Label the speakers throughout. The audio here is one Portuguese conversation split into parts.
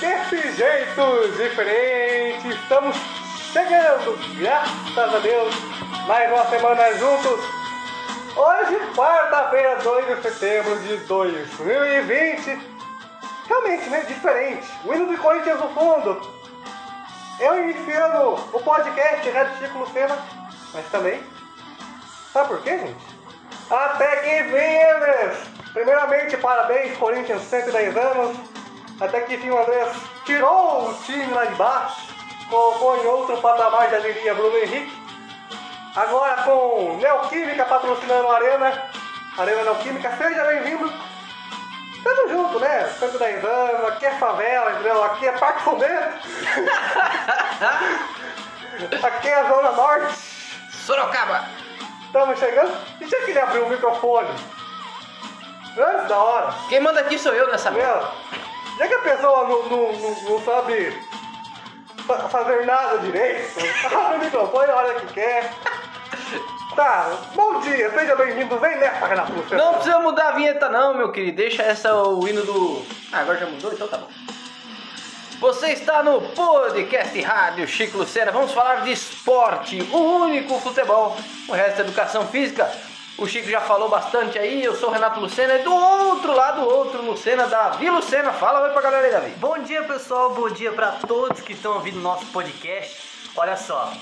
Speaker 1: desses jeitos diferentes, estamos chegando, graças a Deus, mais uma semana juntos. Hoje, quarta-feira, 2 de setembro de 2020. Realmente, né? Diferente. O hino do Corinthians no fundo. Eu iniciando o podcast Rádio Chico Lucena, mas também. Sabe por quê, gente? Até que vem, Andrés! Primeiramente, parabéns, Corinthians, 110 anos. Até que enfim o Andrés tirou o time lá de baixo, colocou em outro patamar, já diria Bruno Henrique. Agora com Neoquímica patrocinando a Arena, Arena Neoquímica, seja bem-vindo. Tamo junto, né? 110 anos, aqui é favela, entendeu? Aqui é Parque Fomento. aqui é a Zona Norte.
Speaker 2: Sorocaba!
Speaker 1: Estamos chegando. E já que ele abriu o microfone? Antes da hora.
Speaker 2: Quem manda aqui sou eu nessa merda.
Speaker 1: Meu, já que a pessoa não, não, não- não sabe fa- fazer nada direito, abre o microfone a hora que quer. Tá, bom dia, seja bem-vindo, vem nessa, Renato Luciano.
Speaker 2: Não precisa mudar a vinheta não, meu querido. Deixa essa o hino do... Ah, agora já mudou, então tá bom. Você está no podcast Rádio Chico Lucena. Vamos falar de esporte, o único futebol. O resto é educação física. O Chico já falou bastante aí. Eu sou o Renato Lucena e do outro lado, o outro Lucena, Davi Lucena. Fala oi pra galera aí, Davi.
Speaker 3: Bom dia, pessoal. Bom dia pra todos que estão ouvindo nosso podcast. Olha só,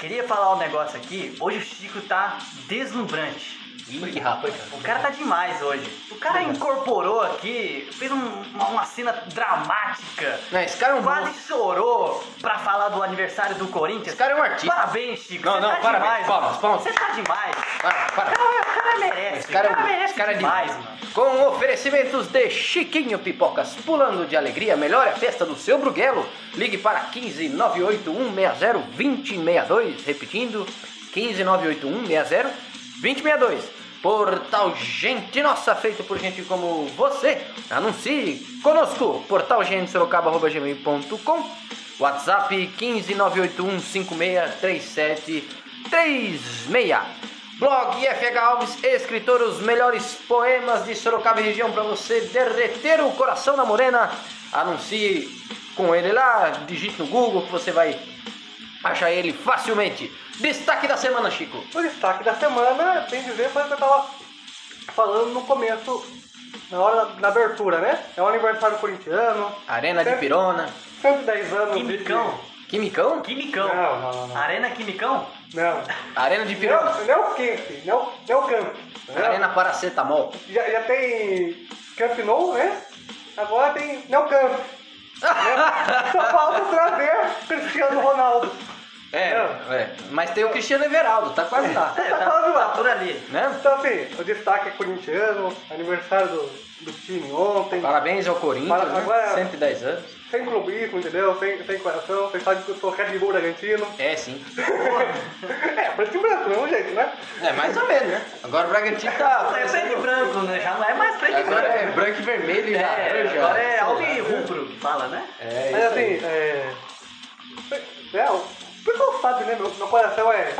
Speaker 3: queria falar um negócio aqui. Hoje o Chico tá deslumbrante.
Speaker 2: Ih, rapaz.
Speaker 3: O cara tá demais hoje. O cara incorporou aqui, fez um- uma, uma cena dramática.
Speaker 2: Não, esse cara é um
Speaker 3: Quase
Speaker 2: monstro.
Speaker 3: chorou pra falar do aniversário do Corinthians.
Speaker 2: Esse cara é um artista.
Speaker 3: Parabéns, Chico.
Speaker 2: Não,
Speaker 3: Você
Speaker 2: não,
Speaker 3: tá
Speaker 2: parabéns.
Speaker 3: Demais,
Speaker 2: Palmas,
Speaker 3: mano.
Speaker 2: palmas.
Speaker 3: Você tá demais.
Speaker 2: Para,
Speaker 3: O
Speaker 2: para.
Speaker 3: cara, o cara merece.
Speaker 2: Esse cara,
Speaker 3: o cara merece
Speaker 2: esse cara é
Speaker 3: demais,
Speaker 2: demais,
Speaker 3: mano.
Speaker 2: Com oferecimentos de Chiquinho Pipocas, pulando de alegria, melhor é a festa do seu Bruguelo. Ligue para 15 981 60 2062, repetindo, 15 981 60 2062. Portal Gente Nossa, feito por gente como você. Anuncie conosco, portalgentesorocaba.gmail.com, WhatsApp 15 981 5637 36. Blog FH Alves, escritor, os melhores poemas de Sorocaba e região para você derreter o coração da morena. Anuncie com ele lá, digite no Google que você vai achar ele facilmente. Destaque da semana, Chico.
Speaker 1: O destaque da semana, bem dizer, foi o que eu tava falando no começo, na hora da, na abertura, né? É um aniversário corintiano,
Speaker 2: Arena de Pirona.
Speaker 1: 110 anos de...
Speaker 3: Quimicão.
Speaker 2: Quimicão?
Speaker 3: Quimicão.
Speaker 1: Não, não, não, não.
Speaker 3: Arena Quimicão?
Speaker 1: Não.
Speaker 2: Arena de Pirona.
Speaker 1: Não, não é o Kemp, não, não é o Camp. entendeu?
Speaker 2: Arena Paracetamol.
Speaker 1: Já, já tem Camp Nou, né? Agora tem Neocamp. Né? Só falta trazer Cristiano Ronaldo.
Speaker 2: É,
Speaker 1: Não.
Speaker 2: é. Mas tem o Cristiano Everaldo, tá quase lá.
Speaker 3: É, tá,
Speaker 1: quase lá.
Speaker 3: tá por ali.
Speaker 2: Né?
Speaker 1: Então assim, o destaque é corintiano, aniversário do, do time ontem,
Speaker 2: Parabéns ao Corinthians,
Speaker 1: Para- agora-
Speaker 2: né? 110 anos.
Speaker 1: sem clubismo, entendeu? Sem, sem coração, sem sabe que eu sou Red Bull argentino.
Speaker 2: É, sim.
Speaker 1: é, preto e branco, do mesmo jeito, né?
Speaker 2: É, mais ou menos, né? Agora o Bragantino tá.
Speaker 3: É preto e branco, né? Já não é mais preto e
Speaker 2: Agora
Speaker 3: branco.
Speaker 2: é branco e vermelho e
Speaker 3: É,
Speaker 2: laranja.
Speaker 3: agora é
Speaker 2: sei lá.
Speaker 3: algo e rubro que fala, né?
Speaker 2: É,
Speaker 1: Mas
Speaker 2: isso
Speaker 1: assim,
Speaker 2: aí.
Speaker 1: é. É, o pessoal sabe, né? Meu, meu coração é.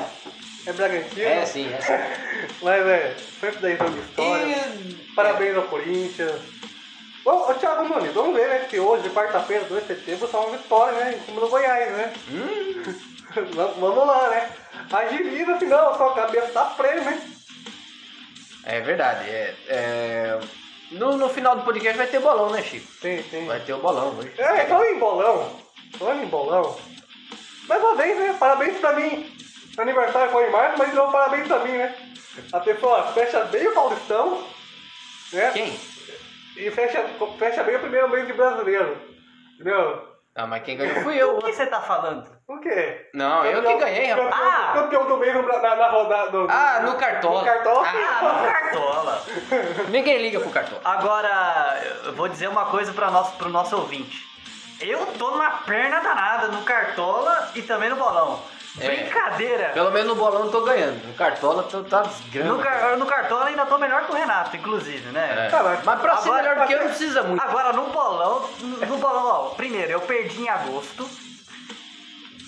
Speaker 1: É Bragantino.
Speaker 2: É, sim, é sim.
Speaker 1: Mas é, 110 anos de história.
Speaker 2: E-
Speaker 1: Parabéns ao Corinthians. Ô, ô, Thiago Nunes, vamos ver, né? Que hoje, quarta-feira, 2 de setembro, só uma vitória, né? Em cima do Goiás, né?
Speaker 2: Hum,
Speaker 1: V- vamos lá, né? Agiliza, senão só a cabeça tá prêmio, né?
Speaker 2: é verdade. É, é, No, no final do podcast vai ter bolão, né, Chico?
Speaker 1: Tem, tem.
Speaker 2: Vai ter o bolão hoje.
Speaker 1: É, falando em bolão. Falando em bolão. Mais uma vez, né? Parabéns pra mim. Meu aniversário foi em março, mas de novo, parabéns pra mim, né? A pessoa fecha bem o Paulistão, né?
Speaker 2: Quem?
Speaker 1: E fecha, fecha bem o primeiro mês de brasileiro. Entendeu?
Speaker 2: Não, Ah, mas quem ganhou fui eu.
Speaker 3: O que você tá falando?
Speaker 1: O quê?
Speaker 2: Não, eu que ganhei, rapaz.
Speaker 1: Campeão,
Speaker 3: Ah!
Speaker 1: campeão do meio na, na, na rodada. do-
Speaker 2: Ah, no cartola.
Speaker 1: No cartola.
Speaker 3: Ah, no cartola.
Speaker 2: Ninguém liga pro cartão.
Speaker 3: Agora, eu vou dizer uma coisa pra nosso, pro nosso ouvinte. Eu tô numa perna danada no cartola e também no bolão.
Speaker 2: É.
Speaker 3: Brincadeira.
Speaker 2: Pelo menos no bolão eu tô ganhando. No cartola tô, tá desgrama.
Speaker 3: No, car- no cartola ainda tô melhor que o Renato, inclusive, né?
Speaker 2: É.
Speaker 1: Tá, mas-
Speaker 2: Mas pra ser
Speaker 3: Agora-
Speaker 2: melhor do que eu não precisa muito.
Speaker 3: Agora, no bolão, no no bolão, ó, primeiro, eu perdi em agosto.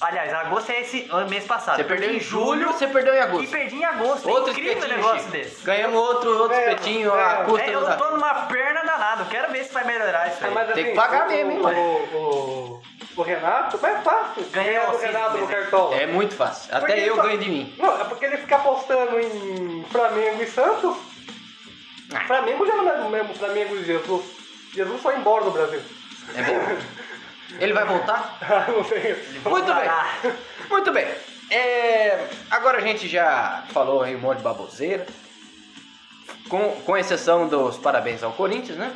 Speaker 3: Aliás, agosto é esse ano, mês passado.
Speaker 2: Você
Speaker 3: Eu
Speaker 2: perdeu
Speaker 3: perdi
Speaker 2: em julho, você perdeu em
Speaker 3: E
Speaker 2: agosto.
Speaker 3: perdi em agosto.
Speaker 2: Outro
Speaker 3: é incrível
Speaker 2: espetinho,
Speaker 3: um negócio
Speaker 2: Chico.
Speaker 3: desse.
Speaker 2: Ganhamos outro, outro
Speaker 1: Ganhamos,
Speaker 2: espetinho a
Speaker 1: ganhamos.
Speaker 2: custa
Speaker 3: É,
Speaker 2: do-
Speaker 3: eu tô numa perna danada. Eu quero ver se vai melhorar isso
Speaker 1: Ah,
Speaker 3: aí.
Speaker 1: mas
Speaker 2: Tem que
Speaker 1: assim,
Speaker 2: pagar
Speaker 1: o-
Speaker 2: mesmo, hein,
Speaker 1: o,
Speaker 2: mano?
Speaker 1: o, o, o Renato, mas é fácil.
Speaker 3: Ganhar
Speaker 1: Ganhar do
Speaker 3: auxílio,
Speaker 1: Renato no
Speaker 3: né?
Speaker 1: cartão.
Speaker 2: É muito fácil.
Speaker 1: Porque
Speaker 2: Até
Speaker 1: ele
Speaker 2: eu
Speaker 1: só-
Speaker 2: ganho de mim.
Speaker 1: Não, é porque ele fica apostando em Flamengo e Santos.
Speaker 2: Ah.
Speaker 1: Flamengo já não é o mesmo Flamengo de Jesus. Jesus foi embora do Brasil.
Speaker 2: É bom. Ele vai voltar?
Speaker 1: não sei.
Speaker 2: Muito
Speaker 3: voltará.
Speaker 2: bem. Muito bem. É, agora a gente já falou aí um monte de baboseira. Com, com exceção dos parabéns ao Corinthians, né?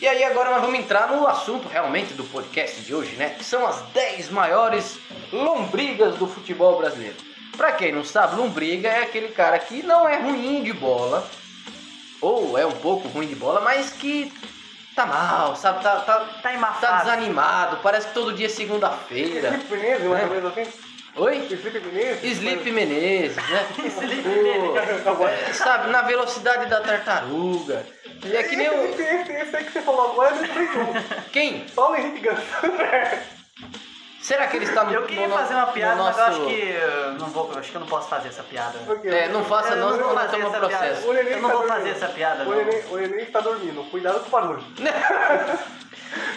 Speaker 2: E aí agora nós vamos entrar no assunto realmente do podcast de hoje, né? Que são as 10 maiores lombrigas do futebol brasileiro. Pra quem não sabe, lombriga é aquele cara que não é ruim de bola, ou é um pouco ruim de bola, mas que tá mal, sabe? Tá, tá,
Speaker 3: Tá emafado.
Speaker 2: tá desanimado, parece que todo dia é segunda-feira.
Speaker 1: Felipe Menezes, mais ou menos assim.
Speaker 2: Oi?
Speaker 1: Felipe Menezes.
Speaker 2: Sleep É. Menezes, né?
Speaker 3: Sleep
Speaker 2: Pô,
Speaker 1: Agora-
Speaker 2: Sabe, na velocidade da tartaruga. É que nem
Speaker 1: Esse,
Speaker 2: o.
Speaker 1: esse, esse aí que você falou agora é do Brasil.
Speaker 2: Quem?
Speaker 1: Paulo Henrique Ganso.
Speaker 2: Será que ele está no.
Speaker 3: Eu queria
Speaker 2: no-
Speaker 3: fazer uma
Speaker 2: no
Speaker 3: piada, mas eu
Speaker 2: nosso-
Speaker 3: acho que eh, não vou, eu acho que eu não posso fazer essa piada.
Speaker 2: É, não faça,
Speaker 3: Eu
Speaker 2: não,
Speaker 3: não
Speaker 2: senão
Speaker 3: vou
Speaker 2: nós
Speaker 3: fazer
Speaker 2: tomamos
Speaker 3: essa piada.
Speaker 2: processo.
Speaker 1: O Neném
Speaker 3: Eu não
Speaker 1: tá
Speaker 3: vou
Speaker 1: dormindo.
Speaker 3: fazer essa piada,
Speaker 1: O
Speaker 3: não.
Speaker 1: Neném, o Neném está dormindo. Cuidado com o barulho.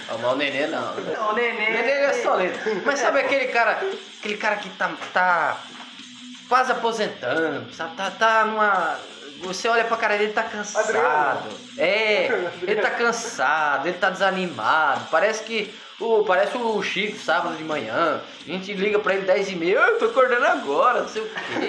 Speaker 2: Ah, mas o nenê não. né?
Speaker 3: Não, o Nenê.
Speaker 2: O nenê é só lento. Mas sabe aquele cara. Aquele cara que tá. tá quase aposentando, sabe? Tá, tá numa. Você olha pra cara dele, tá cansado.
Speaker 1: Adriano.
Speaker 2: É, ele tá cansado, ele tá desanimado. Parece que. o parece o Chico, sábado de manhã. A gente liga pra ele 10 e meia. Eu tô acordando agora, não sei o quê.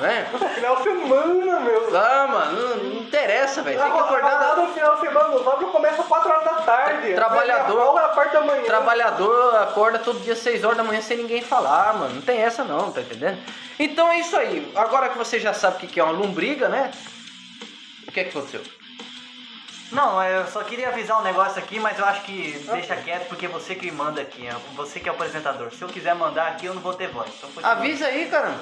Speaker 2: né?
Speaker 1: Final de semana, meu.
Speaker 2: Ah, mano, não, não interessa, velho. Tem que acordar.
Speaker 1: Tá Acordado no final de semana, o sábado começa 4 horas da tarde.
Speaker 2: Trabalhador.
Speaker 1: Folga na parte da manhã.
Speaker 2: Trabalhador acorda todo dia 6 horas da manhã sem ninguém falar, mano. Não tem essa não, tá entendendo? Então é isso aí. Agora que você já sabe o que que é uma lombriga, né? O que é que aconteceu?
Speaker 3: Não, eu só queria avisar um negócio aqui, mas eu acho que
Speaker 2: Ah.
Speaker 3: deixa quieto porque é você que manda aqui, é você que é o apresentador. Se eu quiser mandar aqui, eu não vou ter voz. Então continua.
Speaker 2: Avisa aí, caramba.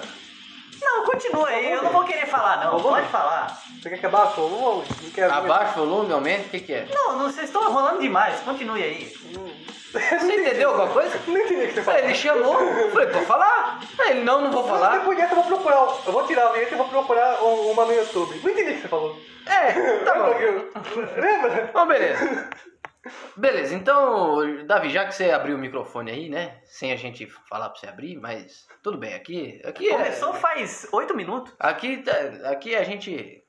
Speaker 3: Não, continua aí, eu não vou querer falar, não.
Speaker 1: Eu vou
Speaker 3: Pode
Speaker 1: ver.
Speaker 3: falar.
Speaker 1: Você quer que abaixe o volume? Não quero.
Speaker 2: Abaixa o volume, aumenta, o que que é?
Speaker 3: Não, não, vocês estão enrolando demais, continue aí.
Speaker 1: né?
Speaker 2: Você entendeu alguma coisa?
Speaker 1: Não entendi o que você falou.
Speaker 2: Aí Ele chamou, eu falei, pode falar? Aí Ele, não, não vou falar.
Speaker 1: Depois dessa eu vou procurar. Eu vou tirar a vinheta e vou procurar um- uma no YouTube. Não entendi o que você falou.
Speaker 2: É, tá bom.
Speaker 1: Lembra?
Speaker 2: Bom, beleza. Beleza, então, Davi, já que você abriu o microfone aí, né? Sem a gente falar pra você abrir, mas tudo bem, aqui. aqui é-
Speaker 3: Começou faz oito minutos.
Speaker 2: Aqui, tá- aqui a gente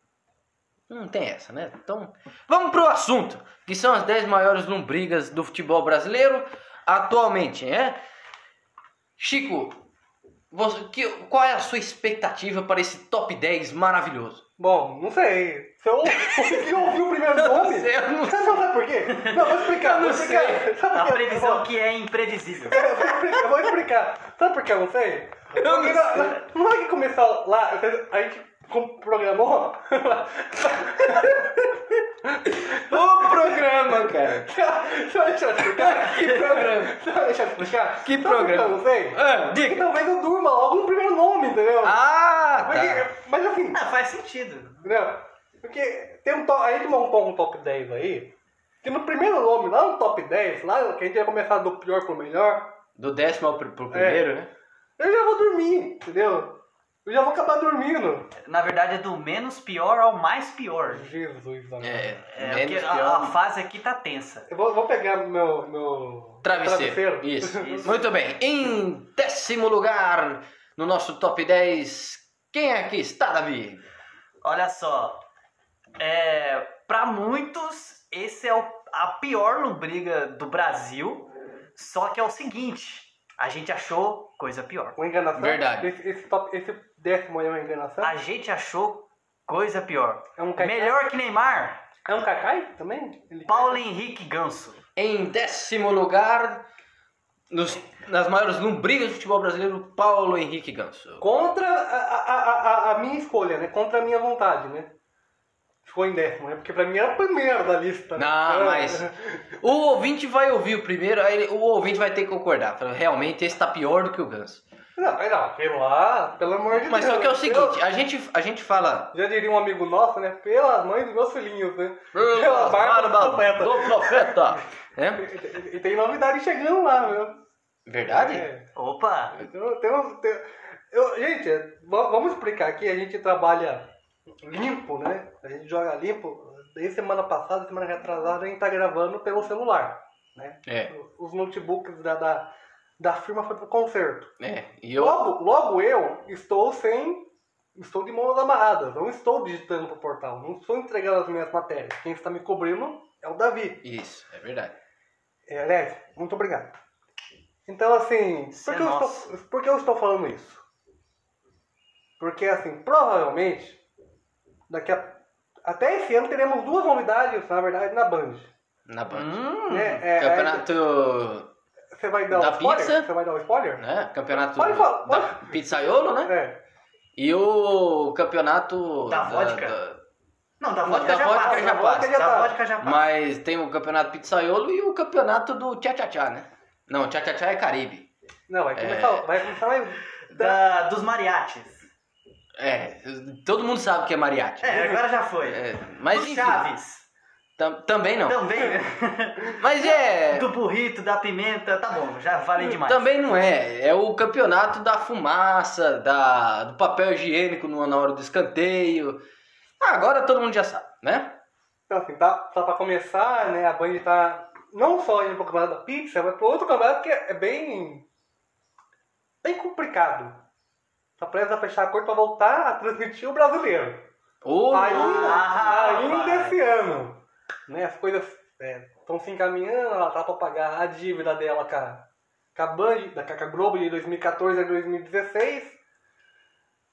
Speaker 2: não tem essa, né? Então, vamos pro assunto, que são as 10 maiores lombrigas do futebol brasileiro atualmente, né? Chico, você- que- qual é a sua expectativa para esse top 10 maravilhoso?
Speaker 1: Bom, não sei. Se eu consegui ouvir o primeiro nome.
Speaker 2: sei, eu não
Speaker 1: Sabe sabe por quê? Não, vou explicar.
Speaker 2: Eu não
Speaker 1: vou explicar.
Speaker 2: sei.
Speaker 1: Sabe por
Speaker 3: A
Speaker 1: quê?
Speaker 3: previsão
Speaker 1: Bom,
Speaker 3: que é imprevisível.
Speaker 1: Eu vou explicar, eu vou explicar. Sabe por que eu não sei?
Speaker 2: Eu não
Speaker 1: Porque na- na- na hora que começar lá, a gente com- programou.
Speaker 2: O programa, cara!
Speaker 1: Só deixa eu explicar.
Speaker 2: Que programa?
Speaker 1: Só deixa eu explicar.
Speaker 2: Que
Speaker 1: Sabe por
Speaker 2: programa?
Speaker 1: Eu não sei.
Speaker 2: Ah,
Speaker 1: Que
Speaker 2: diga!
Speaker 1: talvez eu durma logo no primeiro nome, entendeu?
Speaker 2: Ah,
Speaker 1: Porque-
Speaker 2: tá.
Speaker 1: Mas assim,
Speaker 3: Ah, faz sentido.
Speaker 1: entendeu? Porque tem um top, a gente montou um top 10 aí, que no primeiro nome, lá no top 10, lá que a gente ia começar do pior pro melhor,
Speaker 2: Do décimo ao pr- pro primeiro, né?
Speaker 1: eu já vou dormir, entendeu? Eu já vou acabar dormindo.
Speaker 3: Na verdade é do menos pior ao mais pior.
Speaker 1: Jesus, amado.
Speaker 2: É,
Speaker 3: É,
Speaker 2: menos
Speaker 3: porque
Speaker 2: que
Speaker 3: a, a
Speaker 2: um.
Speaker 3: fase aqui tá tensa.
Speaker 1: Eu vou, vou pegar meu, meu
Speaker 2: Travesseiro.
Speaker 1: travesseiro.
Speaker 2: Isso.
Speaker 3: Isso.
Speaker 2: Muito bem. Em décimo lugar no nosso top 10, quem é que está, Davi?
Speaker 3: Olha só, é, para muitos esse é o- a pior lombriga do Brasil, só que é o seguinte, a gente achou coisa pior.
Speaker 1: Uma enganação.
Speaker 2: Verdade.
Speaker 1: Esse, esse, top, esse décimo aí é uma enganação.
Speaker 3: A gente achou coisa pior.
Speaker 1: É um cacai.
Speaker 3: Melhor que Neymar,
Speaker 1: É um cacai também? Ele-
Speaker 3: Paulo Henrique Ganso.
Speaker 2: Em décimo lugar, nos- nas maiores lombrigas do futebol brasileiro, Paulo Henrique Ganso.
Speaker 1: Contra a, a- a- a minha escolha, né? Contra a minha vontade, né? Ficou em décimo, né? Porque pra mim era o primeiro da lista. né?
Speaker 2: Não,
Speaker 1: Era-
Speaker 2: mas o ouvinte vai ouvir o primeiro, aí ele- o ouvinte vai ter que concordar. Fala, Realmente, esse tá pior do que o Ganso.
Speaker 1: Não, mas não, sei lá, pelo amor de
Speaker 2: Mas
Speaker 1: Deus.
Speaker 2: só que é o
Speaker 1: né?
Speaker 2: seguinte, a gente, a gente fala...
Speaker 1: Eu- já diria um amigo nosso, né? Pelas mães dos meus filhinhos, né?
Speaker 2: Pela
Speaker 1: barba
Speaker 2: barba
Speaker 1: do profeta.
Speaker 2: do profeta. né?
Speaker 1: E, e- e tem novidade chegando lá, meu.
Speaker 2: Verdade?
Speaker 1: É.
Speaker 3: Opa!
Speaker 1: Então, tem uns- tem- eu- gente, v- vamos explicar aqui. A gente trabalha limpo, né? A gente joga limpo. Desde semana passada, semana retrasada, a gente tá gravando pelo celular.
Speaker 2: É,
Speaker 1: Os notebooks da, da, da firma foi pro concerto.
Speaker 2: é. E eu.
Speaker 1: Logo, logo eu estou sem. Estou de mãos amarradas. Não estou digitando pro portal. Não estou entregando as minhas matérias. Quem está me cobrindo é o Davi.
Speaker 2: Isso, é verdade.
Speaker 1: É, Alex, muito obrigado. Então, assim,
Speaker 3: Isso
Speaker 1: por
Speaker 3: é
Speaker 1: que, eu
Speaker 3: nosso.
Speaker 1: estou, por que eu estou falando isso? Porque, assim, provavelmente, daqui a, até esse ano teremos duas novidades, na verdade, na Band.
Speaker 2: Na banda.
Speaker 3: Hum,
Speaker 1: Né? É,
Speaker 2: Campeonato.
Speaker 1: aí, você vai dar
Speaker 2: da
Speaker 1: o spoiler?
Speaker 2: pizza?
Speaker 1: Você vai dar o spoiler?
Speaker 2: Né? Campeonato
Speaker 1: é. Pode falar,
Speaker 2: da pizzaiolo, né?
Speaker 1: É.
Speaker 2: E o campeonato.
Speaker 3: Da vodka?
Speaker 2: da-
Speaker 3: Não, da
Speaker 2: Não,
Speaker 3: vodka
Speaker 2: da
Speaker 3: já
Speaker 2: vodka
Speaker 3: passa.
Speaker 2: já
Speaker 3: da
Speaker 2: passa. tá.
Speaker 3: vodka já
Speaker 1: Da
Speaker 3: passa.
Speaker 1: vodka
Speaker 2: Mas tem o campeonato pizzaiolo e o campeonato do tchá-tchá-tchá, né? Não, tchá-tchá-tchá é Caribe.
Speaker 1: Não, vai começar, vai começar mais... um.
Speaker 3: Da- dos mariachis.
Speaker 2: É, todo mundo sabe que é mariachi.
Speaker 3: É, agora já foi.
Speaker 2: É, mas
Speaker 3: do
Speaker 2: enfim,
Speaker 3: Chaves.
Speaker 2: tam- também não.
Speaker 3: Também, né?
Speaker 2: Mas é.
Speaker 3: Do burrito, da pimenta, tá bom, já valem demais.
Speaker 2: Uhum. Também não é. É o campeonato da fumaça, da, do papel higiênico no- na hora do escanteio. Ah, agora todo mundo já sabe, né?
Speaker 1: Então, assim, tá, só pra começar, né, a Band tá não só indo pro campeonato da pizza, mas pro outro campeonato que é bem... bem complicado. Tá prestes a fechar a cor pra voltar a transmitir o brasileiro.
Speaker 2: Ou
Speaker 1: Ainda,
Speaker 3: Ah,
Speaker 1: ainda
Speaker 3: rapaz.
Speaker 1: esse ano. Né, as coisas estão se encaminhando, ela tá pra pagar a dívida dela com a, com a Band, da Caca Globo de 2014 a 2016.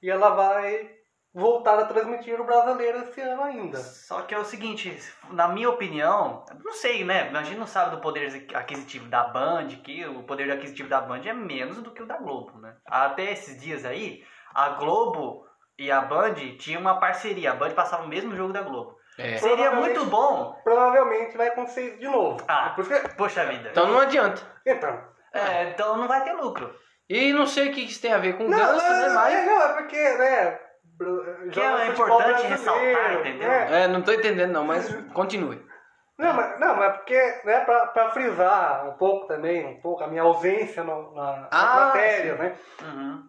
Speaker 1: E ela vai voltar a transmitir o brasileiro esse ano ainda.
Speaker 3: Só que é o seguinte, na minha opinião, não sei, né? A gente não sabe do poder aquisitivo da Band, que o poder aquisitivo da Band é menos do que o da Globo, né? Até esses dias aí, a Globo e a Band tinham uma parceria, a Band passava o mesmo jogo da Globo.
Speaker 2: é.
Speaker 3: Seria
Speaker 1: Provavelmente-
Speaker 3: muito bom,
Speaker 1: Provavelmente vai acontecer isso de novo.
Speaker 3: Ah.
Speaker 1: É por isso que-
Speaker 3: poxa vida.
Speaker 2: Então não adianta.
Speaker 1: Então.
Speaker 3: É, então não vai ter lucro.
Speaker 2: E não sei o que isso tem a ver com
Speaker 1: Não, não,
Speaker 2: dança, né?
Speaker 1: não,
Speaker 2: Mas.
Speaker 1: é, não, é porque, né? br-
Speaker 3: Que
Speaker 1: joga
Speaker 3: é
Speaker 1: futebol
Speaker 3: importante
Speaker 1: brasileiro,
Speaker 3: ressaltar, entendeu?
Speaker 1: né?
Speaker 2: É, não tô entendendo não, mas continue.
Speaker 1: Não, mas, não, mas porque, né, pra, pra frisar um pouco também, um pouco a minha ausência no- na, nas
Speaker 2: Ah,
Speaker 1: matérias, né?
Speaker 3: Uhum.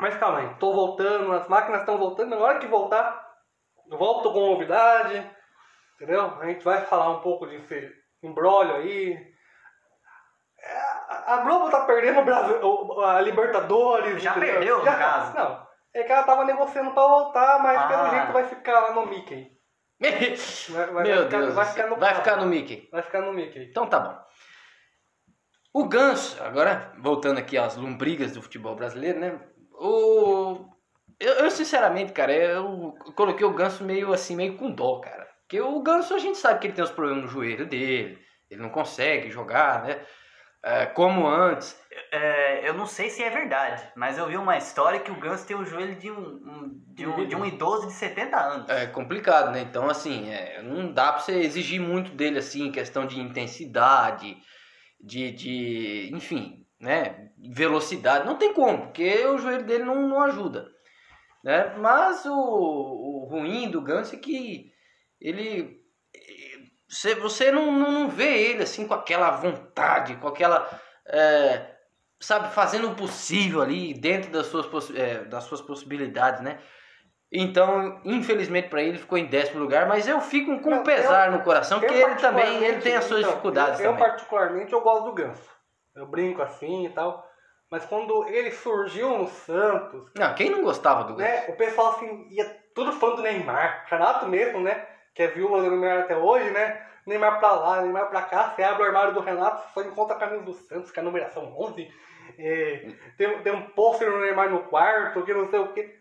Speaker 1: Mas calma aí, tô voltando, as máquinas estão voltando, na hora que voltar, eu volto com novidade, entendeu? A gente vai falar um pouco desse embrólio aí. É, a- A Globo tá perdendo o Brasil, o- a Libertadores.
Speaker 3: Já perdeu, no
Speaker 1: Já-
Speaker 3: caso.
Speaker 1: Não, é que ela tava negociando pra voltar, mas
Speaker 3: Ah.
Speaker 1: pelo jeito vai ficar lá no Mickey. Vai- vai-
Speaker 2: Meu
Speaker 1: vai ficar-
Speaker 2: Deus,
Speaker 1: vai ficar no
Speaker 2: vai
Speaker 1: carro.
Speaker 2: ficar no Mickey.
Speaker 1: Vai ficar no Mickey.
Speaker 2: Então tá bom. O Ganso, agora voltando aqui às lombrigas do futebol brasileiro, né? O eu, eu, sinceramente, cara, eu coloquei o Ganso meio assim, meio com dó, cara. Porque o Ganso a gente sabe que ele tem os problemas no joelho dele, ele não consegue jogar, né? É, como antes.
Speaker 3: É, eu não sei se é verdade, mas eu vi uma história que o Ganso tem o joelho de um, um- de, um, de um idoso de 70 anos.
Speaker 2: É complicado, né? Então, assim, é, não dá pra você exigir muito dele, assim, em questão de intensidade, de, de enfim, né? Velocidade. Não tem como, porque o joelho dele não, não ajuda. Né? Mas o, o ruim do Ganso é que ele. Você, você não, não, não vê ele assim com aquela vontade, com aquela. é, sabe, fazendo o possível ali dentro das suas, possi- é, das suas possibilidades, né? Então, infelizmente pra ele, ele ficou em décimo lugar, mas eu fico com um
Speaker 1: Não,
Speaker 2: pesar no coração, porque ele também
Speaker 1: particularmente,
Speaker 2: ele tem as suas
Speaker 1: então,
Speaker 2: dificuldades
Speaker 1: eu, eu
Speaker 2: também.
Speaker 1: particularmente eu gosto do Ganso. Eu brinco assim e tal. Mas quando ele surgiu no Santos,
Speaker 2: Não, quem não gostava do Ganso?
Speaker 1: né? O pessoal assim ia tudo fã do Neymar. Renato mesmo, né? Que é viúva do Neymar até hoje, né? Neymar pra lá, Neymar pra cá, você abre o armário do Renato, você só encontra a camisa do Santos, que é a numeração 11. É, tem, tem um pôster do Neymar no quarto, que não sei o que.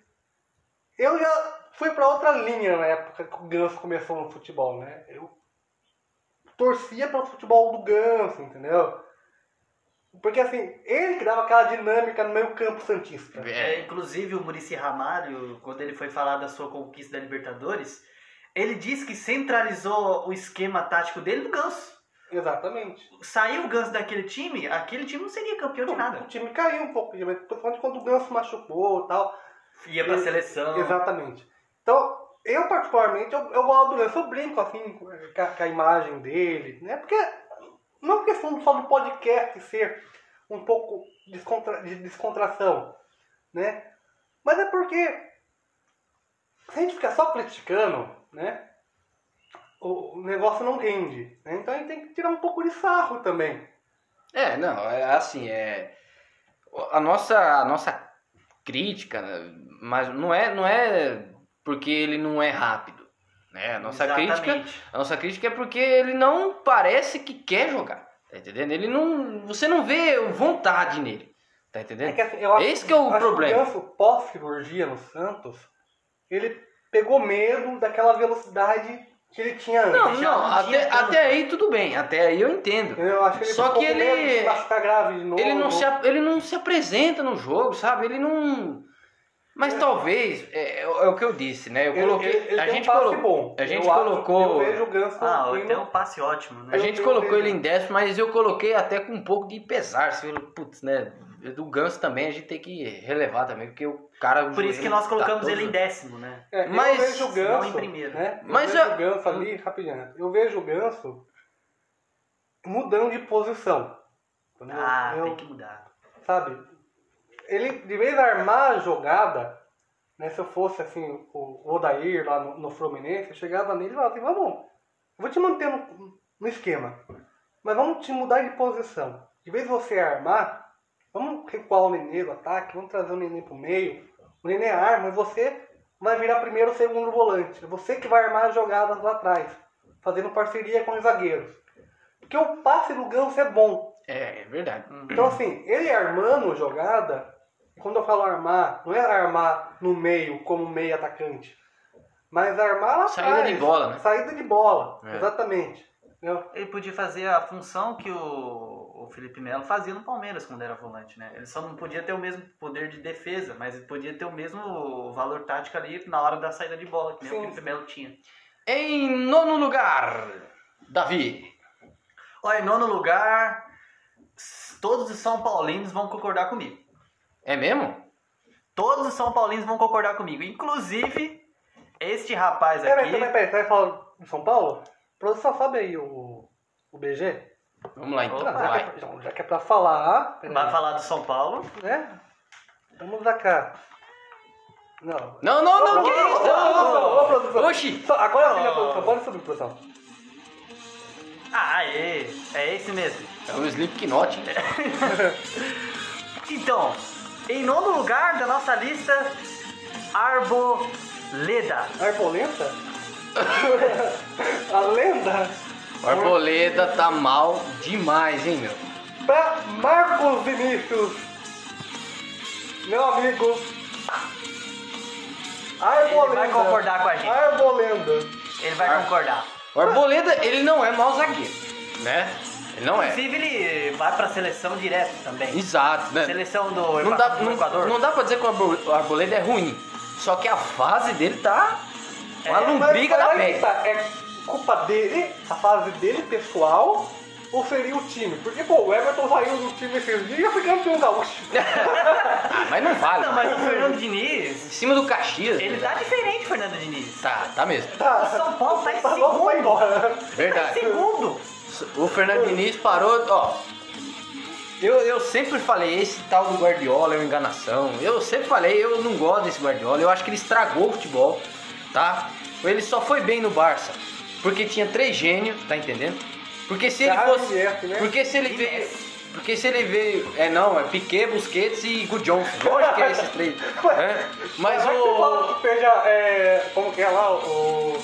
Speaker 1: Eu já fui pra outra linha na época que o Ganso começou no futebol, né? Eu torcia pelo futebol do Ganso, entendeu? Porque assim, ele que dava aquela dinâmica no meio campo Santista.
Speaker 3: É, inclusive o Murici Ramalho, quando ele foi falar da sua conquista da Libertadores, ele disse que centralizou o esquema tático dele no Ganso.
Speaker 1: Exatamente.
Speaker 3: Saiu o Ganso daquele time, aquele time não seria campeão de
Speaker 1: O
Speaker 3: nada.
Speaker 1: time caiu um pouco, principalmente quando o Ganso machucou e tal.
Speaker 3: Ia pra seleção.
Speaker 1: Exatamente. Então, eu particularmente, eu, eu gosto do Ganso, eu brinco assim com a, com a imagem dele, né? Porque não é questão só do podcast ser um pouco descontra- de descontração, né? Mas é porque se a gente ficar só criticando, né? O o negócio não rende, né? Então a gente tem que tirar um pouco de sarro também.
Speaker 2: É, não, é assim, é a nossa a nossa crítica, né, mas não é não é porque ele não é rápido, né? A nossa crítica,
Speaker 3: Exatamente.
Speaker 2: a nossa crítica é porque ele não parece que quer jogar, tá entendendo? Ele não, você não vê vontade nele, tá
Speaker 1: É
Speaker 2: entendendo?
Speaker 1: que, assim, eu acho,
Speaker 2: Esse que é o
Speaker 1: acho
Speaker 2: problema.
Speaker 1: Que o Ganso, pós-cirurgia no Santos, ele pegou medo daquela velocidade que um ele tinha antes.
Speaker 2: Não,
Speaker 3: já
Speaker 2: não,
Speaker 3: não tinha
Speaker 2: até,
Speaker 3: tanto.
Speaker 2: até aí tudo bem, até aí eu entendo.
Speaker 1: Eu acho que ele
Speaker 2: Só
Speaker 1: ficou
Speaker 2: que
Speaker 1: com medo
Speaker 2: ele-
Speaker 1: de se machucar grave de novo.
Speaker 2: Ele não, se, ap- ele não se apresenta no jogo, sabe? Ele não. Mas talvez, é, é o que eu disse, né? Eu
Speaker 1: Ele-
Speaker 2: coloquei.
Speaker 1: ele- ele
Speaker 2: a
Speaker 1: tem
Speaker 2: gente
Speaker 1: um passe
Speaker 2: colocou.
Speaker 1: bom.
Speaker 2: a gente
Speaker 1: Eu acho-
Speaker 2: colocou-
Speaker 1: eu vejo o Ganso
Speaker 3: Ah,
Speaker 1: indo-
Speaker 3: ele tem um passe ótimo, né?
Speaker 2: A gente
Speaker 1: Eu- um eu
Speaker 2: colocou
Speaker 1: vejo.
Speaker 2: ele em décimo, mas eu coloquei até com um pouco de pesar. Assim, eu- putz, né? Do Ganso também a gente tem que relevar também, porque o cara. o
Speaker 3: Por isso que
Speaker 2: joelho
Speaker 3: nós
Speaker 2: tá
Speaker 3: colocamos
Speaker 2: todo-
Speaker 3: ele em décimo, né?
Speaker 1: É,
Speaker 2: Mas
Speaker 1: eu vejo o
Speaker 3: não
Speaker 1: Ganso,
Speaker 3: em primeiro.
Speaker 1: né? Eu
Speaker 2: Mas
Speaker 1: vejo
Speaker 2: eu- Hum.
Speaker 1: o Ganso ali, rapidinho. Eu vejo o Ganso mudando de posição. Entendeu?
Speaker 3: Ah,
Speaker 1: Eu-
Speaker 3: tem que mudar.
Speaker 1: Sabe? Ele, de vez de armar a jogada, né, se eu fosse assim, o Odair lá no, no Fluminense, eu chegava nele e falava assim, vamos, eu vou te manter no, no esquema, mas vamos te mudar de posição. De vez de você armar, vamos recuar o Nenê do ataque, vamos trazer o Nenê pro meio, o Nenê arma e você vai virar primeiro ou segundo volante. É você que vai armar as jogadas lá atrás, fazendo parceria com os zagueiros. Porque o passe do Ganso é bom,
Speaker 2: É, é verdade.
Speaker 1: então, assim, ele armando jogada, quando eu falo armar, não é armar no meio, como meio atacante, mas armar lá
Speaker 2: Saída
Speaker 1: atrás.
Speaker 2: de bola, né?
Speaker 1: Saída de bola,
Speaker 2: É.
Speaker 1: exatamente. Entendeu?
Speaker 3: Ele podia fazer a função que o, o Felipe Melo fazia no Palmeiras quando era volante, né? Ele só não podia ter o mesmo poder de defesa, mas ele podia ter o mesmo valor tático ali na hora da saída de bola, que nem o
Speaker 1: Sim.
Speaker 3: Felipe Melo tinha.
Speaker 2: Em nono lugar, Davi.
Speaker 3: Olha, em nono lugar, s- todos os São Paulinos vão concordar comigo.
Speaker 2: É mesmo?
Speaker 3: Todos os São Paulinos vão concordar comigo. Inclusive, este rapaz
Speaker 1: Peraí,
Speaker 3: aqui.
Speaker 1: peraí, peraí, você vai falar do São Paulo? Produção, sobe aí o, o BG.
Speaker 2: Vamos lá então,
Speaker 3: Opa.
Speaker 1: já, que é
Speaker 2: vai.
Speaker 1: pra, então, já que é pra falar, peraí,
Speaker 3: Vai falar do São Paulo.
Speaker 1: né? Vamos lá cá. Não.
Speaker 2: Não, não, não,
Speaker 1: Ô,
Speaker 2: que
Speaker 1: produção,
Speaker 2: isso?
Speaker 1: ô, produção, ô,
Speaker 2: Oxi!
Speaker 1: produção. Agora sim,
Speaker 3: Ó.
Speaker 1: a produção. Pode subir, produção.
Speaker 3: Ah, aê! É esse mesmo.
Speaker 2: É um Slipknot.
Speaker 3: Então, em nono lugar da nossa lista, Arboleda.
Speaker 1: Arbolenta? É a lenda?
Speaker 2: O Arboleda tá mal demais, hein, meu?
Speaker 1: Pra Marcos Vinícius, meu amigo. Arbolenda.
Speaker 3: Ele vai concordar com a gente.
Speaker 1: Arbolenda.
Speaker 3: Ele vai
Speaker 2: Ar-
Speaker 3: concordar.
Speaker 2: O Arboleda, ele não é mau zagueiro, né? Ele não é.
Speaker 3: Inclusive, ele vai pra seleção direto também.
Speaker 2: Exato, né?
Speaker 3: Seleção do,
Speaker 2: Não dá,
Speaker 3: do Equador.
Speaker 2: não, não dá pra dizer que o Arbo- o Arboleda é ruim. Só que a fase dele tá uma
Speaker 3: É,
Speaker 2: lombriga da
Speaker 1: aí que
Speaker 2: pele.
Speaker 1: tá, É culpa dele, a fase dele pessoal, ou seria o time? Porque, pô, o Everton saiu do time esses dias e foi campeão gaúcho.
Speaker 2: Ah, mas não vale.
Speaker 3: Não, mas o Fernando Diniz,
Speaker 2: Em cima do Caxias. né?
Speaker 3: ele tá diferente, Fernando Diniz.
Speaker 2: Tá, tá mesmo.
Speaker 1: Tá.
Speaker 3: O São Paulo tá em
Speaker 1: Tá louco pra ir
Speaker 3: segundo.
Speaker 1: embora.
Speaker 3: Tá em
Speaker 2: Verdade.
Speaker 3: segundo.
Speaker 2: O Fernando Diniz parou, ó. Eu, eu sempre falei, esse tal do Guardiola é uma enganação. Eu sempre falei, eu não gosto desse Guardiola. Eu acho que ele estragou o futebol, tá? Ele só foi bem no Barça. Porque tinha três gênios, tá entendendo? Porque se ele
Speaker 1: Xavi
Speaker 2: fosse.
Speaker 1: e Eto'o, né?
Speaker 2: Porque se ele
Speaker 3: E
Speaker 2: veio.
Speaker 3: Messi.
Speaker 2: Porque se ele veio. É não, é Piquet, Busquets e Good Johnson. Lógico que é esses três. né? Mas
Speaker 1: Vai que você fala
Speaker 2: o.
Speaker 1: que seja, é, como que é lá, o...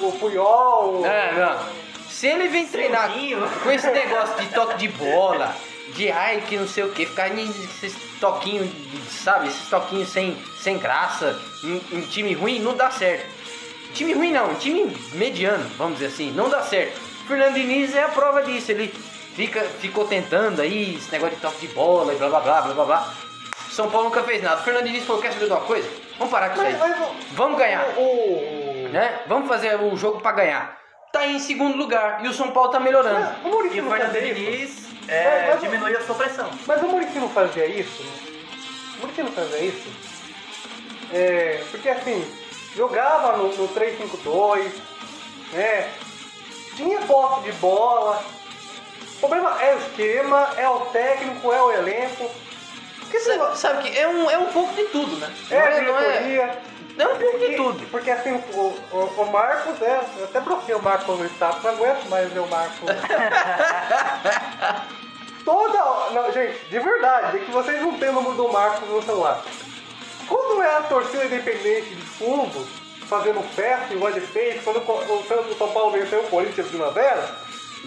Speaker 1: O Puyol... o-
Speaker 2: É, não. Se ele vem treinar
Speaker 3: Silvinho.
Speaker 2: com esse negócio de toque de bola, de ai que não sei o que, ficar nem esses toquinhos, sabe, esses toquinhos sem, sem graça, em, em time ruim, não dá certo. Time ruim não, time mediano, vamos dizer assim, não dá certo. Fernando Diniz é a prova disso, ele fica, ficou tentando aí esse negócio de toque de bola e blá blá blá blá blá blá. São Paulo nunca fez nada. Fernando Diniz falou: quer saber de uma coisa? Vamos parar com isso
Speaker 1: Mas,
Speaker 2: aí.
Speaker 1: mas o-
Speaker 2: Vamos ganhar
Speaker 1: o...
Speaker 2: né? Vamos fazer o jogo pra ganhar. Tá em segundo lugar e o São Paulo tá melhorando.
Speaker 1: O Muricy
Speaker 3: E o
Speaker 1: não
Speaker 3: Fernando
Speaker 1: fazia isso.
Speaker 3: Diniz é,
Speaker 1: Mas- mas-
Speaker 3: diminuiu a sua pressão.
Speaker 1: Mas o Muricy não fazia isso. O Muricy não fazia isso. É, porque assim, jogava no, no 3-5-2, né? Tinha posse de bola. problema é o esquema, é o técnico, é o elenco,
Speaker 2: Porque sabe, sabe que é um, é um pouco de tudo, né?
Speaker 1: é a
Speaker 2: não é,
Speaker 1: diretoria.
Speaker 2: não é um pouco de
Speaker 1: E-
Speaker 2: tudo.
Speaker 1: Porque assim, o, o, o Marcos, é, eu até bloqueei o Marcos no status, não aguento mais ver o Marcos. Toda hora, não, gente, de verdade, é que vocês não têm o número do Marcos no celular. Quando é a torcida independente de fundo, fazendo festa, igual ele fez, quando o, o, o São Paulo venceu o Corinthians de 1x0,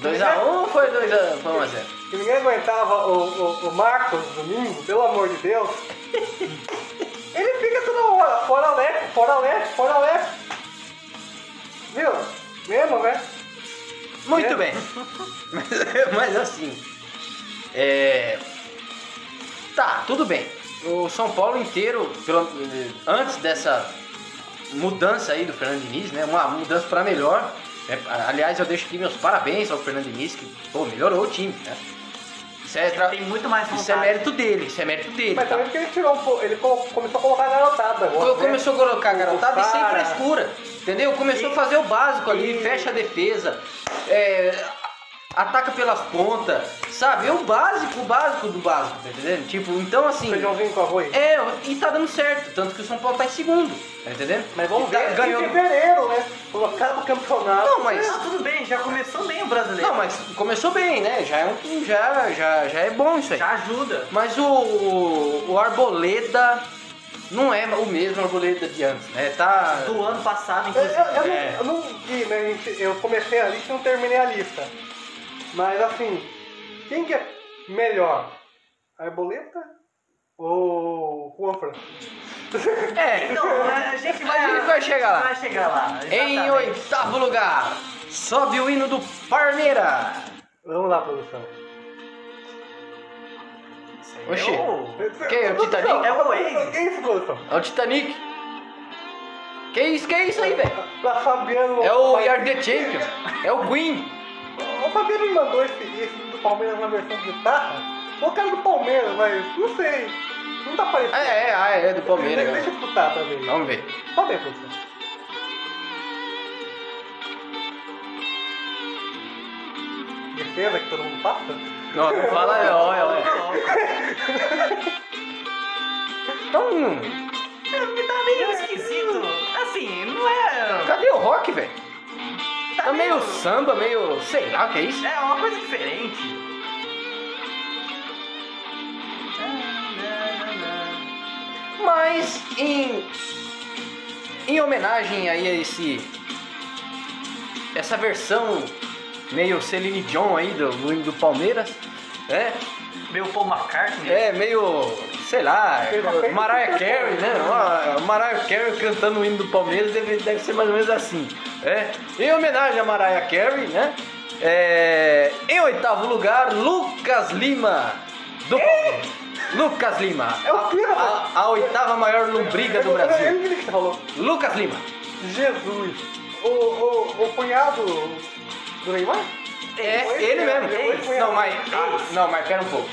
Speaker 2: 2x1 ou um foi 2x1? Foi 1x0.
Speaker 1: que ninguém aguentava o, o, o Marcos domingo, pelo amor de Deus. Ele fica toda hora, fora Alex, fora Alex, fora Alex. Viu? Mesmo, né?
Speaker 2: Muito
Speaker 1: É.
Speaker 2: bem. Mas, mas assim. É. Tá, tudo bem. O São Paulo inteiro, pelo- antes dessa mudança aí do Fernando Diniz, né? Uma mudança para melhor. né? aliás, eu deixo aqui meus parabéns ao Fernando Diniz, que pô, melhorou o time, né? Isso é, tra-
Speaker 3: Tem muito mais
Speaker 2: isso é
Speaker 3: vontade.
Speaker 2: mérito dele, isso é mérito dele.
Speaker 1: Mas
Speaker 2: tá?
Speaker 1: também porque ele tirou um pouco, ele co- começou a colocar a garotada agora.
Speaker 2: Co-
Speaker 1: né?
Speaker 2: Começou assim. a colocar a garotada e sem
Speaker 1: Para.
Speaker 2: frescura, entendeu? Começou
Speaker 3: E-
Speaker 2: a fazer o básico ali,
Speaker 3: e-
Speaker 2: fecha a defesa, é, ataca pelas pontas, sabe? É o básico, o básico do básico, tá entendendo? Tipo, então assim,
Speaker 1: Feijãozinho com arroz.
Speaker 2: é, e tá dando certo, tanto que o São Paulo tá em segundo, tá entendendo?
Speaker 1: Mas vamos
Speaker 2: E tá-
Speaker 1: ver,
Speaker 2: ganhou...
Speaker 1: em fevereiro, né? Quando acaba o campeonato.
Speaker 2: Não, mas...
Speaker 3: Não, tudo bem, já começou bem o brasileiro.
Speaker 2: Não, mas começou bem, né? Já é, um, já, já, já é bom isso aí.
Speaker 3: Já ajuda.
Speaker 2: Mas o, o, o Arboleda não é o mesmo Arboleda de antes, né? Tá...
Speaker 3: Do ano passado,
Speaker 1: Eu, eu-
Speaker 3: inclusive.
Speaker 1: eu
Speaker 2: É.
Speaker 1: não, eu não vi, né, gente? Eu comecei a lista e não terminei a lista. Mas assim, quem que é melhor? Arboleta ou Juan Fran?
Speaker 2: É,
Speaker 3: Então, a gente vai,
Speaker 2: A gente vai chegar lá.
Speaker 3: Vai chegar lá.
Speaker 2: Em
Speaker 3: exatamente.
Speaker 2: oitavo lugar, sobe o hino do Parmeira.
Speaker 1: Vamos lá, produção.
Speaker 3: Isso
Speaker 2: Oxi.
Speaker 3: aí é o-
Speaker 2: Quem é o
Speaker 1: Produção,
Speaker 2: Titanic?
Speaker 3: É o Waze.
Speaker 1: produção, Que isso, produção?
Speaker 2: É o Titanic. Que isso, que isso aí, velho?
Speaker 1: Pra Fabiano.
Speaker 2: É o
Speaker 1: Pai-
Speaker 2: We Are The Champions. É o Queen.
Speaker 1: O Fabiano me mandou esse, esse do Palmeiras na versão de guitarra. O cara é do Palmeiras, mas não sei. Não tá parecendo.
Speaker 2: É, é, ah, é do Palmeiras.
Speaker 1: Deixa, deixa
Speaker 2: cara.
Speaker 1: eu escutar pra ver.
Speaker 2: Vamos ver.
Speaker 1: Só ver, produção. Defesa que todo mundo passa?
Speaker 2: Não, não fala, é, ó, é, ó.
Speaker 3: Tá louco.
Speaker 2: Então,
Speaker 3: Tá meio esquisito. Assim, não é.
Speaker 2: cadê o rock, velho?
Speaker 3: Tá
Speaker 2: Tá meio samba, meio. sei lá o que é isso.
Speaker 3: É uma coisa diferente.
Speaker 2: Mas em em homenagem aí a esse essa versão meio Celine Dion aí do do hino do Palmeiras, né?
Speaker 3: Meu Paul McCartney.
Speaker 2: É meio, sei lá, Mariah Carey, né? Uma- Mariah Carey cantando o hino do Palmeiras deve, deve ser mais ou menos assim, é. Em homenagem a Mariah Carey, né? É, em oitavo lugar, Lucas Lima do Palmeiras. Lucas Lima,
Speaker 1: É o Pira,
Speaker 2: a, a oitava maior lombriga do
Speaker 1: Eu
Speaker 2: Brasil.
Speaker 1: não entendi o que você falou.
Speaker 2: Lucas Lima.
Speaker 1: Jesus. O, o, o cunhado do Neymar?
Speaker 2: É ele mesmo. Não, mas. ah, não, mas pera um pouco.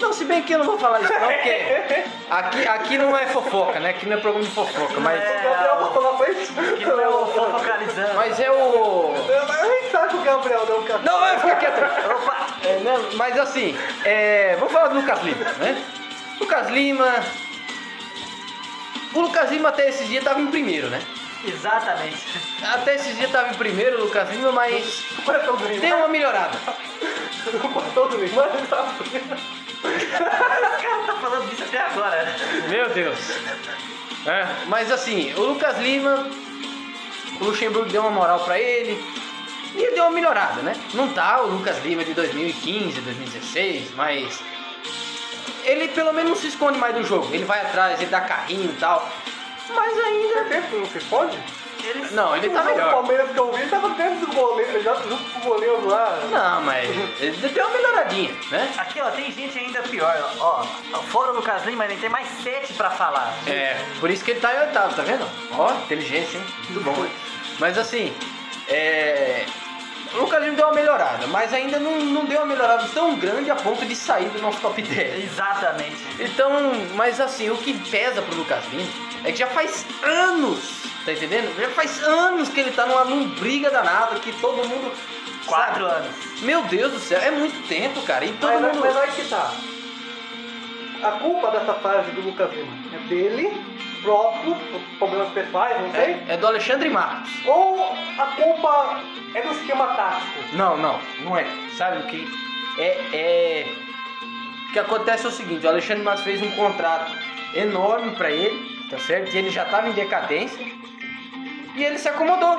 Speaker 2: Não, se bem que eu não vou falar isso não, porque aqui, aqui não é fofoca, né? Aqui não é programa de fofoca, mas.
Speaker 1: O Gabriel botou na frente.
Speaker 3: Que não é o fofocalizando.
Speaker 2: Mas é o.
Speaker 1: Eu nem sabe o Gabriel deu um café.
Speaker 2: Não, é- vai ficar quieto!
Speaker 3: Opa!
Speaker 2: É, não, mas assim, é, vamos falar do Lucas Lima, né? Lucas Lima. O Lucas Lima até esses dias tava em primeiro, né?
Speaker 3: Exatamente.
Speaker 2: Até esses dias tava em primeiro o Lucas Lima, mas
Speaker 1: O coração do
Speaker 2: deu
Speaker 1: Neymar.
Speaker 2: uma melhorada.
Speaker 1: O coração do Neymar ele tá preso.
Speaker 3: O cara tá falando disso até agora.
Speaker 2: Meu Deus. É, mas assim, o Lucas Lima, o Luxemburgo deu uma moral pra ele e deu uma melhorada, né? Não tá o Lucas Lima de 2015, 2016, mas ele pelo menos não se esconde mais do jogo. Ele vai atrás, ele dá carrinho e tal. Mas ainda.
Speaker 1: Tempo não se esconde?
Speaker 3: Eles
Speaker 2: Não, ele tá
Speaker 1: O jogo do
Speaker 2: melhor.
Speaker 1: Palmeiras que eu vi tava dentro do goleiro, já junto com o goleiro lá.
Speaker 2: Não, mas ele deu uma melhoradinha, né?
Speaker 3: Aqui, ó, tem gente ainda pior, ó. Ó, Fora o Lucas Lima, ainda tem mais sete pra falar.
Speaker 2: É, por isso que ele tá em oitavo, tá vendo? Ó, inteligência, hein? Muito bom, hein? Mas assim, é. O Lucas Lima deu uma melhorada, mas ainda não, não deu uma melhorada tão grande a ponto de sair do nosso top 10.
Speaker 3: Exatamente.
Speaker 2: Então, mas assim, o que pesa pro Lucas Lima é que já faz anos Tá entendendo? Já faz anos que ele tá numa lombriga danada que todo mundo.
Speaker 3: Quatro
Speaker 2: sabe?
Speaker 3: anos.
Speaker 2: Meu Deus do céu, é muito tempo, cara. E todo
Speaker 1: mas,
Speaker 2: mundo.
Speaker 1: mas aí que tá. A culpa dessa fase do Lucas Lima é dele, próprio, por problemas pessoais, não sei.
Speaker 2: É, é do Alexandre Marcos.
Speaker 1: Ou a culpa é do esquema tático.
Speaker 2: Não, não, não é. Sabe o que? É, é... O que acontece é o seguinte, o Alexandre Matos fez um contrato enorme pra ele, tá certo? E ele já tava em decadência e ele se acomodou.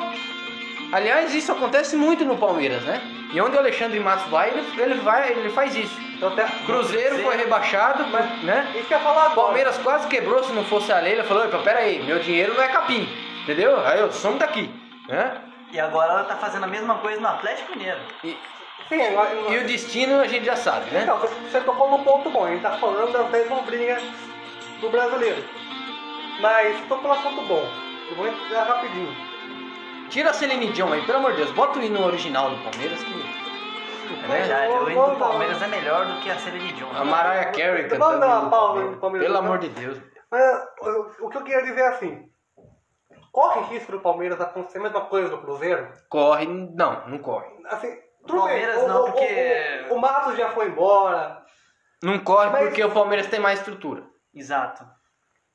Speaker 2: Aliás, isso acontece muito no Palmeiras, né? E onde o Alexandre Matos vai, ele, ele vai, ele faz isso.
Speaker 1: Então, até...
Speaker 2: Cruzeiro foi rebaixado,
Speaker 1: Mas-
Speaker 2: né?
Speaker 1: Isso que eu ia falar
Speaker 2: O
Speaker 1: agora.
Speaker 2: Palmeiras quase quebrou se não fosse a lei. Ele falou, "Epa, pera aí, meu dinheiro não é capim, entendeu? Aí eu somo daqui, né?
Speaker 3: E agora ela tá fazendo a mesma coisa no Atlético Mineiro.
Speaker 2: E,
Speaker 1: Sim, agora-
Speaker 2: e o destino a gente já sabe, né?
Speaker 1: Então, você- você tocou no ponto bom, a gente tá falando das 10 lombrinhas do brasileiro. Mas tocou no assunto bom. Eu vou entrar rapidinho.
Speaker 2: Tira a Celine Dion aí, pelo amor de Deus, bota o hino original do Palmeiras que
Speaker 3: É
Speaker 2: né?
Speaker 3: verdade,
Speaker 1: Vamos-
Speaker 3: o hino
Speaker 1: vamos-
Speaker 3: do Palmeiras é melhor do que a Celine Dion.
Speaker 2: a Mariah Carey
Speaker 1: Vamos
Speaker 2: cantando.
Speaker 1: dar uma
Speaker 2: o hino do
Speaker 1: pausa
Speaker 2: Palmeiras.
Speaker 1: no Palmeiras,
Speaker 2: Pelo
Speaker 1: né?
Speaker 2: amor de Deus.
Speaker 1: Mas o- o que eu queria dizer é assim: corre risco do Palmeiras acontecer a mesma coisa do Cruzeiro?
Speaker 2: Corre, não, não corre.
Speaker 1: Assim,
Speaker 3: Palmeiras
Speaker 1: o-
Speaker 3: não,
Speaker 1: o- o-
Speaker 3: porque-
Speaker 1: O, o Matos já foi embora,
Speaker 2: Não corre
Speaker 1: Mas-
Speaker 2: porque o Palmeiras tem mais estrutura.
Speaker 3: Exato.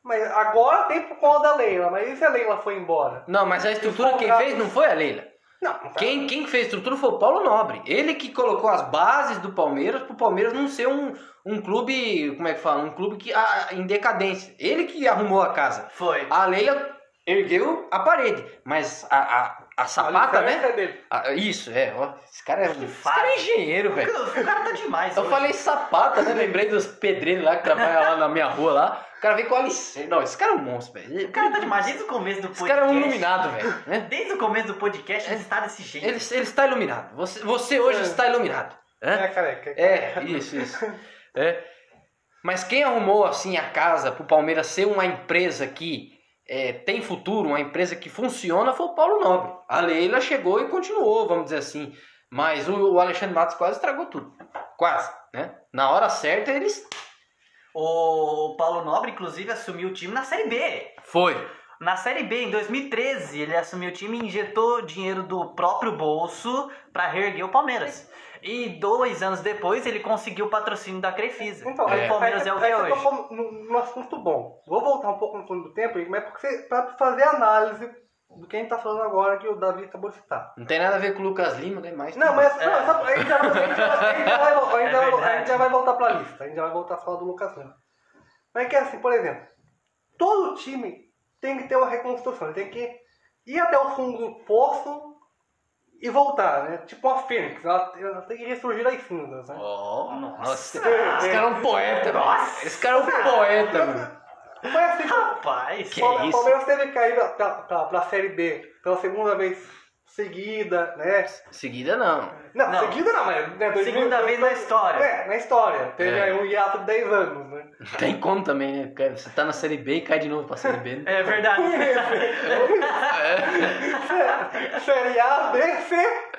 Speaker 1: mas agora tem por conta da Leila, mas e se a Leila foi embora?
Speaker 2: Não, mas a estrutura quem
Speaker 1: contratos-
Speaker 2: fez não foi a Leila.
Speaker 1: Não, não
Speaker 2: Quem, quem fez a estrutura foi o Paulo Nobre. Ele que colocou as bases do Palmeiras pro Palmeiras não ser um, um clube, como é que fala? Um clube que ah, em decadência. Ele que arrumou a casa.
Speaker 3: Foi.
Speaker 2: A Leila ergueu a parede, mas a, a, a
Speaker 1: a
Speaker 2: sapata, né?
Speaker 1: diferença é dele.
Speaker 2: Ah, isso, é. Ó, esse cara é, um- esse
Speaker 3: fácil.
Speaker 2: cara é engenheiro, velho.
Speaker 3: O cara tá demais.
Speaker 2: Eu
Speaker 3: hoje.
Speaker 2: falei sapata, né? Lembrei dos pedreiros lá que trabalham lá na minha rua lá. O cara vem com alicerce. Não, esse cara é um monstro, velho.
Speaker 3: O cara tá demais desde o começo do
Speaker 2: Esse
Speaker 3: podcast.
Speaker 2: cara é um iluminado, velho. né?
Speaker 3: Desde o começo do podcast ele está desse jeito.
Speaker 2: É. Ele, ele está iluminado. Você, você hoje
Speaker 1: É.
Speaker 2: está iluminado. né?
Speaker 1: É, careca.
Speaker 2: É, isso, isso. É. Mas quem arrumou assim a casa pro Palmeiras ser uma empresa que é, tem futuro, uma empresa que funciona, foi o Paulo Nobre. A Leila chegou e continuou, vamos dizer assim. Mas o, o Alexandre Matos quase estragou tudo. Quase, né? Na hora certa eles.
Speaker 3: O Paulo Nobre, inclusive, assumiu o time na Série B.
Speaker 2: Foi.
Speaker 3: Na Série B, em 2013, ele assumiu o time e injetou dinheiro do próprio bolso pra reerguer o Palmeiras. E dois anos depois, ele conseguiu o patrocínio da Crefisa.
Speaker 1: Então,
Speaker 2: É.
Speaker 1: aí-
Speaker 3: o Palmeiras é o que
Speaker 1: aí
Speaker 3: é
Speaker 1: você
Speaker 3: hoje.
Speaker 1: tocou num- num assunto bom. Vou voltar um pouco no fundo do tempo, mas porque você, pra fazer análise do que a gente tá falando agora, que o Davi acabou de citar.
Speaker 2: Não tem nada a ver com o Lucas Lima, né? Mas.
Speaker 1: Não, mas não,
Speaker 3: É.
Speaker 1: sabe, a gente já vai- a gente já- a gente já vai vo- a gente
Speaker 3: É
Speaker 1: já vai- a
Speaker 3: verdade.
Speaker 1: gente já vai voltar pra lista. A gente já vai voltar a falar do Lucas Lima. Mas é que assim, por exemplo, todo time tem que ter uma reconstrução. Ele tem que ir até o fundo do poço e voltar, né? Tipo uma fênix. Ela, ela tem que ressurgir das cinzas, né?
Speaker 2: Oh, nossa.
Speaker 3: Nossa.
Speaker 2: Esse cara é um poeta, mano.
Speaker 3: Nossa.
Speaker 2: Esse cara é um poeta, mano.
Speaker 1: Foi assim que o
Speaker 3: Rapaz,
Speaker 2: Que
Speaker 1: Palme-
Speaker 2: isso?
Speaker 1: Palmeiras teve que cair pra, pra, pra- pra Série B pela segunda vez seguida, né?
Speaker 2: Seguida não.
Speaker 1: Não,
Speaker 3: Não.
Speaker 1: seguida não, mas... né, dois mil-
Speaker 3: Segunda vez na história.
Speaker 1: É, na história. Teve
Speaker 2: É.
Speaker 1: aí um hiato de 10 anos, né?
Speaker 2: Tem como também, né? cara? Você tá na série B e cai de novo pra série B. né?
Speaker 3: É verdade.
Speaker 2: É,
Speaker 1: Série A, B, C.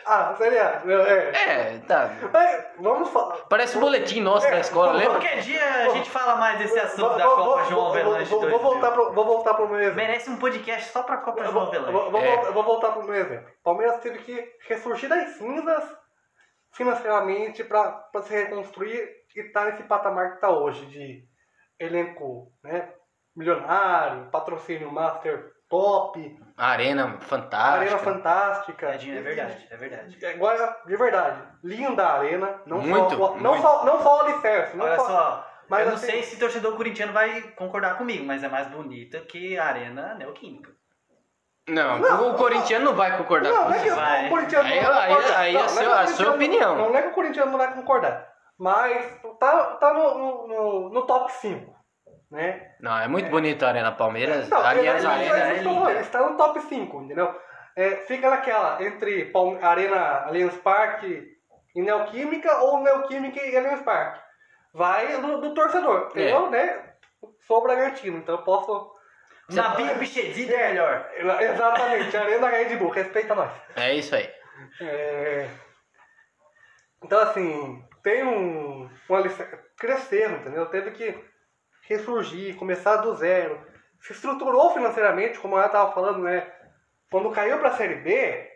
Speaker 1: Ah, Série A. Não, é.
Speaker 2: É, tá.
Speaker 1: Mas vamos falar.
Speaker 2: Parece o boletim nosso da escola, lembra?
Speaker 3: Qualquer dia a gente fala mais desse assunto da
Speaker 1: Vou-
Speaker 3: Copa
Speaker 1: vou-
Speaker 3: João
Speaker 1: vou-
Speaker 3: Avelange
Speaker 1: vou,
Speaker 3: 2.
Speaker 1: vou, voltar pro, vou voltar pro meu exemplo.
Speaker 3: Merece um podcast só pra Copa
Speaker 1: Vou,
Speaker 3: João
Speaker 1: vou, vou,
Speaker 3: Avelange.
Speaker 1: vou
Speaker 2: É.
Speaker 1: voltar- vou voltar pro meu exemplo. Palmeiras teve que ressurgir das cinzas financeiramente pra, pra se reconstruir e tá nesse patamar que tá hoje de elenco, né? Milionário, patrocínio master top,
Speaker 2: Arena
Speaker 1: é? arena
Speaker 2: fantástica.
Speaker 1: fantástica.
Speaker 3: Tadinho, É verdade, é verdade.
Speaker 1: Agora, de verdade, linda a arena. Não
Speaker 2: Muito,
Speaker 1: só, Não
Speaker 2: muito.
Speaker 1: só, não só o alicerce. Não
Speaker 3: Olha
Speaker 1: só,
Speaker 3: só,
Speaker 1: mas
Speaker 3: eu não
Speaker 1: assim-
Speaker 3: sei se torcedor corintiano vai concordar comigo, mas é mais bonita que a Arena Neoquímica.
Speaker 2: Não,
Speaker 1: Não,
Speaker 2: o corintiano não vai concordar
Speaker 1: Não,
Speaker 2: com
Speaker 1: não é
Speaker 2: isso.
Speaker 1: que
Speaker 3: vai.
Speaker 1: o corintiano
Speaker 2: Tá Aí-
Speaker 1: não vai
Speaker 2: aí-
Speaker 1: concordar.
Speaker 2: aí
Speaker 1: não,
Speaker 2: é
Speaker 1: não
Speaker 2: seu-
Speaker 1: que o
Speaker 2: a
Speaker 1: corintiano
Speaker 2: sua
Speaker 1: não-
Speaker 2: opinião.
Speaker 1: Não, é que o corintiano não vai concordar. Mas tá, tá no, no, no- no top 5. Né?
Speaker 2: Não, é muito bonito a Arena Palmeiras.
Speaker 1: Não,
Speaker 2: a
Speaker 1: ele-
Speaker 2: Allianz
Speaker 1: ele-
Speaker 3: Arena
Speaker 2: Arena.
Speaker 1: ele-
Speaker 3: é
Speaker 1: ele-
Speaker 3: linda.
Speaker 1: ele está no top 5, entendeu? É, fica naquela, entre Palme- Arena Allianz Parque e Neoquímica ou Neoquímica e Allianz Parque. Vai do, do torcedor.
Speaker 2: É.
Speaker 1: Eu, né? Sou bragantino, então eu posso
Speaker 2: Você-
Speaker 3: Na Bia Bichedita é melhor.
Speaker 1: Exatamente, Arena Red Bull, respeita nós.
Speaker 2: É isso aí.
Speaker 1: É, Então, assim, tem um, um alicerce- cresceram, entendeu? Teve que ressurgir, começar do zero, se estruturou financeiramente, como ela estava falando, né? Quando caiu para a Série B,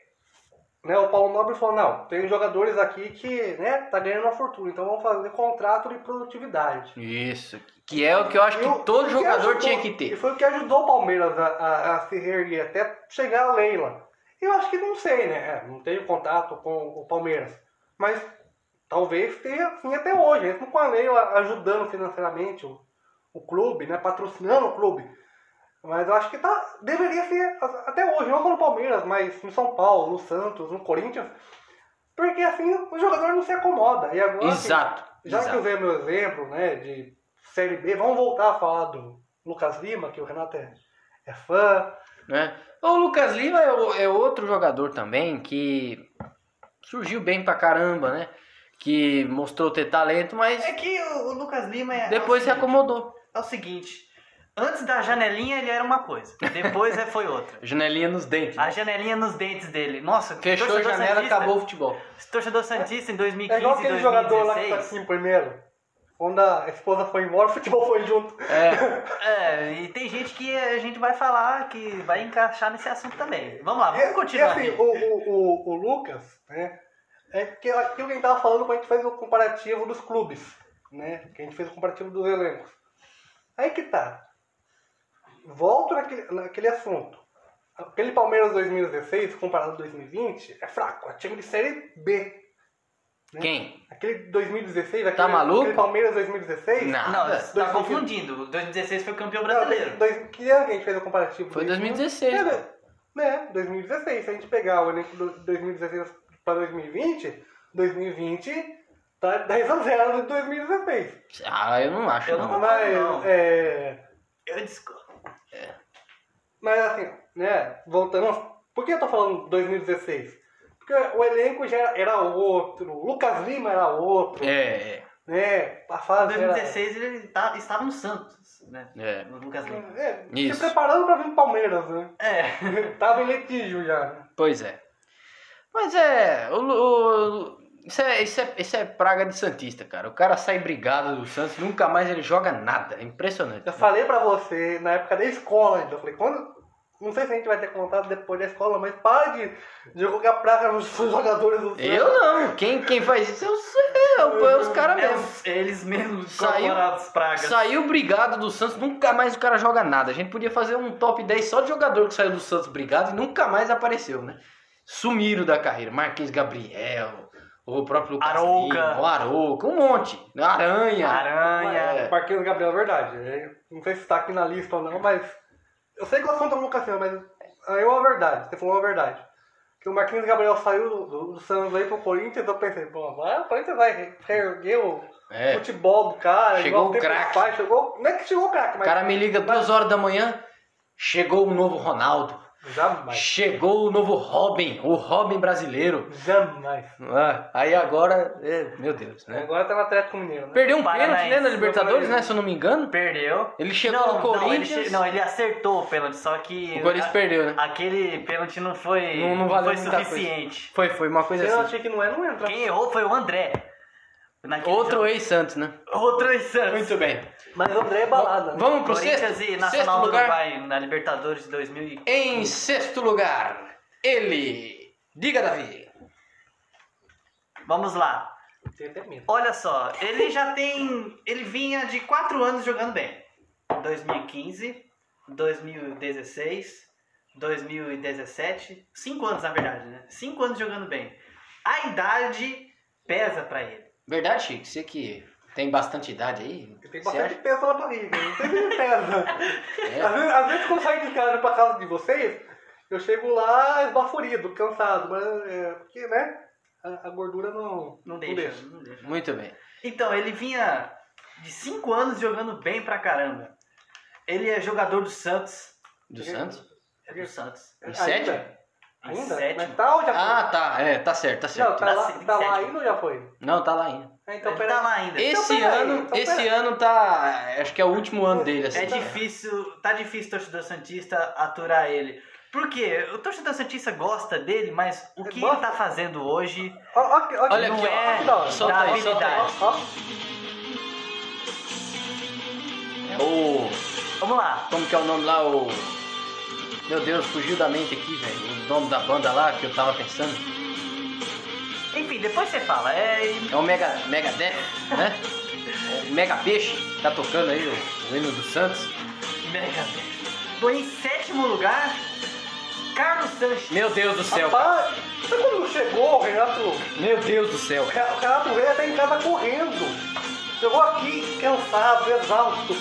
Speaker 1: né, o Paulo Nobre falou, não, tem jogadores aqui que né, tá ganhando uma fortuna, então vamos fazer contrato de produtividade.
Speaker 2: Isso. Que é o que eu acho
Speaker 1: E o-
Speaker 2: que todo
Speaker 1: o
Speaker 2: jogador
Speaker 1: ajudou-
Speaker 2: tinha que
Speaker 1: E
Speaker 2: ter.
Speaker 1: foi o que ajudou o Palmeiras a, a- a se reerguer até chegar a Leila. Eu acho que não sei, né? É, Não tenho contato com o Palmeiras. Mas talvez tenha assim até hoje, mesmo com a Leila ajudando financeiramente o, o clube, né? Patrocinando o clube. Mas eu acho que tá, deveria ser a- até hoje, não só no Palmeiras, mas no São Paulo, no Santos, no Corinthians. Porque assim o jogador não se acomoda. E agora, assim,
Speaker 2: Exato.
Speaker 1: já que
Speaker 2: exato.
Speaker 1: eu usei meu exemplo, né, de Série B, vamos voltar a falar do Lucas Lima, que o Renato é, é fã.
Speaker 2: né? O Lucas Lima é, o- é outro jogador também que surgiu bem pra caramba, né? Que mostrou ter talento, mas
Speaker 3: É que o o Lucas Lima é.
Speaker 2: depois se
Speaker 3: é o, seguinte,
Speaker 2: acomodou.
Speaker 3: é o seguinte: antes da janelinha ele era uma coisa, depois é- foi outra.
Speaker 2: Janelinha nos dentes.
Speaker 3: A janelinha nos dentes dele. Nossa,
Speaker 2: Fechou a
Speaker 3: torcedor
Speaker 2: janela,
Speaker 3: santista-
Speaker 2: acabou o futebol.
Speaker 3: Torcedor Santista em 2015,
Speaker 1: É igual aquele jogador lá que tá
Speaker 3: 2016.
Speaker 1: assim primeiro. Quando a esposa foi embora, o futebol foi junto.
Speaker 2: É,
Speaker 3: É, e tem gente que a gente vai falar que vai encaixar nesse assunto também. Vamos lá,
Speaker 1: E,
Speaker 3: Tá, vamos continuar.
Speaker 1: e assim,
Speaker 3: aqui.
Speaker 1: o, o, o, o Lucas, né? É que aquilo que a gente tava falando quando a gente fez o comparativo dos clubes, né? Que a gente fez o comparativo dos elencos. Aí que tá. Volto naquele, naquele assunto. Aquele Palmeiras 2016 comparado a 2020 é fraco. É time de série B.
Speaker 2: quem?
Speaker 1: Aquele 2016, aquele,
Speaker 2: Tá maluco?
Speaker 1: aquele Palmeiras 2016.
Speaker 2: Não.
Speaker 3: Não,
Speaker 2: Ah,
Speaker 3: você tá
Speaker 1: 2015.
Speaker 3: confundindo. 2016 foi campeão
Speaker 1: Não,
Speaker 3: brasileiro.
Speaker 1: dois- que ano que a gente fez o comparativo?
Speaker 2: Foi
Speaker 1: 2016.
Speaker 2: 2016. pô.
Speaker 1: É, Né, 2016. Se a gente pegar o elenco do 2016 para 2020, 2020 tá 10 a 0 de 2016.
Speaker 2: Ah, eu não acho,
Speaker 3: Eu
Speaker 2: não.
Speaker 3: não-
Speaker 1: Mas,
Speaker 3: não.
Speaker 1: é,
Speaker 3: Eu discordo.
Speaker 1: mas assim, né, voltando. Por que eu tô falando 2016? Porque o elenco já era, era outro, o Lucas Lima era outro,
Speaker 2: É, é,
Speaker 1: né? A fase era-
Speaker 3: 2016 ele tá- estava no Santos, né?
Speaker 2: é.
Speaker 3: No Lucas Lima.
Speaker 1: É,
Speaker 2: Isso.
Speaker 1: se preparando pra vir pro Palmeiras, né?
Speaker 3: É.
Speaker 1: Tava em litígio já, né?
Speaker 2: Pois é. Mas é. O, o- isso, é, isso, é isso é praga de Santista, cara. O cara sai brigado do Santos, nunca mais ele joga nada. É impressionante.
Speaker 1: Eu falei pra você na época da escola ainda. Eu falei, quando. Não sei se a gente vai ter contato depois da escola, mas para de, de jogar praga nos jogadores do
Speaker 2: Eu
Speaker 1: Santos.
Speaker 2: não. Quem, quem faz isso é os, é o- é os caras
Speaker 3: É
Speaker 2: mesmo.
Speaker 3: os- eles mesmos
Speaker 2: Saiu-
Speaker 3: corporados pragas.
Speaker 2: Saiu brigado do Santos, nunca mais o cara joga nada. A gente podia fazer um top 10 só de jogador que saiu do Santos brigado e nunca mais apareceu, né? Sumiram da carreira. Marquês Gabriel, o próprio Lucas
Speaker 3: Arouca.
Speaker 2: Lima, o Arouca, um monte. Aranha.
Speaker 3: Aranha.
Speaker 2: É.
Speaker 1: Marquinhos Gabriel, é verdade. É, Não sei se tá aqui na lista ou não, mas. Eu sei que o assunto é o Lucas Silva, mas é uma verdade. Você falou uma verdade. Que o Marquinhos Gabriel saiu do, do, do Santos aí pro Corinthians, eu pensei, bom, agora o Corinthians vai re- reerguer o
Speaker 2: É.
Speaker 1: futebol do cara.
Speaker 2: Chegou
Speaker 1: igual
Speaker 2: o
Speaker 1: tempo
Speaker 2: craque.
Speaker 1: faz, Chegou, não é que chegou o craque,
Speaker 2: O
Speaker 1: mas.
Speaker 2: cara me liga duas horas da manhã, chegou o novo Ronaldo,
Speaker 1: Jamais.
Speaker 2: chegou o novo Robin, o Robin brasileiro.
Speaker 1: Jamais.
Speaker 2: Ah, aí agora, é, meu Deus, né?
Speaker 1: Agora tá no Atlético Mineiro, né?
Speaker 2: Perdeu um
Speaker 3: Paranaense,
Speaker 2: pênalti, né, na
Speaker 3: meu
Speaker 2: Libertadores,
Speaker 1: Paranaense.
Speaker 2: né, se eu não me engano.
Speaker 3: Perdeu.
Speaker 2: Ele chegou no
Speaker 3: Não, ele,
Speaker 2: Corinthians,
Speaker 3: che- não, ele acertou o pênalti, só que.
Speaker 2: o Corinthians
Speaker 3: a-
Speaker 2: perdeu, né?
Speaker 3: Aquele pênalti não foi,
Speaker 2: Não- não
Speaker 3: não
Speaker 2: valeu
Speaker 3: foi
Speaker 2: muita coisa.
Speaker 3: suficiente.
Speaker 2: Foi, foi uma coisa
Speaker 1: Se eu
Speaker 2: assim.
Speaker 1: achei que não é, não entra.
Speaker 3: Quem errou foi o André. Naquele
Speaker 2: Outro
Speaker 3: jogo.
Speaker 2: ex-Santos, né?
Speaker 3: Outro em Santos.
Speaker 2: Muito bem.
Speaker 1: Mas o André é balada. né?
Speaker 2: Vamos pro
Speaker 3: Corinthians
Speaker 2: sexto,
Speaker 3: e
Speaker 2: sexto
Speaker 3: Nacional do
Speaker 2: lugar.
Speaker 3: Uruguai na Libertadores de 2000.
Speaker 2: Em sexto lugar, ele. Diga, Davi.
Speaker 3: Vamos lá.
Speaker 1: Tem até medo.
Speaker 3: Olha só, ele já tem. Ele vinha de 4 anos jogando bem. 2015, 2016, 2017. 5 anos, na verdade, né? 5 anos jogando bem. A idade pesa pra ele.
Speaker 2: Verdade, Chico, você que tem bastante idade aí.
Speaker 1: Tem
Speaker 2: você
Speaker 1: bastante
Speaker 2: acha-
Speaker 1: peso na barriga. Não tem nem peso.
Speaker 2: É.
Speaker 1: Às vezes, às vezes quando eu saio de casa pra casa de vocês, eu chego lá esbaforido, cansado. Mas é porque, né? A, a gordura não,
Speaker 3: Não deixa, não deixa.
Speaker 2: Muito bem.
Speaker 3: Então, ele vinha de 5 anos jogando bem pra caramba. Ele é jogador do Santos.
Speaker 2: Do Santos?
Speaker 3: É do Santos.
Speaker 2: Em
Speaker 1: Ainda?
Speaker 2: sétimo?
Speaker 3: Em
Speaker 1: Ainda?
Speaker 3: sétimo.
Speaker 1: Mas tá ou já foi?
Speaker 2: Ah, tá. É, tá certo, tá
Speaker 1: não,
Speaker 2: certo.
Speaker 1: tá,
Speaker 3: tá
Speaker 1: lá,
Speaker 3: sétimo,
Speaker 1: tá lá
Speaker 3: sétimo.
Speaker 1: ainda ou já foi?
Speaker 2: Não, tá lá ainda.
Speaker 1: Ah, então
Speaker 3: ele tá
Speaker 1: peraí.
Speaker 3: lá ainda.
Speaker 2: Esse
Speaker 1: peraí,
Speaker 2: ano,
Speaker 1: então
Speaker 2: esse
Speaker 1: peraí.
Speaker 2: ano tá. Acho que é o último ano dele, assim.
Speaker 3: É
Speaker 2: tá?
Speaker 3: difícil, tá difícil o torcedor Santista aturar ele. Por quê? O torcedor Santista gosta dele, mas o que ele tá fazendo hoje
Speaker 1: Ó, ó, que- ó, que-
Speaker 2: Olha
Speaker 3: não
Speaker 2: aqui, ó.
Speaker 3: é
Speaker 2: que da
Speaker 3: da
Speaker 2: hora. Solta aí, solta aí.
Speaker 3: habilidade.
Speaker 1: Ó, ó.
Speaker 2: É o.
Speaker 3: Vamos lá.
Speaker 2: Como que é o nome lá? O. Meu Deus, fugiu da mente aqui, velho. O nome da banda lá que eu tava pensando.
Speaker 3: Enfim, depois você fala. É,
Speaker 2: É o Mega, Mega Death, né? O Mega Peixe, tá tocando aí o, o hino do Santos.
Speaker 3: Mega Bom, em sétimo lugar, Carlos Sanches.
Speaker 2: Meu Deus do céu. cara.
Speaker 1: Rapaz, sabe quando chegou o Renato?
Speaker 2: Meu Deus do céu.
Speaker 1: O Renato veio até tá em casa correndo. Chegou aqui cansado, exausto.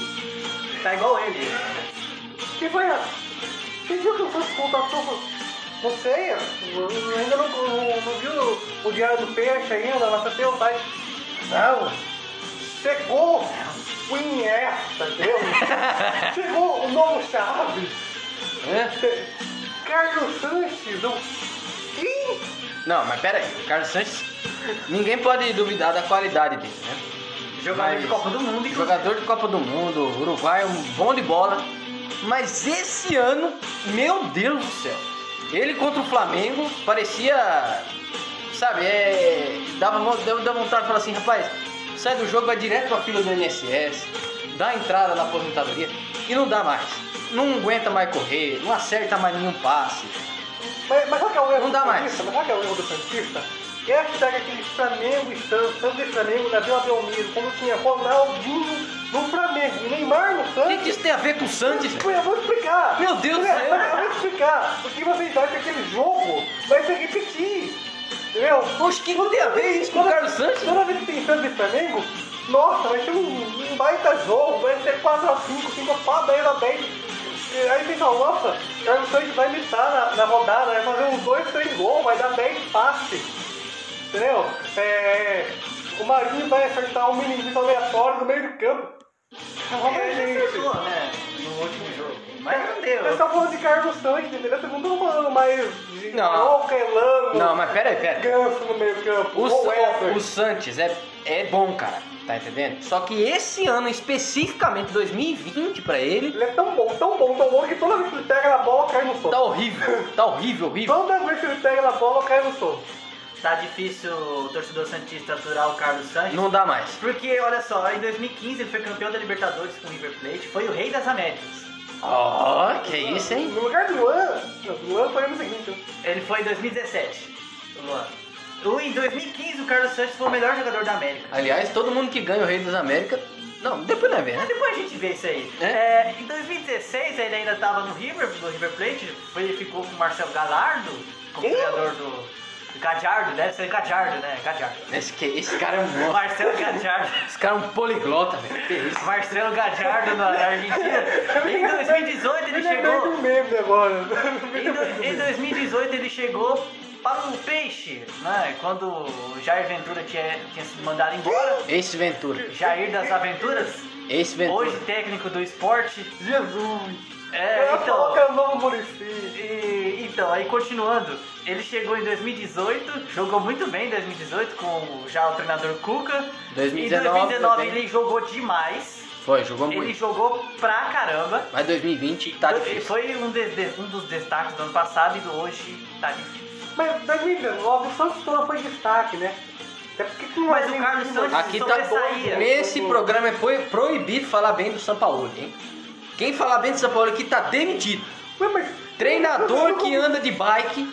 Speaker 3: Tá igual ele.
Speaker 1: E foi a. Que dia que o Santos contratou? Não sei, eu ainda não, não, não viu o Diário do Peixe ainda, mas você tem vontade. Não, chegou o Iniesta, entendeu? chegou o novo Chaves,
Speaker 2: Hã?
Speaker 1: Carlos Sanches, o... Ih,
Speaker 2: Não, mas pera aí. O Carlos Sanches, ninguém pode duvidar da qualidade dele, né?
Speaker 3: Jogador
Speaker 2: Mas-
Speaker 3: de Copa do Mundo, inclusive.
Speaker 2: Jogador de Copa do Mundo, Uruguai, um bom de bola. Mas esse ano, meu Deus do céu. Ele contra o Flamengo parecia. Sabe, é. Dava, vo- dava dava vontade de falar assim, rapaz, sai do jogo, vai direto pra fila do INSS, dá entrada na aposentadoria e não dá mais. Não aguenta mais correr, não acerta mais nenhum passe.
Speaker 1: Mas, mas qual que é o erro
Speaker 2: Não dá
Speaker 1: do
Speaker 2: mais.
Speaker 1: Santista? Mas qual que é o erro do Santista? É a que pega aquele Flamengo e Santos, Santos e Flamengo na Vila Belmiro, quando tinha Ronaldinho no Flamengo e Neymar no
Speaker 2: O que, que
Speaker 1: Santos.
Speaker 2: isso tem a ver com o Santos? velho?
Speaker 1: Eu vou explicar.
Speaker 2: Meu Deus do
Speaker 1: eu,
Speaker 2: céu.
Speaker 1: eu vou explicar. Porque vocês acham que aquele jogo vai se repetir. Entendeu?
Speaker 2: Poxa, o que, que tem a ver isso com o
Speaker 1: Toda-
Speaker 2: Carlos Santos?
Speaker 1: Toda vez que tem Santos e Flamengo, nossa, vai ser um, um baita jogo, vai ser 4x5, 5x4, 10x10. Aí pensa, nossa, Carlos Santos vai mitar na, na rodada, vai fazer uns 2, 3 gols, vai dar 10 passes. Entendeu? É, o Marinho vai acertar um menino aleatório no meio do campo. Calma,
Speaker 3: Ele
Speaker 1: gente. É,
Speaker 3: acertou, né? No último jogo. Mas não
Speaker 1: Vocês
Speaker 3: deu.
Speaker 1: estão falando de Carlos Santos, entendeu? Vocês não estão falando mais de
Speaker 2: Não.
Speaker 1: Boca, Elano,
Speaker 2: Não, mas pera aí, pera aí.
Speaker 1: é Ganso no meio campo,
Speaker 2: O,
Speaker 1: ou
Speaker 2: Sa-
Speaker 1: Wesley.
Speaker 2: o Sanches é, é bom, cara. Tá entendendo? Só que esse ano, especificamente 2020 pra ele,
Speaker 1: Ele é tão bom, tão bom, tão bom que toda vez que ele pega na bola, cai no
Speaker 2: tá
Speaker 1: sol.
Speaker 2: horrível. Tá horrível, horrível.
Speaker 1: Toda vez que ele pega na bola, cai no sol.
Speaker 3: Tá difícil o torcedor Santista aturar o Carlos Sanches.
Speaker 2: Não dá mais.
Speaker 3: Porque, olha só, em 2015 ele foi campeão da Libertadores com o River Plate, foi o rei das Américas.
Speaker 2: Ó, que isso, hein?
Speaker 1: No lugar do Luan, o Luan foi o seguinte. ó.
Speaker 3: Ele foi em 2017, o Luan. O- Em 2015 o Carlos Sanches foi o melhor jogador da América.
Speaker 2: Aliás, todo mundo que ganha o Rei das Américas. Não, depois não é
Speaker 3: Mas
Speaker 2: verdade.
Speaker 3: depois a gente vê isso aí.
Speaker 2: É?
Speaker 3: É, em 2016 ele ainda estava no River, no River Plate, foi, ele ficou com o Marcelo Galardo, como
Speaker 1: Quem?
Speaker 3: treinador do. do Gadiardo, deve ser Gadiardo, né? Gadiardo.
Speaker 2: Esse, que- esse cara é um monstro.
Speaker 3: Marcelo Gadiardo.
Speaker 2: Esse cara é um poliglota, velho. Que isso?
Speaker 3: Marcelo Gadiardo na Argentina. Em 2018 ele
Speaker 1: é
Speaker 3: chegou.
Speaker 1: meio meme agora.
Speaker 3: Em, do- em 2018 ele chegou para o Peixe, né? Quando o Jair Ventura tinha, tinha se mandado embora.
Speaker 2: Esse Ventura.
Speaker 3: Jair das Aventuras,
Speaker 2: Esse Ventura.
Speaker 3: hoje técnico do esporte.
Speaker 1: Jesus.
Speaker 3: É,
Speaker 1: Eu falo que
Speaker 3: então.
Speaker 1: é o novo Muricy.
Speaker 3: e- então, aí continuando, ele chegou em 2018, jogou muito bem em 2018 com o- já o treinador Cuca.
Speaker 2: 2019
Speaker 3: em 2019
Speaker 2: também.
Speaker 3: ele jogou demais,
Speaker 2: Foi, jogou
Speaker 3: ele
Speaker 2: muito.
Speaker 3: jogou pra caramba.
Speaker 2: Mas 2020 tá
Speaker 3: Foi-
Speaker 2: difícil.
Speaker 3: Foi um, de- de- um dos destaques do ano passado e do hoje tá difícil.
Speaker 1: Mas 2019, o Santos não foi destaque, né? Até porque que não
Speaker 3: Mas
Speaker 1: é
Speaker 3: o
Speaker 1: nem-
Speaker 3: Carlos Santos-
Speaker 2: Aqui tá
Speaker 1: né?
Speaker 3: sobressaía.
Speaker 2: bom. Nesse programa é pro- proibido falar bem do São Paulo, hein? Quem falar bem do São Paulo aqui tá demitido.
Speaker 1: Ué, mas-
Speaker 2: Treinador que anda de bike,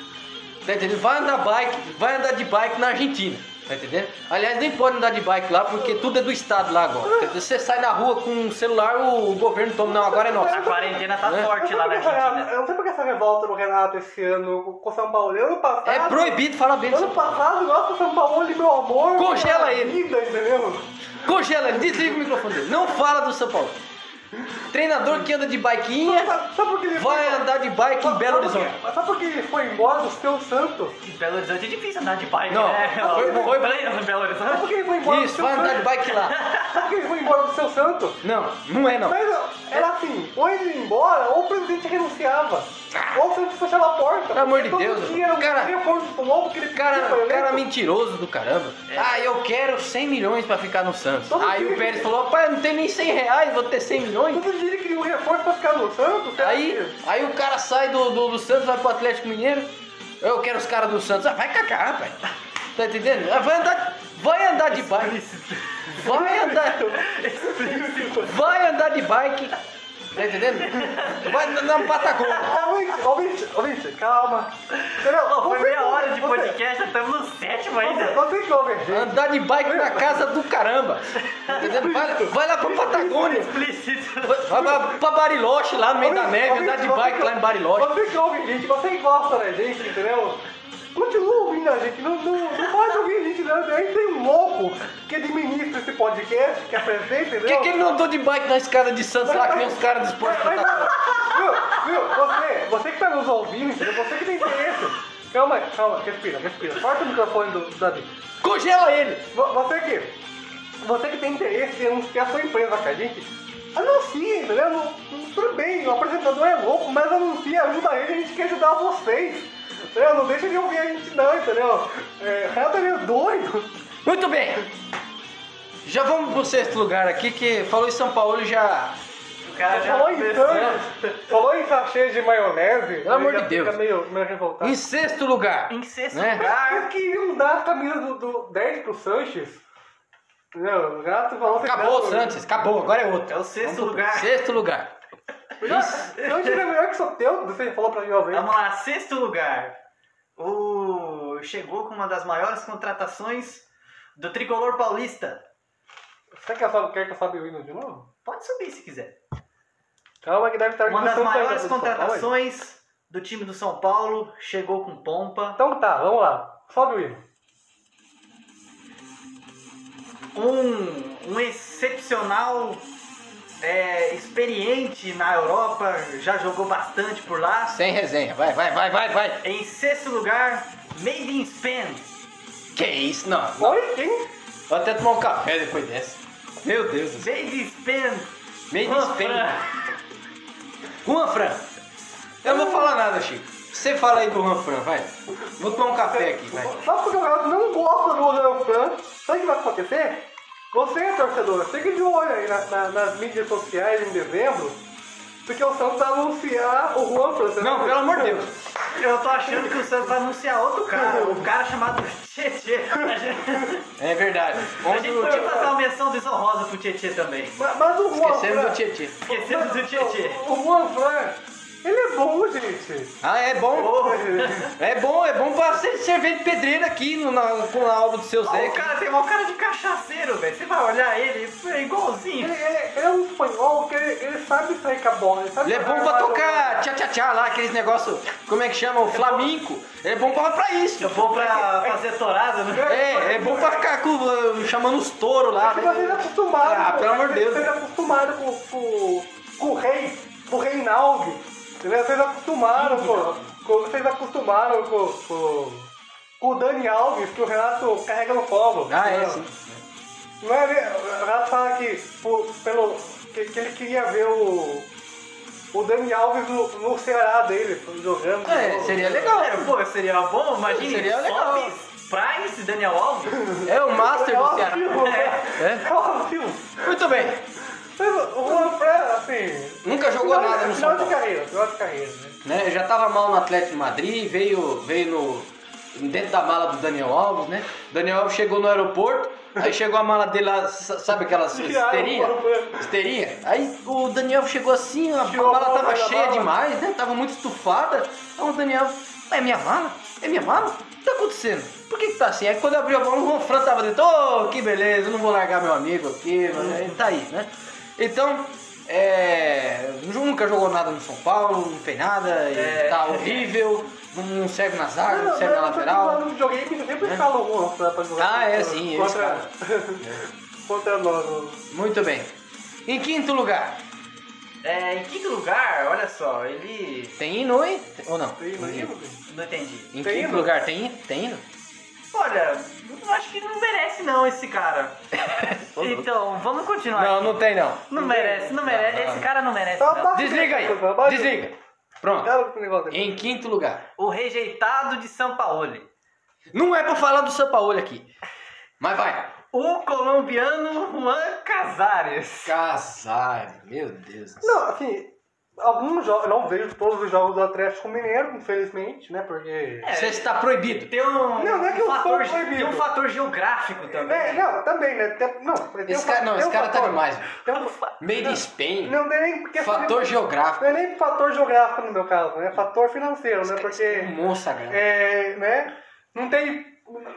Speaker 2: tá entendendo? Vai andar bike, vai andar de bike na Argentina, tá entendendo? Aliás, nem pode andar de bike lá porque tudo é do estado lá agora. tá entendendo? Você sai na rua com um celular, o governo toma, não, agora é
Speaker 3: A
Speaker 2: nosso.
Speaker 3: quarentena tá
Speaker 2: Né?
Speaker 3: forte
Speaker 1: Eu
Speaker 3: lá
Speaker 1: não
Speaker 3: na
Speaker 1: sei porque essa-
Speaker 3: Argentina.
Speaker 1: Eu não sei porque essa revolta do Renato esse ano com o São Paulo. Ano passado.
Speaker 2: É proibido falar bem do São
Speaker 1: Ano
Speaker 2: Paulo.
Speaker 1: passado, nossa, São Paulo, meu amor.
Speaker 2: Congela
Speaker 1: minha
Speaker 2: ele.
Speaker 1: Vida, entendeu?
Speaker 2: Congela, desliga o microfone dele. Não fala do São Paulo. Treinador que anda de biquinha,
Speaker 1: Sabe, sabe por que ele
Speaker 2: vai
Speaker 1: foi?
Speaker 2: andar de bike em
Speaker 1: Sabe-
Speaker 2: Belo
Speaker 1: sabe por quê?
Speaker 2: Horizonte.
Speaker 1: Mas sabe por que ele foi embora do seu Santos?
Speaker 3: Em Belo Horizonte é difícil andar de bike,
Speaker 2: Não,
Speaker 3: né?
Speaker 2: foi- foi-
Speaker 3: Play- Belo
Speaker 1: Sabe por
Speaker 3: Horizonte.
Speaker 1: que ele foi embora do
Speaker 2: Isso,
Speaker 1: seu
Speaker 2: vai andar de
Speaker 1: Santos?
Speaker 2: bike lá.
Speaker 1: Sabe por que ele foi embora do seu Santos?
Speaker 2: Não, não é não.
Speaker 1: Mas era assim, ou ele ia embora, ou o presidente renunciava. Ou o Santos fechava a porta.
Speaker 2: Pelo amor de
Speaker 1: Todo
Speaker 2: Deus,
Speaker 1: dia era um
Speaker 2: cara-
Speaker 1: reforço do novo que ele
Speaker 2: Cara,
Speaker 1: pedia pra ele.
Speaker 2: cara mentiroso do caramba. Ah, eu quero 100 milhões pra ficar no Santos.
Speaker 1: Todo
Speaker 2: Aí
Speaker 1: dia
Speaker 2: o Pérez
Speaker 1: que-
Speaker 2: falou, pai, eu não tenho nem 100 reais, vou ter 100 milhões.
Speaker 1: Todo dia ele queria um reforço pra ficar no Santos. será
Speaker 2: Aí,
Speaker 1: que-
Speaker 2: aí o cara sai do, do, do Santos, vai pro Atlético Mineiro. Eu quero os caras do Santos. Ah, vai cagar, rapaz. Tá entendendo? Ah, Vai andar, vai andar de bike. Vai andar, vai andar de bike Tá entendendo? Vai na, na Patagônia.
Speaker 1: Ouvinte, ouvinte, ouvinte, calma. Entendeu?
Speaker 3: Ô, foi
Speaker 1: Você
Speaker 3: meia
Speaker 1: que ouve-
Speaker 3: hora de
Speaker 1: você-
Speaker 3: podcast, já estamos no sétimo
Speaker 1: Você,
Speaker 3: ainda.
Speaker 1: você que ouve a gente.
Speaker 2: Andar de bike na casa do caramba. Tá entendendo? Vai, vai lá pra Patagônia.
Speaker 3: Explícito.
Speaker 2: Vai, vai pra- pra Bariloche, lá no meio da
Speaker 1: Ouvinte,
Speaker 2: neve, andar
Speaker 1: ouvinte,
Speaker 2: de
Speaker 1: você
Speaker 2: bike
Speaker 1: que-
Speaker 2: lá em Bariloche.
Speaker 1: Você que ouve a gente, você que gosta da gente, entendeu? Continua ouvindo a gente, não, não, não pode ouvir a gente, não. Aí tem um louco que administra esse podcast, que apresenta,
Speaker 2: Por que,
Speaker 1: entendeu?
Speaker 2: que ele não andou de bike na escada de Santos lá que nem os caras do esporte? tá-
Speaker 1: Mas,
Speaker 2: fantástico?
Speaker 1: viu, viu, você, você que tá nos ouvindo, entendeu? Você que tem interesse. Calma aí, calma, respira, respira. Corta o microfone do do Davi.
Speaker 2: Congela ele!
Speaker 1: Vo- Você que, você que tem interesse em anunciar sua empresa com a gente, anuncie, entendeu? Não- não- Tudo bem, o apresentador é louco, mas anuncia, ajuda ele, a gente quer ajudar vocês. Entendeu? Não deixa ele ouvir a gente não, entendeu? É, o cara tá meio doido.
Speaker 2: Muito bem! Já vamos pro sexto lugar aqui, que falou em São Paulo já.
Speaker 3: O
Speaker 2: É,
Speaker 3: cara já
Speaker 1: Falou em
Speaker 3: começou.
Speaker 1: sangue, falou em sachê de maionese.
Speaker 2: Pelo amor
Speaker 1: ele já
Speaker 2: de Deus.
Speaker 1: Fica meio, meio revoltado. Ah,
Speaker 2: Em sexto lugar!
Speaker 3: Em sexto
Speaker 2: Né?
Speaker 1: Por
Speaker 3: lugar.
Speaker 1: que iam dar a camisa do, do 10 pro Sanches? Não, o Grato falou que
Speaker 2: Acabou o Santos, acabou, agora é outro.
Speaker 3: É o sexto
Speaker 2: Vamos pro
Speaker 3: lugar.
Speaker 2: Sexto lugar.
Speaker 1: Sanches era é melhor que o Soteldo, você falou pra mim uma vez.
Speaker 3: Vamos lá, sexto lugar. O... Chegou com uma das maiores contratações do tricolor paulista.
Speaker 1: Será que eu sabe, quer que eu saiba o hino de novo?
Speaker 3: Pode subir se quiser.
Speaker 1: Calma que deve estar
Speaker 3: Uma
Speaker 1: aqui
Speaker 3: das
Speaker 1: no Santos ainda,
Speaker 3: maiores
Speaker 1: do São Paulo.
Speaker 3: contratações do time do São Paulo. Chegou com pompa.
Speaker 1: Então tá, vamos lá. Sobe o hino.
Speaker 3: Um, um excepcional é, experiente na Europa. Já jogou bastante por lá.
Speaker 2: Sem resenha, vai, vai, vai, vai, vai.
Speaker 3: Em sexto lugar, Made in Spain.
Speaker 2: Que isso, não.
Speaker 1: Oi, quem?
Speaker 2: Vou até tomar um café depois dessa. Meu Deus do céu.
Speaker 3: Made in Spain.
Speaker 2: Meio
Speaker 3: Juan
Speaker 2: despenho.
Speaker 3: Fran.
Speaker 2: Juan Fran. Eu não vou falar nada, Chico. Você fala aí do Juan Fran, vai. Vou tomar um café aqui, vai.
Speaker 1: Sabe por que o Renato não gosta do Lanfran? Sabe o que vai acontecer? Você, torcedor, fique de olho aí na- na- nas mídias sociais em dezembro, porque o Santos vai anunciar o Juan Fran.
Speaker 2: Não, pelo amor de Deus.
Speaker 3: Eu tô achando que o Santos vai anunciar outro cara, um cara chamado Tietê. A gente,
Speaker 2: É verdade.
Speaker 3: a
Speaker 2: Onde
Speaker 3: gente
Speaker 2: o
Speaker 3: podia
Speaker 2: Tietê-
Speaker 3: fazer uma menção desonrosa pro Tietê também.
Speaker 1: Mas, mas o Juan
Speaker 2: Esquecemos
Speaker 1: Fran-
Speaker 2: do Tietê.
Speaker 3: Esquecemos do Tietê.
Speaker 1: O Juan Fran, ele é bom, gente.
Speaker 2: Ah, é bom.
Speaker 3: Oh,
Speaker 2: É bom, é bom pra ser cerveja de pedreiro aqui no, na, com a alma do seu Zé.
Speaker 3: o cara tem uma cara de cachaceiro, velho. Você vai olhar ele, é
Speaker 1: Ele,
Speaker 3: igualzinho.
Speaker 1: ele- ele é um espanhol que ele, ele sabe sair com a bola. Ele, sabe
Speaker 2: Ele é
Speaker 1: jogar
Speaker 2: bom pra
Speaker 1: lá no-
Speaker 2: tocar tchá-tchá-tchá lá, aqueles negócios, como é que chama? O flamenco. Ele é bom pra, pra isso.
Speaker 3: Eu vou pra fazer torada, né?
Speaker 2: É, é bom pra ficar com- chamando os touros lá.
Speaker 1: Porque vocês
Speaker 2: né?
Speaker 1: acostumaram.
Speaker 2: Ah,
Speaker 1: pô,
Speaker 2: pelo amor de
Speaker 1: vocês-
Speaker 2: Deus.
Speaker 1: Vocês acostumaram com, com, com o rei, com o Reinaldo. Entendeu? Vocês acostumaram com, com- Vocês acostumaram com, com, com o Dani Alves, que o Renato carrega no colo.
Speaker 2: Ah, é,
Speaker 1: entendeu?
Speaker 2: sim.
Speaker 1: Não é, ver- o Renato fala que, por- pelo, que, que ele queria ver o, o Dani Alves no, no Ceará dele, jogando.
Speaker 2: É,
Speaker 1: No-
Speaker 2: seria legal.
Speaker 3: Cara, pô, seria bom, imagina.
Speaker 2: Seria legal.
Speaker 3: Sobis, Price, Daniel Alves.
Speaker 2: É o master
Speaker 1: É
Speaker 2: do
Speaker 1: óbvio,
Speaker 2: Ceará.
Speaker 1: né?
Speaker 2: É?
Speaker 1: É óbvio.
Speaker 2: Muito bem.
Speaker 1: Mas o Juan Fran, assim,
Speaker 2: Nunca jogou
Speaker 1: Final-
Speaker 2: nada no
Speaker 1: Final
Speaker 2: São
Speaker 1: de
Speaker 2: Paulo.
Speaker 1: carreira, final de carreira, né?
Speaker 2: Né? Já tava mal no Atlético de Madrid, veio, veio no, dentro da mala do Daniel Alves, né? Daniel Alves chegou no aeroporto, aí chegou a mala dele lá, s- sabe aquelas
Speaker 1: Tiraram
Speaker 2: esteirinha?
Speaker 1: o aeroporto.
Speaker 2: Esteirinha? Aí o Daniel Alves chegou assim, a, a
Speaker 1: Tirou a
Speaker 2: mala
Speaker 1: mala
Speaker 2: tava
Speaker 1: da
Speaker 2: cheia
Speaker 1: mala.
Speaker 2: demais, né? Tava muito estufada. Então o Daniel, é minha mala? É minha mala? O que tá acontecendo? Por que, que tá assim? Aí quando abriu a mala, o Juan Fran tava dentro, ô, que beleza, eu não vou largar meu amigo aqui, mas aí tá aí, né? Então, é, nunca jogou nada no São Paulo, não fez nada, e
Speaker 3: É.
Speaker 2: tá horrível, não serve na zaga, não, serve na
Speaker 1: mas eu tô falando
Speaker 2: lateral.
Speaker 1: no videogame eu sempre escala o Juan Fran pra jogar.
Speaker 2: É. Ah, é, sim, eles
Speaker 1: Contra, contra nós.
Speaker 2: Muito bem. Em quinto lugar,
Speaker 3: É, em quinto lugar, olha só, ele.
Speaker 2: tem hino, hein? Ou não?
Speaker 1: Tem
Speaker 2: Não
Speaker 1: imagina?
Speaker 3: Não entendi.
Speaker 2: Em
Speaker 1: Tem
Speaker 2: quinto
Speaker 1: hino?
Speaker 2: lugar tem hino? Tem hino?
Speaker 3: Olha, eu acho que não merece não esse cara. então, vamos continuar.
Speaker 2: Não, não tem não.
Speaker 3: Não merece, não merece.
Speaker 2: não.
Speaker 3: Esse cara não merece.
Speaker 1: Tá,
Speaker 3: Não.
Speaker 1: tá.
Speaker 2: Desliga aí,
Speaker 1: Abaixa.
Speaker 2: desliga. Pronto.
Speaker 1: Cara, que negócio. é
Speaker 2: Em quinto lugar.
Speaker 3: O rejeitado de São Paulo.
Speaker 2: Não é pra falar do Sampaoli aqui. Mas vai.
Speaker 3: O colombiano Juan Casares.
Speaker 2: Casares, meu Deus. do céu.
Speaker 1: Não, assim, Alguns jogos, não vejo todos os jogos do Atlético Mineiro, infelizmente, né? Porque.
Speaker 3: É,
Speaker 2: Você está proibido.
Speaker 3: Tem um,
Speaker 1: Não, não é que eu sou
Speaker 3: fator, ge-
Speaker 1: proibido.
Speaker 3: tem um fator geográfico também.
Speaker 1: É, não, também, né? Tem- não, mas tem
Speaker 2: Esse
Speaker 1: um
Speaker 2: cara,
Speaker 1: fa-
Speaker 2: não,
Speaker 1: tem
Speaker 2: esse
Speaker 1: um
Speaker 2: cara tá
Speaker 1: fator-
Speaker 2: demais. mano.
Speaker 1: tem um-
Speaker 2: Meio de Spain.
Speaker 1: Não, não é nem porque
Speaker 2: Fator geográfico.
Speaker 1: Não é nem fator geográfico no meu caso, né? É fator financeiro, né?
Speaker 2: É
Speaker 1: Porque,
Speaker 2: um monstro sagrado.
Speaker 1: é, né? Não tem,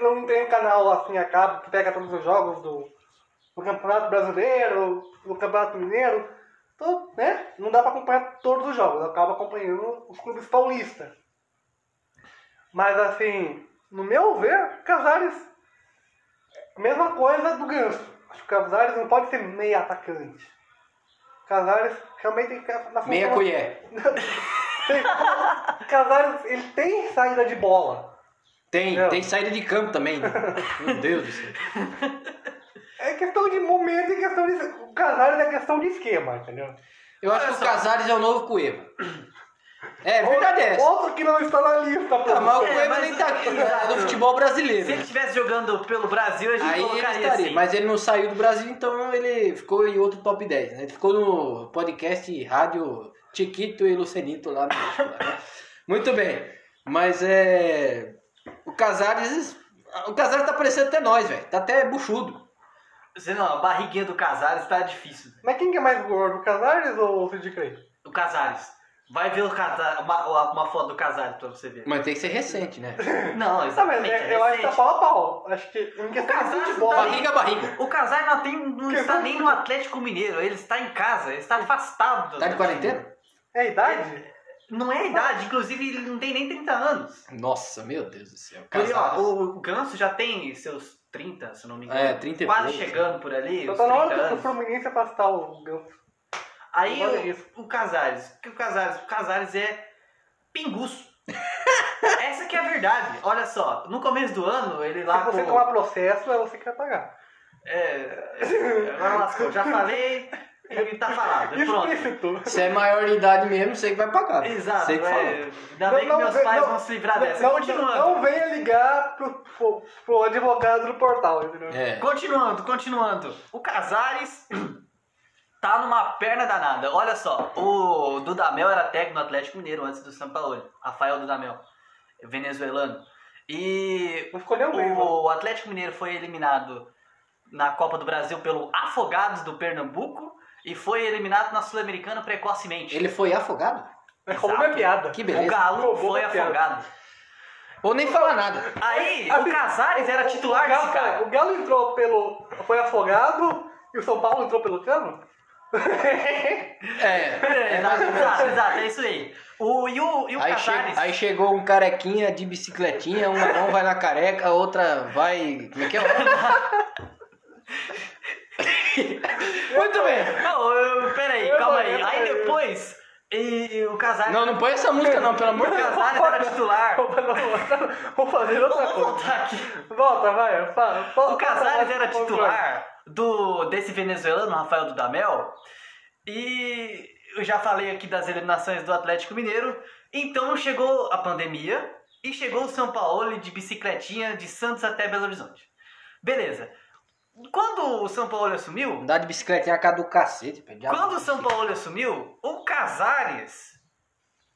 Speaker 1: não tem um canal assim a cabo que pega todos os jogos do, do Campeonato Brasileiro, do Campeonato Mineiro. Então, né? Não dá pra acompanhar todos os jogos. Eu acabo acompanhando os clubes paulistas. Mas, assim, no meu ver, Casares, mesma coisa do Ganso. Acho que o Casares não pode ser meia atacante. Casares realmente tem que ficar na função-
Speaker 2: Meia colher.
Speaker 1: Casares, ele tem saída de bola.
Speaker 2: Tem,
Speaker 1: Não.
Speaker 2: tem saída de campo também. né? Meu Deus do céu.
Speaker 1: É questão de momento e questão de. O Casares é questão de esquema, entendeu?
Speaker 2: Eu acho
Speaker 3: Olha
Speaker 2: que o
Speaker 3: só.
Speaker 2: Casares é o novo Cueva. É, verdade é essa.
Speaker 1: Outro que não está na lista, pô.
Speaker 2: Tá, mas o
Speaker 3: É,
Speaker 2: Cueva
Speaker 3: mas-
Speaker 2: nem tá aqui, é do futebol brasileiro.
Speaker 3: Se ele
Speaker 2: né?
Speaker 3: estivesse jogando pelo Brasil, a gente
Speaker 2: Aí ele
Speaker 3: colocaria
Speaker 2: estaria,
Speaker 3: assim.
Speaker 2: mas ele não saiu do Brasil, então ele ficou em outro top 10. Né? Ele ficou no podcast rádio Chiquito e Lucenito lá no México, lá, né? Muito bem, mas é. O Casares. O Casares tá parecendo até nós, velho. Tá até buchudo.
Speaker 3: Você não, a barriguinha do Casares tá difícil.
Speaker 1: Mas quem que é mais gordo, o Casares ou o Cid Clay?
Speaker 3: O Casares. Vai ver o Casares, uma, uma foto do Casares pra você ver.
Speaker 2: Mas tem que ser recente, né?
Speaker 3: Não,
Speaker 1: Tá, mas
Speaker 3: exatamente.
Speaker 1: é-
Speaker 3: é
Speaker 1: eu acho que tá
Speaker 3: recente.
Speaker 1: pau a pau. Acho que em questão de
Speaker 3: Casares
Speaker 1: futebol. né?
Speaker 3: tá-
Speaker 2: Barriga, barriga.
Speaker 3: O Casares não, tem, não
Speaker 1: Que
Speaker 3: está
Speaker 1: bom.
Speaker 3: nem no Atlético Mineiro, ele está em casa, ele está afastado. do
Speaker 2: Tá de
Speaker 3: Atlético
Speaker 2: quarentena?
Speaker 1: É a idade?
Speaker 3: Não é a idade, inclusive ele não tem nem 30 anos.
Speaker 2: Nossa, meu Deus do céu.
Speaker 3: Porque, ó,
Speaker 2: Casares.
Speaker 3: o Ganso já tem seus 30, se não me engano.
Speaker 2: É, 30 e
Speaker 3: Quase
Speaker 2: pouco.
Speaker 3: chegando por ali,
Speaker 1: Eu
Speaker 3: os
Speaker 1: tô
Speaker 3: 30
Speaker 1: Então tá na hora do
Speaker 3: anos.
Speaker 1: Fluminense afastar o Ganso.
Speaker 3: Aí
Speaker 1: Olha
Speaker 3: o, o Casares, que o Casares, o Casares é pinguço. Essa que é a verdade. Olha só, no começo do ano ele lá
Speaker 1: Se você
Speaker 3: com-
Speaker 1: tomar processo, é você que vai pagar.
Speaker 3: é, agora lascou, já falei e tá falado. Pronto.
Speaker 1: Explícito.
Speaker 2: Se é maior de idade mesmo, sei que vai pagar.
Speaker 3: Exato.
Speaker 2: Sei que falou.
Speaker 3: É, ainda bem que meus
Speaker 1: vem-
Speaker 3: pais
Speaker 1: não-
Speaker 3: vão se livrar
Speaker 1: não-
Speaker 3: Tá, dessa.
Speaker 1: Não,
Speaker 3: continuando.
Speaker 1: não venha ligar pro, pro- pro advogado do portal, entendeu?
Speaker 2: É.
Speaker 3: Continuando, continuando. O Casares tá numa perna danada. Olha só, o Dudamel era técnico do Atlético Mineiro antes do São Paulo. Rafael Dudamel, venezuelano. E
Speaker 1: Não ficou nem um mês, né?
Speaker 3: o Atlético Mineiro foi eliminado na Copa do Brasil pelo Afogados do Pernambuco e foi eliminado na Sul-Americana precocemente.
Speaker 2: Ele foi afogado?
Speaker 1: Roubou minha é piada.
Speaker 2: Que
Speaker 3: O
Speaker 2: beleza.
Speaker 3: Galo
Speaker 1: Roubou
Speaker 3: foi
Speaker 1: a piada.
Speaker 3: afogado.
Speaker 2: Vou nem falar nada.
Speaker 3: Aí,
Speaker 1: Assim,
Speaker 3: o Casares era
Speaker 1: o-
Speaker 3: titular
Speaker 1: o Galo,
Speaker 3: desse cara.
Speaker 1: O Galo entrou pelo. Foi afogado e o São Paulo entrou pelo cano?
Speaker 2: É, é mais ou menos.
Speaker 3: Exato, exato, é isso aí. O, e o, e o
Speaker 2: Aí, che-
Speaker 3: um Casares.
Speaker 2: aí chegou um carequinha de bicicletinha, uma mão vai na careca, a outra vai. Como é que é? Muito bem!
Speaker 3: Não, eu- eu- peraí,
Speaker 1: Eu
Speaker 3: calma
Speaker 1: vou-
Speaker 3: aí.
Speaker 1: eu-
Speaker 3: Aí
Speaker 1: eu-
Speaker 3: depois, e, e o Casares.
Speaker 2: Não, não põe essa música não, pelo
Speaker 3: o
Speaker 2: amor de Deus.
Speaker 3: Casares era titular.
Speaker 1: Vou fazer outra
Speaker 3: Vamos
Speaker 1: coisa.
Speaker 3: voltar aqui.
Speaker 1: Volta, vai. Fala,
Speaker 3: O Casares era titular do, desse venezuelano, Rafael Dudamel. E eu já falei aqui das eliminações do Atlético Mineiro. Então chegou a pandemia e chegou o São Paulo de bicicletinha de Santos até Belo Horizonte. Beleza. Quando o São Paulo assumiu,
Speaker 2: Andar de bicicletinha é a cara do cacete, velho. Já-
Speaker 3: Quando o São Paulo assumiu, o Casares,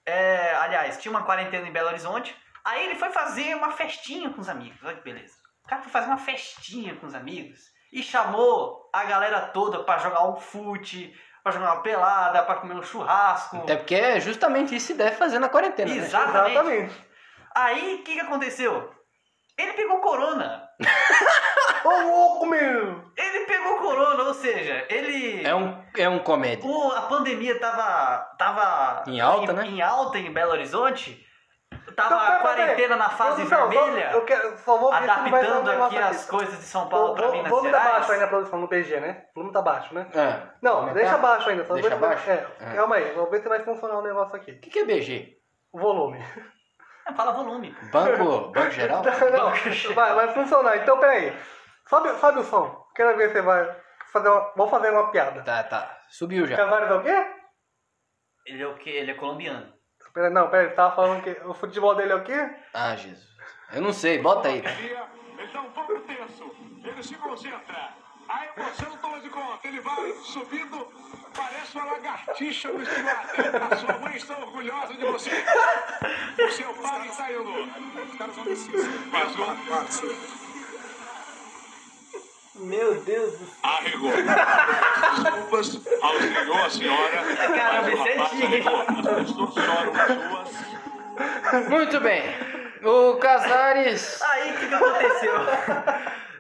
Speaker 3: é, aliás, tinha uma quarentena em Belo Horizonte, aí ele foi fazer uma festinha com os amigos, olha que beleza. O cara foi fazer uma festinha com os amigos e chamou a galera toda pra jogar um fute, pra jogar uma pelada, pra comer um churrasco.
Speaker 2: Até porque é justamente isso que se deve fazer na quarentena. né?
Speaker 3: Exato.
Speaker 1: Exatamente.
Speaker 3: Aí, o que que aconteceu? Ele pegou corona.
Speaker 1: Ô louco, meu!
Speaker 3: Ele pegou corona, ou seja, ele...
Speaker 2: É um, é um comédia.
Speaker 3: O- a pandemia tava, tava
Speaker 2: Em alta, né?
Speaker 3: em alta em Belo Horizonte. Tava
Speaker 1: Então,
Speaker 3: a
Speaker 1: pera, pera,
Speaker 3: quarentena na fase
Speaker 1: Produção, só-
Speaker 3: vermelha,
Speaker 1: Eu quero, só vou ver se não vai dar um
Speaker 3: adaptando aqui
Speaker 1: negócio
Speaker 3: as coisas de São Paulo
Speaker 1: Vou-
Speaker 3: pra
Speaker 1: vou-
Speaker 3: Minas
Speaker 1: Vamos dar baixo aí
Speaker 3: Gerais.
Speaker 1: na produção no PG, né? Vamos dar baixo, né?
Speaker 2: Ah,
Speaker 1: Não,
Speaker 2: aumentar?
Speaker 1: deixa baixo ainda. Só
Speaker 2: Deixa
Speaker 1: vou ver se
Speaker 2: baixo?
Speaker 1: vai- É,
Speaker 2: É.
Speaker 1: calma aí. Vou ver se vai funcionar o negócio aqui.
Speaker 2: O que, que é BG?
Speaker 1: O volume.
Speaker 3: É, Fala volume.
Speaker 2: Banco, banco geral?
Speaker 1: Não, vai, vai funcionar. Então, peraí. Sobe, sobe o som. Quero ver se vai fazer uma... Vou fazer uma piada.
Speaker 2: Tá, tá. Subiu já.
Speaker 1: Casares é o quê?
Speaker 3: Ele é o quê? Ele é colombiano.
Speaker 1: Pera, não, peraí. Você tava falando que o futebol dele é o quê?
Speaker 2: Ah, Jesus. Eu não sei, bota aí.
Speaker 4: é Ele dá um pouco tenso. Ele se concentra. Aí você não toma de conta, ele vai subindo, parece uma lagartixa no estilado. A sua mãe está orgulhosa de você. O seu pai está indo. Os caras vão descer. Mais um.
Speaker 3: Meu Deus do céu.
Speaker 4: Arregou. Desculpas ao senhor, à senhora.
Speaker 3: Caramba,
Speaker 4: mas o
Speaker 3: esse é
Speaker 4: rapaz
Speaker 3: antigo, hein?
Speaker 4: arregou. As pessoas choram nas ruas.
Speaker 2: Muito bem. O Casares.
Speaker 3: Aí o que, que aconteceu?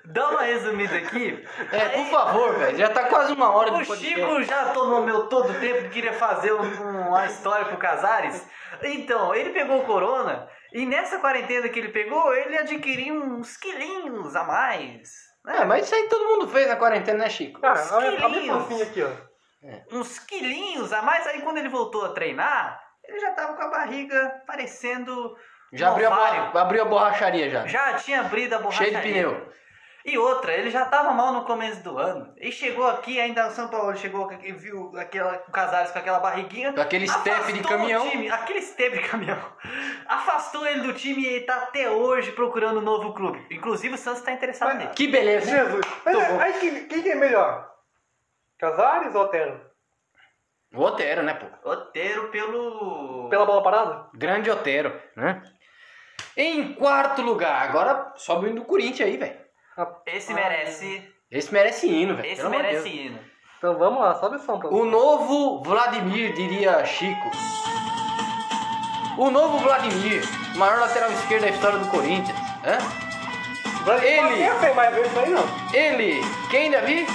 Speaker 3: Dá uma resumida aqui.
Speaker 2: É,
Speaker 3: Aí,
Speaker 2: por favor, velho. Já tá quase uma hora
Speaker 3: O
Speaker 2: de podcast.
Speaker 3: Chico já tomou meu todo o tempo que queria fazer um- uma história pro Casares. Então, ele pegou o corona e nessa quarentena que ele pegou, ele adquiriu uns quilinhos a mais.
Speaker 2: É, mas isso aí todo mundo fez na quarentena, né, Chico?
Speaker 3: Ah,
Speaker 1: Cara, olha a minha
Speaker 3: Quilinhos.
Speaker 1: pancinha aqui, ó.
Speaker 3: Uns quilinhos a mais. Aí quando ele voltou a treinar, ele já tava com a barriga parecendo.
Speaker 2: Já
Speaker 3: um
Speaker 2: abriu a,
Speaker 3: ovário.
Speaker 2: borra- abriu a borracharia já.
Speaker 3: Já tinha abrido a borracha.
Speaker 2: Cheio de pneu.
Speaker 3: E outra, ele já tava mal no começo do ano. E chegou aqui, ainda o São Paulo chegou e viu aquela, o Casares com aquela barriguinha.
Speaker 2: Com aquele step de
Speaker 3: Afastou o
Speaker 2: caminhão.
Speaker 3: time, aquele step de caminhão. Afastou ele do time e ele tá até hoje procurando um novo clube. Inclusive o Santos tá interessado nele.
Speaker 2: Que beleza. hein?
Speaker 1: Jesus. Mas
Speaker 2: Muito bom.
Speaker 1: aí quem, quem que é melhor? Casares ou Otero?
Speaker 2: O Otero, né, pô?
Speaker 3: Roteiro pelo.
Speaker 1: Pela bola parada?
Speaker 2: Grande Otero, né? Em quarto lugar, agora sobe o hino do Corinthians aí, velho.
Speaker 1: Ah,
Speaker 3: Esse merece.
Speaker 2: Esse merece hino, velho.
Speaker 3: Esse
Speaker 2: pelo amor de
Speaker 3: merece né?
Speaker 2: Deus.
Speaker 3: hino.
Speaker 1: Então vamos lá, sobe o som pra
Speaker 2: O novo Vladimir, diria Chico. O novo Vladimir, maior lateral esquerdo da história do Corinthians. Hã? ele-
Speaker 1: Eu sei mais ver isso aí, não.
Speaker 2: Ele, quem Davi?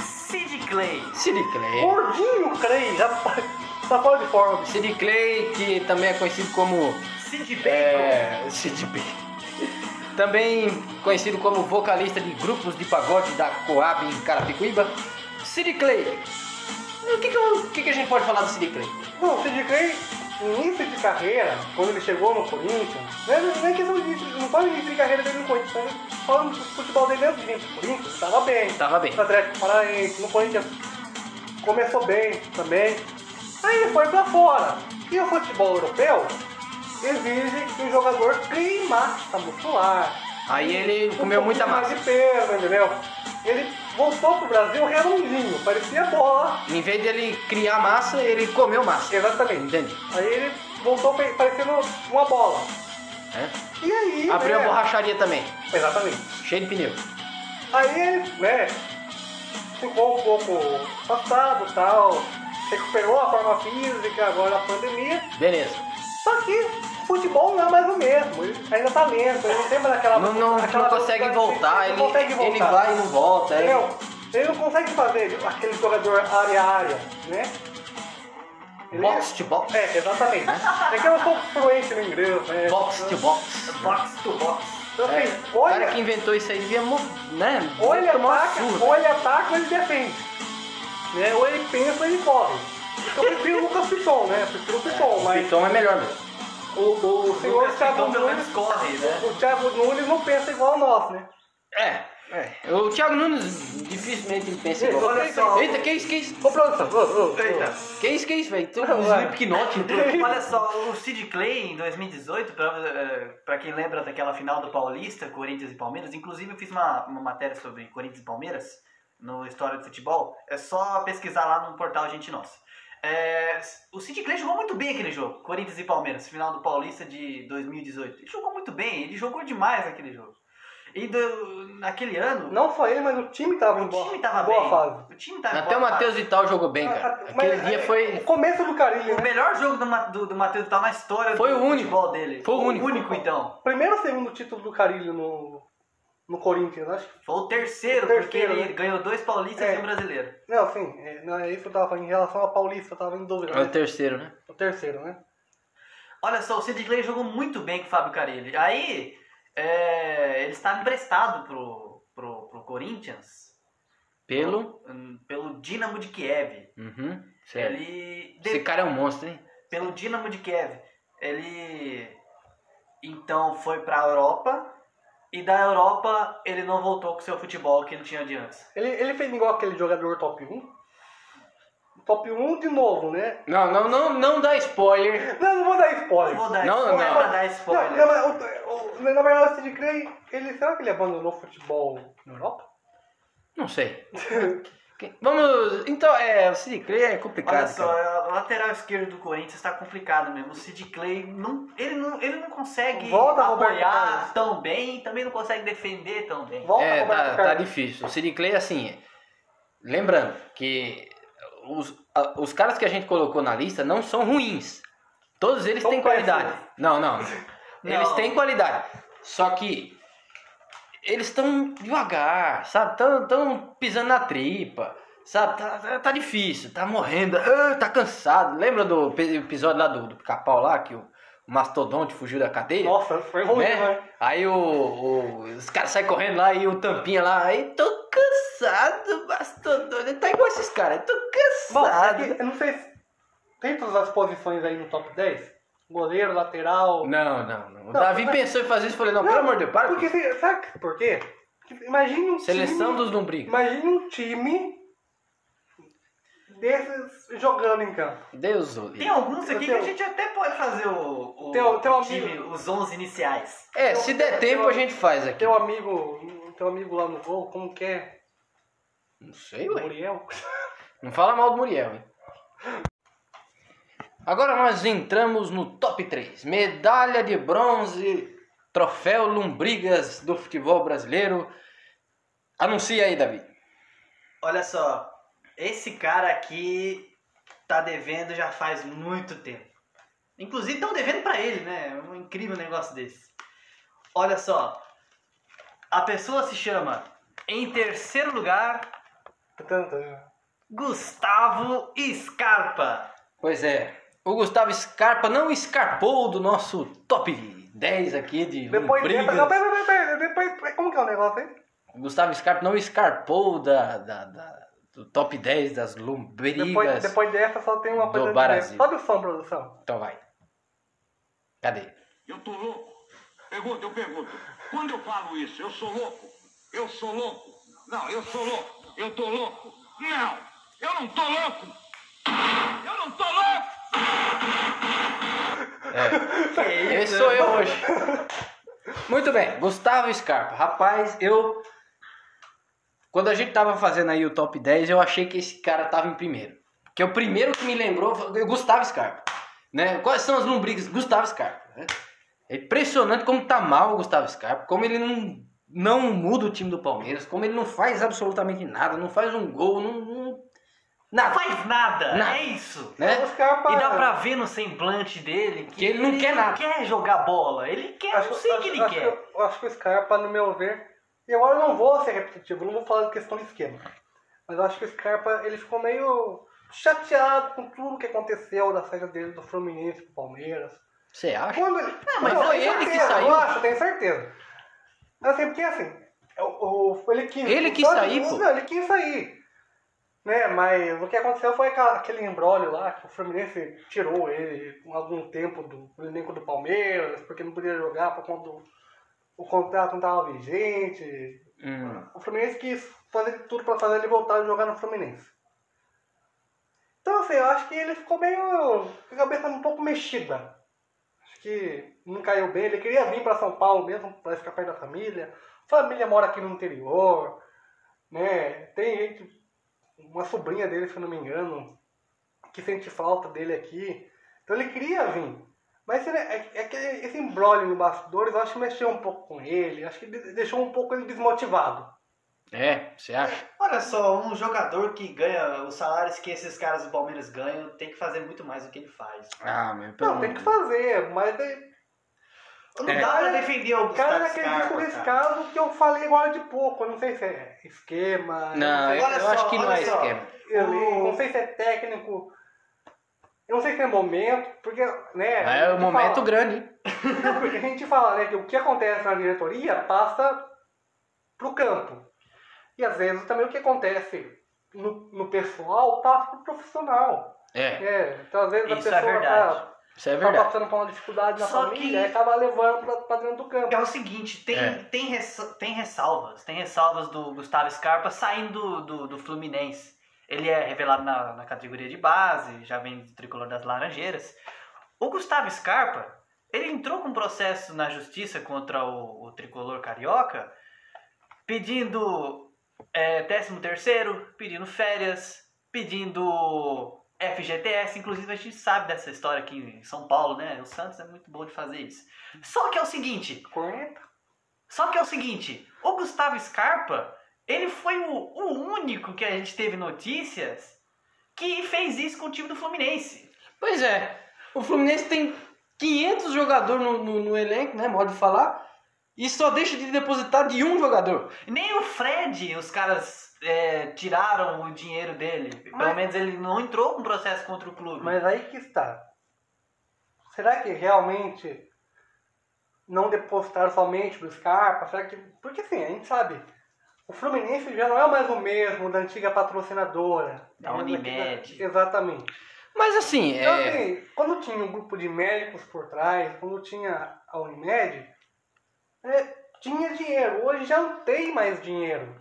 Speaker 3: Sid Clay.
Speaker 2: Sid Clay.
Speaker 1: Gordinho, creio. Já tá fora de forma. bicho.
Speaker 2: Sid Clay, que também é conhecido como
Speaker 3: Sid Bacon.
Speaker 2: É, Sid B. Também conhecido como vocalista de grupos de pagode da Coab em Carapicuíba, Sid Clay. O que, que, eu- o que que a gente pode falar do Sid Clay?
Speaker 1: Bom, o Sid Clay, início de carreira, quando ele chegou no Corinthians, não é, não é questão de início, não foi o início de carreira dele no Corinthians, né, mas falando do futebol dele antes de ir pro Corinthians, tava bem.
Speaker 2: Tava bem.
Speaker 1: No Atlético Paranaense, no Corinthians começou bem também. Aí ele foi pra fora. E o futebol europeu exige que o jogador crie massa muscular,
Speaker 2: Aí ele
Speaker 1: um
Speaker 2: comeu muita
Speaker 1: pouquinho mais
Speaker 2: massa.
Speaker 1: de peso, entendeu? Ele voltou pro Brasil redondinho, parecia bola.
Speaker 2: Em vez dele criar massa, ele comeu massa.
Speaker 1: Exatamente.
Speaker 2: Entende?
Speaker 1: Aí ele voltou pe- parecendo uma bola.
Speaker 2: É.
Speaker 1: E aí.
Speaker 2: Abriu a
Speaker 1: né?
Speaker 2: borracharia também,
Speaker 1: Exatamente.
Speaker 2: cheio de pneu.
Speaker 1: Aí ele, né? Ficou um pouco afastado e tal. Recuperou a forma física agora na pandemia.
Speaker 2: Beleza.
Speaker 1: Só que futebol não é mais o mesmo. Ele ainda tá lento, ele não tem mais aquela.
Speaker 2: Não, não,
Speaker 1: aquela
Speaker 2: não consegue
Speaker 1: velocidade
Speaker 2: voltar,
Speaker 1: que-
Speaker 2: ele,
Speaker 1: não consegue
Speaker 2: ele
Speaker 1: voltar.
Speaker 2: vai e não volta. é.
Speaker 1: Entendeu? Ele não consegue fazer aquele jogador área a área, né? Ele-
Speaker 2: Box to box.
Speaker 1: É, exatamente. É que eu não sou fluente no inglês, né?
Speaker 2: Box to box.
Speaker 3: Box to box.
Speaker 1: Então, assim,
Speaker 2: É, O
Speaker 1: olha,
Speaker 2: cara que inventou isso aí devia, mo- né?
Speaker 1: ou ele
Speaker 2: devia tomar uma
Speaker 1: ataca,
Speaker 2: surra.
Speaker 1: ou ele ataca ou ele defende. Né? Ou ele pensa ou ele corre. Eu prefiro o Lucas Piton, né? Eu prefiro o Piton, mas
Speaker 2: Então é melhor mesmo.
Speaker 1: o, o, senhor
Speaker 2: tá
Speaker 3: Lucas
Speaker 1: Thiago
Speaker 3: Piton pelo
Speaker 1: Nunes...
Speaker 3: menos corre, né?
Speaker 1: O Thiago Nunes não pensa igual a nós, né?
Speaker 2: É. é. O Thiago Nunes dificilmente ele pensa igual.
Speaker 3: olha só.
Speaker 2: Eita, que isso, que isso?
Speaker 1: Ô, produção, ô, ô, ô.
Speaker 3: Eita.
Speaker 2: Que isso, que isso, velho? Tu
Speaker 1: Não,
Speaker 2: um
Speaker 1: vai.
Speaker 2: Slipknot entrou.
Speaker 3: Olha só, o Sid Clay em 2018, pra, eh, pra quem lembra daquela final do Paulista, Corinthians e Palmeiras, inclusive eu fiz uma, uma matéria sobre Corinthians e Palmeiras no História do Futebol, é só pesquisar lá no portal Gente Nossa. Eh, o Sid Clay jogou muito bem aquele jogo, Corinthians e Palmeiras, final do Paulista de 2018. Ele jogou muito bem, ele jogou demais naquele jogo. E do- naquele ano,
Speaker 1: Não só ele, mas o time tava em
Speaker 3: o
Speaker 1: boa,
Speaker 3: time tava
Speaker 1: boa
Speaker 3: bem.
Speaker 1: fase.
Speaker 3: O time tava
Speaker 2: Até o Matheus e tal jogou bem, cara.
Speaker 1: Mas,
Speaker 2: Aquele dia
Speaker 1: é, O
Speaker 2: foi.
Speaker 1: começo do carinho,
Speaker 3: O
Speaker 1: né?
Speaker 3: melhor jogo do, Ma- do, do Matheus tá na história
Speaker 2: Foi
Speaker 3: do
Speaker 2: o único.
Speaker 3: futebol dele.
Speaker 2: Foi o único.
Speaker 3: então.
Speaker 1: Primeiro ou segundo título do Carilho no, no Corinthians, acho que.
Speaker 3: Foi o terceiro,
Speaker 1: O terceiro,
Speaker 3: porque ele
Speaker 1: né?
Speaker 3: ganhou dois paulistas
Speaker 1: É.
Speaker 3: e um brasileiro.
Speaker 1: Não, sim, é, não é isso que eu tava falando. Em relação ao Paulista, eu tava em dúvida.
Speaker 2: É o
Speaker 1: Né?
Speaker 2: terceiro, né?
Speaker 1: O terceiro, né?
Speaker 3: Olha só, o Sid Clay jogou muito bem com o Fábio Carilli. Aí, é, ele estava emprestado pro, pro, pro Corinthians
Speaker 2: Pelo.
Speaker 3: hum, pelo Dinamo de Kiev.
Speaker 2: Uhum. Certo.
Speaker 3: Ele, de-
Speaker 2: Esse cara é um monstro, hein?
Speaker 3: pelo Dinamo de Kiev, ele então foi pra Europa e da Europa ele não voltou com o seu futebol que ele tinha de antes.
Speaker 1: Ele, ele fez igual aquele jogador top 1. Top 1 de novo, né?
Speaker 2: Não, não, não, não dá spoiler.
Speaker 1: Não, não vou dar
Speaker 3: Não
Speaker 1: spoiler.
Speaker 3: vou dar
Speaker 2: Não,
Speaker 3: spoiler,
Speaker 2: não.
Speaker 3: não é pra dar spoiler.
Speaker 1: Não, não, mas o- o- na verdade, o Sid Clay, ele, será que ele abandonou o futebol na Europa?
Speaker 2: Não sei. Que- Vamos. Então, é, o Sid Clay é complicado.
Speaker 3: Olha só,
Speaker 2: cara.
Speaker 3: a lateral esquerda do Corinthians está complicado mesmo. O Sid Clay não, ele, não, ele não consegue
Speaker 1: Volta, Roberto
Speaker 3: apoiar
Speaker 1: Carlos.
Speaker 3: tão bem, também não consegue defender tão bem.
Speaker 1: Volta
Speaker 2: é,
Speaker 1: a Roberto
Speaker 2: tá, tá
Speaker 1: Carlos.
Speaker 2: difícil. O Sid Clay, assim, lembrando que os, a- os caras que a gente colocou na lista não são ruins. Todos eles
Speaker 1: São
Speaker 2: têm qualidade.
Speaker 1: péssimos.
Speaker 2: Não, não. Eles
Speaker 3: Não.
Speaker 2: têm qualidade. Só que eles estão devagar, sabe? Estão tão pisando na tripa. Sabe, tá, tá- tá difícil, tá morrendo, ah, tá cansado. Lembra do pe- episódio lá do, do pica-pau lá, que o mastodonte fugiu da cadeia?
Speaker 1: Nossa, foi ruim,
Speaker 2: né?
Speaker 1: né?
Speaker 2: Aí o, o- os caras saem correndo lá e o tampinha lá, aí tô cansado, mastodonte. Tá igual esses caras, tô
Speaker 1: Bom, é
Speaker 2: cansado.
Speaker 1: que eu não sei se tem todas as posições aí no top 10. Goleiro, lateral.
Speaker 2: Não, não, não. O
Speaker 1: Não,
Speaker 2: Davi
Speaker 1: mas-
Speaker 2: pensou em fazer isso e falei, não,
Speaker 1: Não,
Speaker 2: pelo amor de Deus, para. com
Speaker 1: Porque,
Speaker 2: isso.
Speaker 1: se- sabe por quê? Porque Imagina um
Speaker 2: Seleção
Speaker 1: time,
Speaker 2: dos lombrigos.
Speaker 1: Imagina um time desses jogando em campo.
Speaker 2: Deus o
Speaker 3: Tem alguns aqui que
Speaker 1: Tem
Speaker 3: a
Speaker 1: um-
Speaker 3: gente até pode fazer o, o,
Speaker 1: Tem um- tem um
Speaker 3: o time,
Speaker 1: amigo-
Speaker 3: os 11 iniciais.
Speaker 2: É, se der
Speaker 1: um
Speaker 2: tempo a gente faz aqui.
Speaker 1: Teu amigo, teu amigo lá no gol, como que é?
Speaker 2: Não sei, ué.
Speaker 1: Muriel?
Speaker 2: Não fala mal do Muriel, hein? Agora nós entramos no top 3. Medalha de bronze, troféu Lombrigas do futebol brasileiro. Anuncia aí, Davi.
Speaker 3: Olha só, esse cara aqui tá devendo já faz muito tempo. Inclusive estão devendo pra ele, né? É Um incrível negócio desse. Olha só, a pessoa se chama, em terceiro lugar,
Speaker 1: é.
Speaker 3: Gustavo Scarpa.
Speaker 2: Pois é, o Gustavo Scarpa não escarpou do nosso top 10 aqui de
Speaker 1: Depois entra. Não,
Speaker 2: Lombrigas.
Speaker 1: pera, pera, pera, depois. Como que é o negócio aí?
Speaker 2: O Gustavo Scarpa não escarpou da, da- da- do top 10 das Lombrigas.
Speaker 1: Depois, depois dessa só tem uma
Speaker 2: do
Speaker 1: coisa.
Speaker 2: Brasil.
Speaker 1: Sobe o som, produção.
Speaker 2: Então vai. Cadê?
Speaker 4: Eu tô louco. Pergunta, eu pergunto. Quando eu falo isso, eu sou louco? Eu sou louco? Não, eu sou louco. Eu tô louco? Não, eu não tô louco. Eu não tô louco.
Speaker 2: É. Esse sou eu hoje. Muito bem, Gustavo Scarpa. Rapaz, eu. Quando a gente tava fazendo aí o top 10, eu achei que esse cara tava em primeiro. Porque o primeiro que me lembrou foi o Gustavo Scarpa. Né? Quais são as lombrigas? Gustavo Scarpa. né? É impressionante como tá mal o Gustavo Scarpa, como ele não, não muda o time do Palmeiras, como ele não faz absolutamente nada, não faz um gol, não. não
Speaker 3: Não
Speaker 2: nada.
Speaker 3: faz nada,
Speaker 2: Nada.
Speaker 3: é isso.
Speaker 2: Né?
Speaker 1: Os caras
Speaker 3: E dá
Speaker 1: param.
Speaker 3: pra ver no semblante dele que,
Speaker 2: Que ele não quer nada.
Speaker 3: quer jogar bola, ele quer, não sei o que ele
Speaker 1: acho-
Speaker 3: quer.
Speaker 1: eu acho que o Scarpa, no meu ver, e agora eu não vou ser repetitivo, não vou falar de questão de esquema. Mas eu acho que o Scarpa ele ficou meio chateado com tudo que aconteceu da saída dele do Fluminense pro Palmeiras.
Speaker 2: Você acha?
Speaker 1: Quando ele...
Speaker 2: Ah, mas
Speaker 1: eu
Speaker 2: foi
Speaker 1: tenho
Speaker 2: ele que
Speaker 1: certeza,
Speaker 2: saiu.
Speaker 1: Eu acho, tenho certeza. Mas assim, porque assim, o, o- ele quis.
Speaker 2: Ele quis
Speaker 1: tanto-
Speaker 2: sair, pô.
Speaker 1: Não, ele quis sair. Né, mas o que aconteceu foi aquela- aquele embrólio lá, que o Fluminense tirou ele com algum tempo do do elenco do Palmeiras, porque não podia jogar por conta do o contrato não estava vigente.
Speaker 2: Hum.
Speaker 1: O Fluminense quis fazer de tudo pra fazer ele voltar a jogar no Fluminense. Então, assim, eu acho que ele ficou meio. com a cabeça um pouco mexida. Acho que não caiu bem. Ele queria vir pra São Paulo mesmo, pra ficar perto da família. Família mora aqui no interior, né? Tem gente, uma sobrinha dele, se eu não me engano, que sente falta dele aqui. Então ele queria vir. Mas ele- é, é que esse embrolho no bastidores, eu acho que mexeu um pouco com ele. Acho que de- deixou um pouco ele desmotivado.
Speaker 2: É, você acha?
Speaker 3: Olha só, um jogador que ganha os salários que esses caras do Palmeiras ganham tem que fazer muito mais do que ele faz.
Speaker 2: Ah, meu pelo
Speaker 1: Não, tem
Speaker 2: amor
Speaker 1: que
Speaker 2: de
Speaker 1: fazer, mas é-
Speaker 3: Não
Speaker 2: É.
Speaker 3: dá pra defender o
Speaker 1: o cara
Speaker 3: Gustavo
Speaker 1: é aquele risco
Speaker 3: Scarpa, cara.
Speaker 1: riscado que eu falei agora de pouco. Eu não sei se é
Speaker 5: Ah,
Speaker 1: esquema,
Speaker 2: Não,
Speaker 1: eu não sei,
Speaker 2: eu,
Speaker 3: Olha
Speaker 2: eu
Speaker 3: só,
Speaker 2: acho que não
Speaker 3: olha
Speaker 2: é
Speaker 3: só.
Speaker 2: esquema.
Speaker 1: eu
Speaker 3: o-
Speaker 1: não sei se é técnico. Eu não sei se é momento, porque, né?
Speaker 2: É,
Speaker 1: a
Speaker 2: um
Speaker 1: gente
Speaker 2: momento
Speaker 1: fala-
Speaker 2: grande. hein?
Speaker 1: Não, porque a gente fala, né, que o que acontece na diretoria passa pro campo. E às vezes também o que acontece no, no pessoal passa pro profissional.
Speaker 2: É,
Speaker 1: É, então às vezes
Speaker 3: Isso
Speaker 1: a
Speaker 3: é
Speaker 1: pessoa
Speaker 3: verdade.
Speaker 1: tá,
Speaker 2: isso é
Speaker 1: tá
Speaker 2: verdade.
Speaker 1: passando por uma dificuldade na
Speaker 3: Só
Speaker 1: família
Speaker 3: que-
Speaker 1: e acaba levando pra, pra dentro do campo.
Speaker 3: É o seguinte, tem,
Speaker 2: É.
Speaker 3: tem, ressa- tem ressalvas. Tem ressalvas do Gustavo Scarpa saindo do, do, do Fluminense. Ele é revelado na, na categoria de base, já vem do tricolor das Laranjeiras. O Gustavo Scarpa, ele entrou com um processo na justiça contra o, o tricolor carioca, pedindo é, 13 terceiro, pedindo férias, pedindo FGTS. Inclusive, a gente sabe dessa história aqui em São Paulo, né? O Santos é muito bom de fazer isso. Só que é o seguinte, só que é o seguinte, o Gustavo Scarpa, ele foi o, o único que a gente teve notícias que fez isso com o time do Fluminense.
Speaker 5: Pois é, o Fluminense tem 500 jogadores no, no, no elenco, né? Modo de falar. E só deixa de depositar de um jogador.
Speaker 3: Nem o Fred, os caras é, tiraram o dinheiro dele. Pelo
Speaker 1: Mas-
Speaker 3: menos ele não entrou com processo contra o clube.
Speaker 1: Mas aí que está. Será que realmente não depositaram somente do Scarpa? Será que. Porque assim, a gente sabe. O Fluminense já não é mais o mesmo da antiga patrocinadora.
Speaker 3: Da
Speaker 1: Né?
Speaker 3: Unimed.
Speaker 1: Exatamente.
Speaker 2: Mas assim,
Speaker 1: Então,
Speaker 2: é,
Speaker 1: assim, quando tinha um grupo de médicos por trás, quando tinha a Unimed, é, tinha dinheiro. Hoje já não tem mais dinheiro.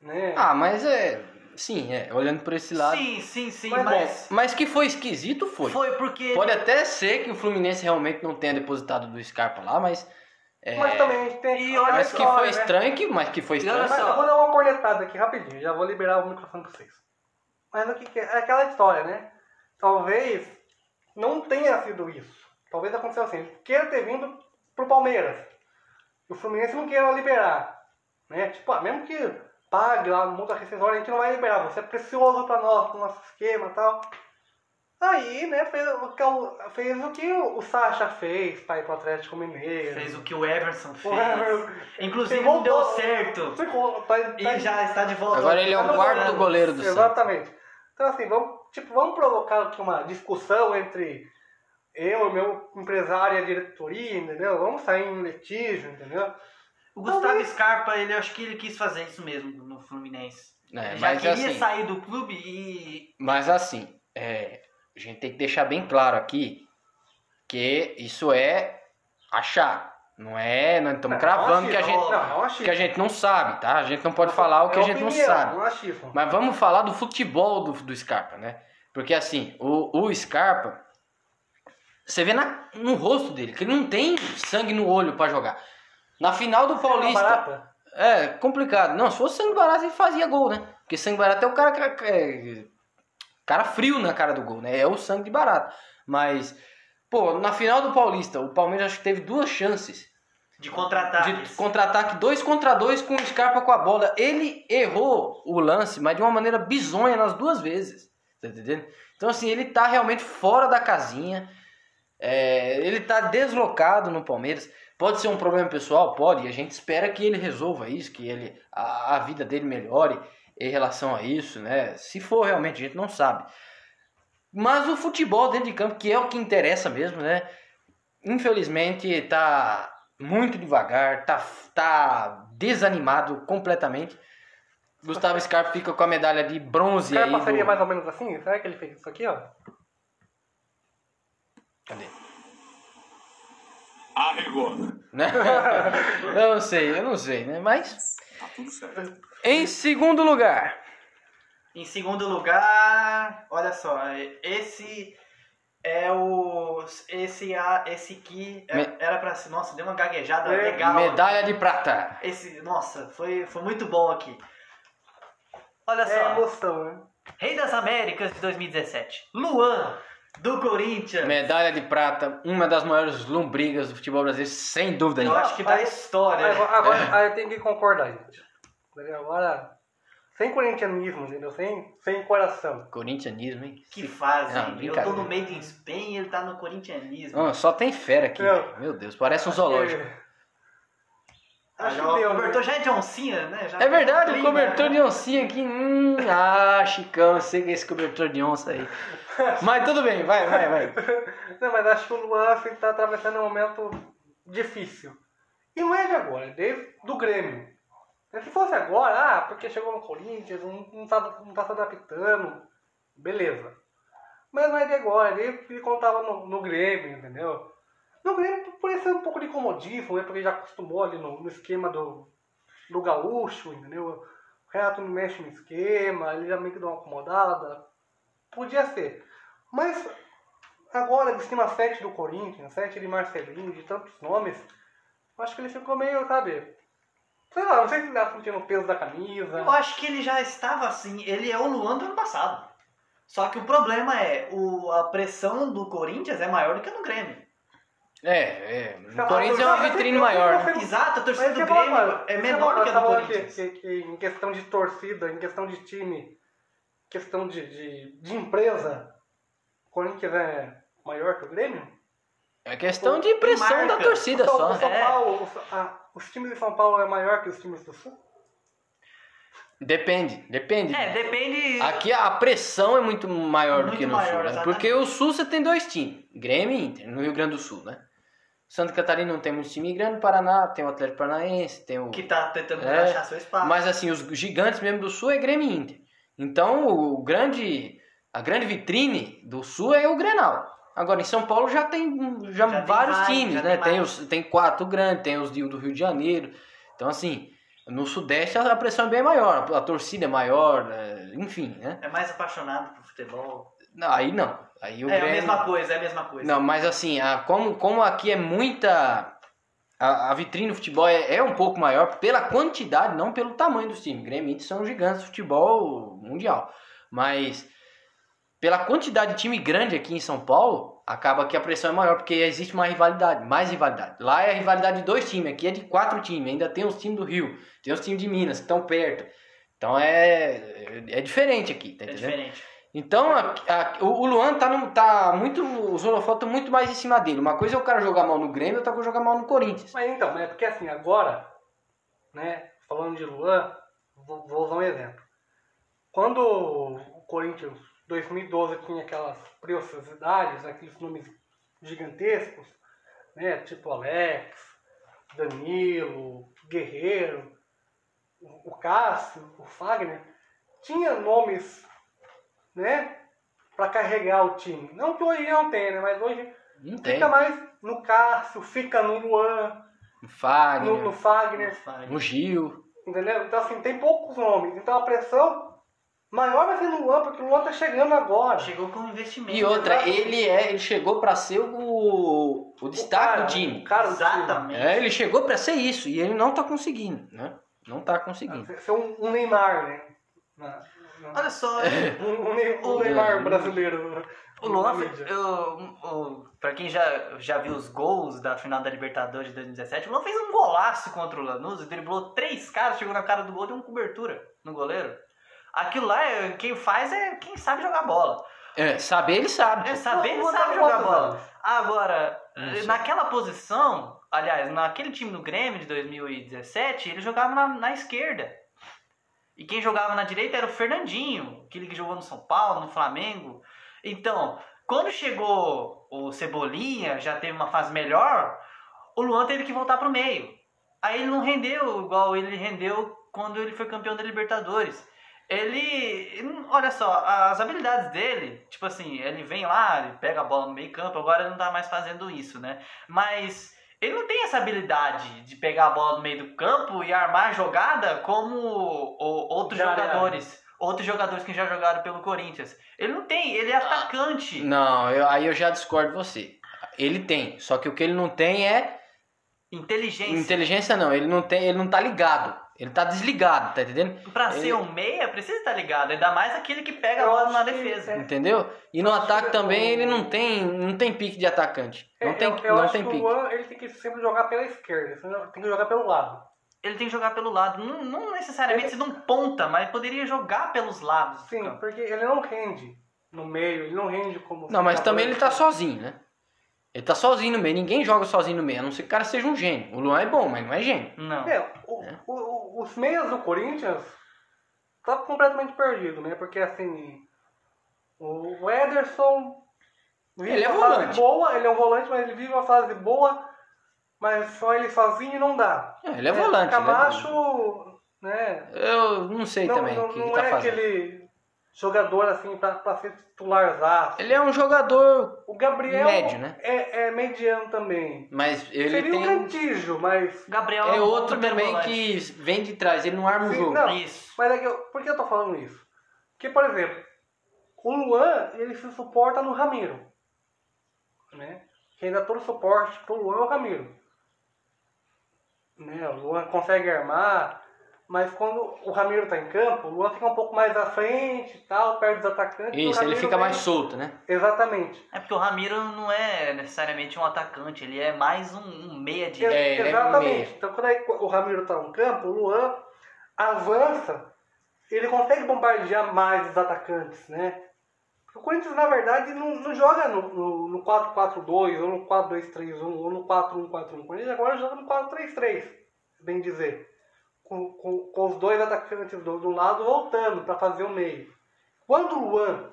Speaker 1: Né?
Speaker 2: Ah, mas é. Sim, é. Olhando por esse lado.
Speaker 3: Sim, sim, sim,
Speaker 1: Mas,
Speaker 3: mas,
Speaker 2: Bom, mas que foi esquisito foi.
Speaker 3: foi. porque
Speaker 2: Pode até ser que o Fluminense realmente não tenha depositado do Scarpa lá, mas. É,
Speaker 1: mas também a gente tem.
Speaker 3: e olha
Speaker 2: mas que
Speaker 1: história,
Speaker 2: foi
Speaker 1: né?
Speaker 2: estranho, que, mas que foi
Speaker 3: E
Speaker 2: estranho.
Speaker 3: olha
Speaker 1: Mas
Speaker 3: só.
Speaker 1: eu vou dar uma cornetada aqui rapidinho, já vou liberar o microfone pra vocês. Mas o que, que é? É aquela história, né? Talvez não tenha sido isso. Talvez aconteceu assim. Ele queira ter vindo pro Palmeiras. E o Fluminense não queira liberar. Né? Tipo, ah, mesmo que pague lá, multa rescisória, a gente não vai liberar. Você é precioso pra nós, pro nosso esquema e tal. Aí, né, fez, o que o- fez o que o Sacha fez pra ir pro Atlético Mineiro.
Speaker 3: fez o que o Everson fez.
Speaker 1: Everson.
Speaker 3: Inclusive
Speaker 1: E
Speaker 3: não deu
Speaker 1: voltou.
Speaker 3: certo.
Speaker 1: Ficou- tá- tá-
Speaker 3: E já está de volta.
Speaker 2: Agora ele é
Speaker 1: Tá
Speaker 2: o
Speaker 1: no
Speaker 2: quarto
Speaker 1: Santos.
Speaker 2: goleiro do Santos.
Speaker 1: Exatamente. Então, assim, vamos, tipo, vamos provocar aqui uma discussão entre eu, meu empresário e a diretoria, entendeu? Vamos sair em litígio, entendeu?
Speaker 3: O Gustavo
Speaker 1: Talvez.
Speaker 3: Scarpa, ele acho que ele quis fazer isso mesmo no Fluminense.
Speaker 2: É,
Speaker 3: Ele já
Speaker 2: mas,
Speaker 3: queria
Speaker 2: assim,
Speaker 3: sair do clube e.
Speaker 2: mas assim, é, a gente tem que deixar bem claro aqui que isso é achar. Não é. Nós estamos
Speaker 1: Não,
Speaker 2: cravando
Speaker 1: não
Speaker 2: que a,
Speaker 1: achismo,
Speaker 2: gente,
Speaker 1: Não, não achismo.
Speaker 2: que a gente não sabe, tá? A gente não pode falar o que
Speaker 1: É
Speaker 2: a gente não
Speaker 1: opinião,
Speaker 2: sabe.
Speaker 1: Não achismo.
Speaker 2: Mas vamos falar do futebol do, do Scarpa, né? Porque assim, o, o Scarpa, você vê na- no rosto dele que ele não tem sangue no olho pra jogar. Na final do Paulista.
Speaker 1: Barata.
Speaker 2: É, complicado. Não, se fosse sangue barato, ele fazia gol, né? Porque sangue barato é o cara que- é, cara frio na cara do gol, né? É o sangue de barato. Mas, pô, na final do Paulista, o Palmeiras acho que teve duas chances
Speaker 3: De contratar.
Speaker 2: de contra-ataque dois contra dois com o Scarpa com a bola. Ele errou o lance, mas de uma maneira bizonha nas duas vezes. Tá entendendo? Então, assim, ele tá realmente fora da casinha. É, ele tá deslocado no Palmeiras. Pode ser um problema pessoal? Pode. E a gente espera que ele resolva isso, que ele a, a vida dele melhore em relação a isso, né? Se for realmente, a gente não sabe. Mas o futebol dentro de campo, que é o que interessa mesmo, né? Infelizmente, tá muito devagar, tá, tá desanimado completamente. Gustavo Scarpa fica com a medalha de
Speaker 1: O
Speaker 2: bronze
Speaker 1: cara
Speaker 2: aí.
Speaker 1: passaria
Speaker 2: do-
Speaker 1: mais ou menos assim? Será que ele fez isso aqui, ó?
Speaker 2: Cadê?
Speaker 4: Arregou.
Speaker 2: Né? eu não sei, eu não sei, né? Mas.
Speaker 4: Tá tudo certo.
Speaker 2: Em segundo lugar.
Speaker 3: Em segundo lugar, olha só, esse é o. Esse, a, esse aqui é-
Speaker 2: Me-
Speaker 3: era pra ser. Nossa, deu uma gaguejada
Speaker 1: É,
Speaker 3: legal.
Speaker 2: Medalha de prata.
Speaker 3: Esse, nossa, foi, foi muito bom aqui. Olha
Speaker 1: É
Speaker 3: só,
Speaker 1: emoção, né?
Speaker 3: Rei das Américas de 2017. Luan, do Corinthians.
Speaker 2: Medalha de prata, uma das maiores lombrigas do futebol brasileiro, sem dúvida
Speaker 3: Eu
Speaker 2: nenhuma.
Speaker 3: acho que da
Speaker 1: Aí-
Speaker 3: história.
Speaker 1: Agora, agora aí eu tenho que concordar, gente. Agora, sem corintianismo, entendeu? Sem, sem coração.
Speaker 2: Corintianismo, hein?
Speaker 3: Que fase,
Speaker 2: Não,
Speaker 3: hein? Eu tô
Speaker 2: brincadeira.
Speaker 3: no meio de Spain e ele tá no corintianismo.
Speaker 2: Ah, só tem fera aqui,
Speaker 1: Não.
Speaker 2: velho. Meu Deus, parece um zoológico.
Speaker 3: Ah,
Speaker 1: Acho
Speaker 3: já,
Speaker 1: que
Speaker 3: o
Speaker 1: deu, né?
Speaker 3: cobertor já é de oncinha, né? Já
Speaker 2: É verdade, o
Speaker 3: clima,
Speaker 2: cobertor
Speaker 3: né?
Speaker 2: de oncinha aqui. Hum, ah, Chicão, eu sei que é esse cobertor de onça aí. Mas tudo bem, vai, vai, vai.
Speaker 1: Não, mas acho que o Luan assim, tá atravessando um momento difícil. E não é de agora, é desde do Grêmio. Se fosse agora, ah, porque chegou no Corinthians, não, não, tá, não tá se adaptando, beleza. Mas não é de agora, é desde que ele contava no, no Grêmio, entendeu? No Grêmio parecia um pouco de comodismo, né? Porque já acostumou ali no, no esquema do, do gaúcho, entendeu? O Renato não mexe no esquema, ele já meio que deu uma acomodada. Podia ser. Mas agora de cima 7 do Corinthians, 7 de Marcelinho, de tantos nomes, eu acho que ele ficou meio, sabe, Sei lá, não sei se ele tá sentindo o peso da camisa.
Speaker 3: Eu acho que ele já estava assim, ele é o Luan do ano passado. Só que o problema é, o, a pressão do Corinthians é maior do que a do Grêmio.
Speaker 2: É, é.
Speaker 1: Sei lá,
Speaker 2: O Corinthians é uma
Speaker 1: eu- eu-
Speaker 2: vitrine
Speaker 1: eu-
Speaker 2: maior, né?
Speaker 1: eu-
Speaker 3: Exato, a torcida
Speaker 1: Mas
Speaker 3: do
Speaker 1: que bom,
Speaker 3: Grêmio
Speaker 1: mano.
Speaker 3: é
Speaker 1: Que
Speaker 3: menor
Speaker 1: bom,
Speaker 3: que a
Speaker 1: tá
Speaker 3: do
Speaker 1: falando
Speaker 3: Corinthians.
Speaker 1: Que, que- que em questão de torcida, em questão de time, questão de, de, de empresa, o Corinthians é maior que o Grêmio?
Speaker 2: É questão de pressão da
Speaker 3: marca.
Speaker 1: O
Speaker 2: torcida
Speaker 1: São,
Speaker 2: só.
Speaker 1: o São
Speaker 3: É.
Speaker 1: Paulo, o São- ah, os times de São Paulo é maior que os times do Sul?
Speaker 2: Depende, depende.
Speaker 3: É, depende.
Speaker 2: Aqui a pressão é muito maior do
Speaker 3: Muito
Speaker 2: que no
Speaker 3: maior,
Speaker 2: Sul, né?
Speaker 3: exatamente.
Speaker 2: Porque o Sul você tem dois times, Grêmio e Inter, no Rio Grande do Sul, né? Santa Catarina não tem muito time grande, Paraná tem o Atlético Paranaense, tem o...
Speaker 3: Que tá tentando
Speaker 2: É,
Speaker 3: achar seu espaço.
Speaker 2: Mas assim, os gigantes mesmo do Sul é Grêmio e Inter. Então, o grande a grande vitrine do Sul é o Grenal. Agora em São Paulo já tem já,
Speaker 3: Já tem
Speaker 2: vários
Speaker 3: vários,
Speaker 2: times,
Speaker 3: já
Speaker 2: né?
Speaker 3: tem
Speaker 2: Tem
Speaker 3: vários.
Speaker 2: os tem quatro grandes, tem os de- do Rio de Janeiro. Então assim, no Sudeste a pressão é bem maior, a torcida é maior, né? enfim, né?
Speaker 3: É mais apaixonado por futebol.
Speaker 2: Não, aí não. Aí o
Speaker 3: é
Speaker 2: Grêmio...
Speaker 3: a mesma coisa, é a mesma coisa.
Speaker 2: Não, mas assim, a- como, como aqui é muita. A, a vitrine do futebol é, é um pouco maior pela quantidade, não pelo tamanho dos times. Grêmio e Inter são gigantes do futebol mundial. Mas pela quantidade de time grande aqui em São Paulo, acaba que a pressão é maior, porque existe uma rivalidade, mais rivalidade. Lá é a rivalidade de dois times, aqui é de quatro times. Ainda tem os times do Rio, tem os times de Minas que estão perto. Então é, é diferente aqui, tá
Speaker 3: é
Speaker 2: entendendo?
Speaker 3: diferente.
Speaker 2: Então, a- a- o o Luan tá, num- tá muito. Os holofotes estão muito mais em cima dele. Uma coisa é o cara jogar mal no Grêmio, outra coisa é jogar mal no Corinthians.
Speaker 1: Mas então, né? Porque assim, agora, né? Falando de Luan, vou, vou usar um exemplo. Quando o Corinthians 2012 tinha aquelas preciosidades, aqueles nomes gigantescos, né? Tipo Alex, Danilo, Guerreiro, o o Cássio, o Fagner, tinha nomes, né? Pra carregar o time. Não que hoje não tenha, né? Mas hoje
Speaker 2: Não tem.
Speaker 1: fica mais no Cássio, fica no Luan,
Speaker 2: No
Speaker 1: no, no
Speaker 2: Fagner,
Speaker 1: Fagner,
Speaker 2: no Gil.
Speaker 1: entendeu? Então, assim, tem poucos nomes. Então, a pressão maior vai ser no Luan, porque o Luan tá chegando agora.
Speaker 3: Chegou com um investimento.
Speaker 2: E outra, ele é, ele chegou pra ser o, o destaque
Speaker 1: cara,
Speaker 2: do time.
Speaker 1: o cara do time.
Speaker 3: Exatamente.
Speaker 2: É, ele chegou pra ser isso e ele não tá conseguindo, né? Não tá conseguindo.
Speaker 1: Ser- Ser um, um Neymar, né? Na- na-
Speaker 3: Olha só,
Speaker 2: É?
Speaker 1: Um, um Ne- um
Speaker 3: O-
Speaker 1: Neymar brasileiro.
Speaker 3: o Luan,
Speaker 1: Na mídia.
Speaker 3: eu, eu- pra quem já, já viu os gols da final da Libertadores de 2017, o Luan fez um golaço contra o Lanús, driblou três caras, chegou na cara do gol, deu uma cobertura no goleiro. Aquilo lá, é- quem faz é quem sabe jogar bola.
Speaker 2: É, saber ele sabe.
Speaker 3: É saber
Speaker 1: O Luan tá
Speaker 3: sabe
Speaker 1: com
Speaker 3: jogar
Speaker 1: quantos
Speaker 3: bola.
Speaker 1: anos?
Speaker 3: Agora,
Speaker 2: Não sei.
Speaker 3: naquela posição, aliás, naquele time do Grêmio de 2017, ele jogava na, na esquerda. E quem jogava na direita era o Fernandinho, aquele que jogou no São Paulo, no Flamengo. Então, quando chegou o Cebolinha, já teve uma fase melhor, o Luan teve que voltar pro meio. Aí ele não rendeu igual ele rendeu quando ele foi campeão da Libertadores. Ele, olha só, as habilidades dele, tipo assim, ele vem lá, ele pega a bola no meio campo, agora ele não tá mais fazendo isso, né? Mas ele não tem essa habilidade de pegar a bola no meio do campo e armar a jogada como o- outros
Speaker 1: Já era.
Speaker 3: jogadores. Outros jogadores que já jogaram pelo Corinthians. Ele não tem, ele
Speaker 2: Ah.
Speaker 3: é atacante.
Speaker 2: Não, eu- aí eu já discordo de você. Ele tem, só que o que ele não tem é
Speaker 3: Inteligência.
Speaker 2: Inteligência não, ele não tem, ele não tá ligado. Ele tá desligado, tá entendendo?
Speaker 3: Pra
Speaker 2: Ele-
Speaker 3: ser um meia, precisa estar ligado. Ainda mais aquele que pega a
Speaker 1: Eu
Speaker 3: bola
Speaker 1: acho
Speaker 3: na
Speaker 1: que-
Speaker 3: defesa.
Speaker 1: é.
Speaker 2: Entendeu? E no ataque
Speaker 1: que-
Speaker 2: também ele não tem, não tem pique de atacante.
Speaker 1: É,
Speaker 2: Não tem,
Speaker 1: eu, eu
Speaker 2: não
Speaker 1: acho
Speaker 2: tem
Speaker 1: que o
Speaker 2: pique.
Speaker 1: Luan ele tem que sempre jogar pela esquerda, senão tem que jogar pelo lado.
Speaker 3: Ele tem que jogar pelo lado. Não, não necessariamente sendo um ponta, mas poderia jogar pelos lados. do
Speaker 1: Sim,
Speaker 2: Tá.
Speaker 3: campo.
Speaker 1: porque ele não rende no meio, ele não rende como.
Speaker 2: Não, mas também ele tá
Speaker 1: só
Speaker 2: sozinho, né? Ele tá sozinho no meio, ninguém joga sozinho no meio, a não ser que o cara seja um gênio. O Luan é bom, mas não é gênio.
Speaker 3: Não.
Speaker 1: É, o- o- o- os meias do Corinthians tá completamente perdido, né? Porque assim, o Ederson vive
Speaker 2: Ele é
Speaker 1: uma fase
Speaker 2: volante.
Speaker 1: boa, ele é um volante, mas ele vive uma fase boa, mas só ele sozinho não dá.
Speaker 2: É, ele é volante. ele é
Speaker 1: Camacho,
Speaker 2: volante.
Speaker 1: né?
Speaker 2: Eu não sei
Speaker 1: Não,
Speaker 2: também
Speaker 1: não,
Speaker 2: o que
Speaker 1: não
Speaker 2: ele tá
Speaker 1: é
Speaker 2: fazendo.
Speaker 1: aquele jogador assim pra, pra ser titularzaço.
Speaker 2: Ele é um jogador,
Speaker 1: O Gabriel
Speaker 2: médio, né?
Speaker 1: é, é mediano também.
Speaker 2: mas ele
Speaker 1: Seria um
Speaker 2: tem.
Speaker 1: cantígio, mas
Speaker 3: Gabriel
Speaker 2: É
Speaker 3: um bom
Speaker 2: outro
Speaker 3: primeiro
Speaker 2: também
Speaker 3: volante.
Speaker 2: que vem de trás, ele não arma o
Speaker 1: Sim,
Speaker 2: jogo.
Speaker 1: não.
Speaker 3: Isso.
Speaker 1: Mas é que eu, por que eu tô falando isso? Porque, por exemplo, o Luan, ele se suporta no Ramiro. Né? Quem dá todo o suporte pro Luan é o Ramiro. né? O Luan consegue armar, mas quando o Ramiro tá em campo, o Luan fica um pouco mais à frente e tal, perto dos atacantes. e o
Speaker 2: Isso, ele
Speaker 1: Ramiro
Speaker 2: fica
Speaker 1: vem-
Speaker 2: mais solto, né?
Speaker 1: Exatamente.
Speaker 3: É porque o Ramiro não é necessariamente um atacante, ele é mais um, um meia de.
Speaker 2: É, ele é
Speaker 1: Exatamente.
Speaker 2: meia.
Speaker 1: então quando aí o Ramiro tá em campo, o Luan avança, ele consegue bombardear mais os atacantes, né? Porque O Corinthians, na verdade, não, não joga no, no, no 4-4-2, ou no 4-2-3-1, ou no 4-1-4-1. O Corinthians agora joga no 4-3-3, bem dizer. Com, com, com os dois atacantes do, do lado voltando para fazer o meio. Quando o Luan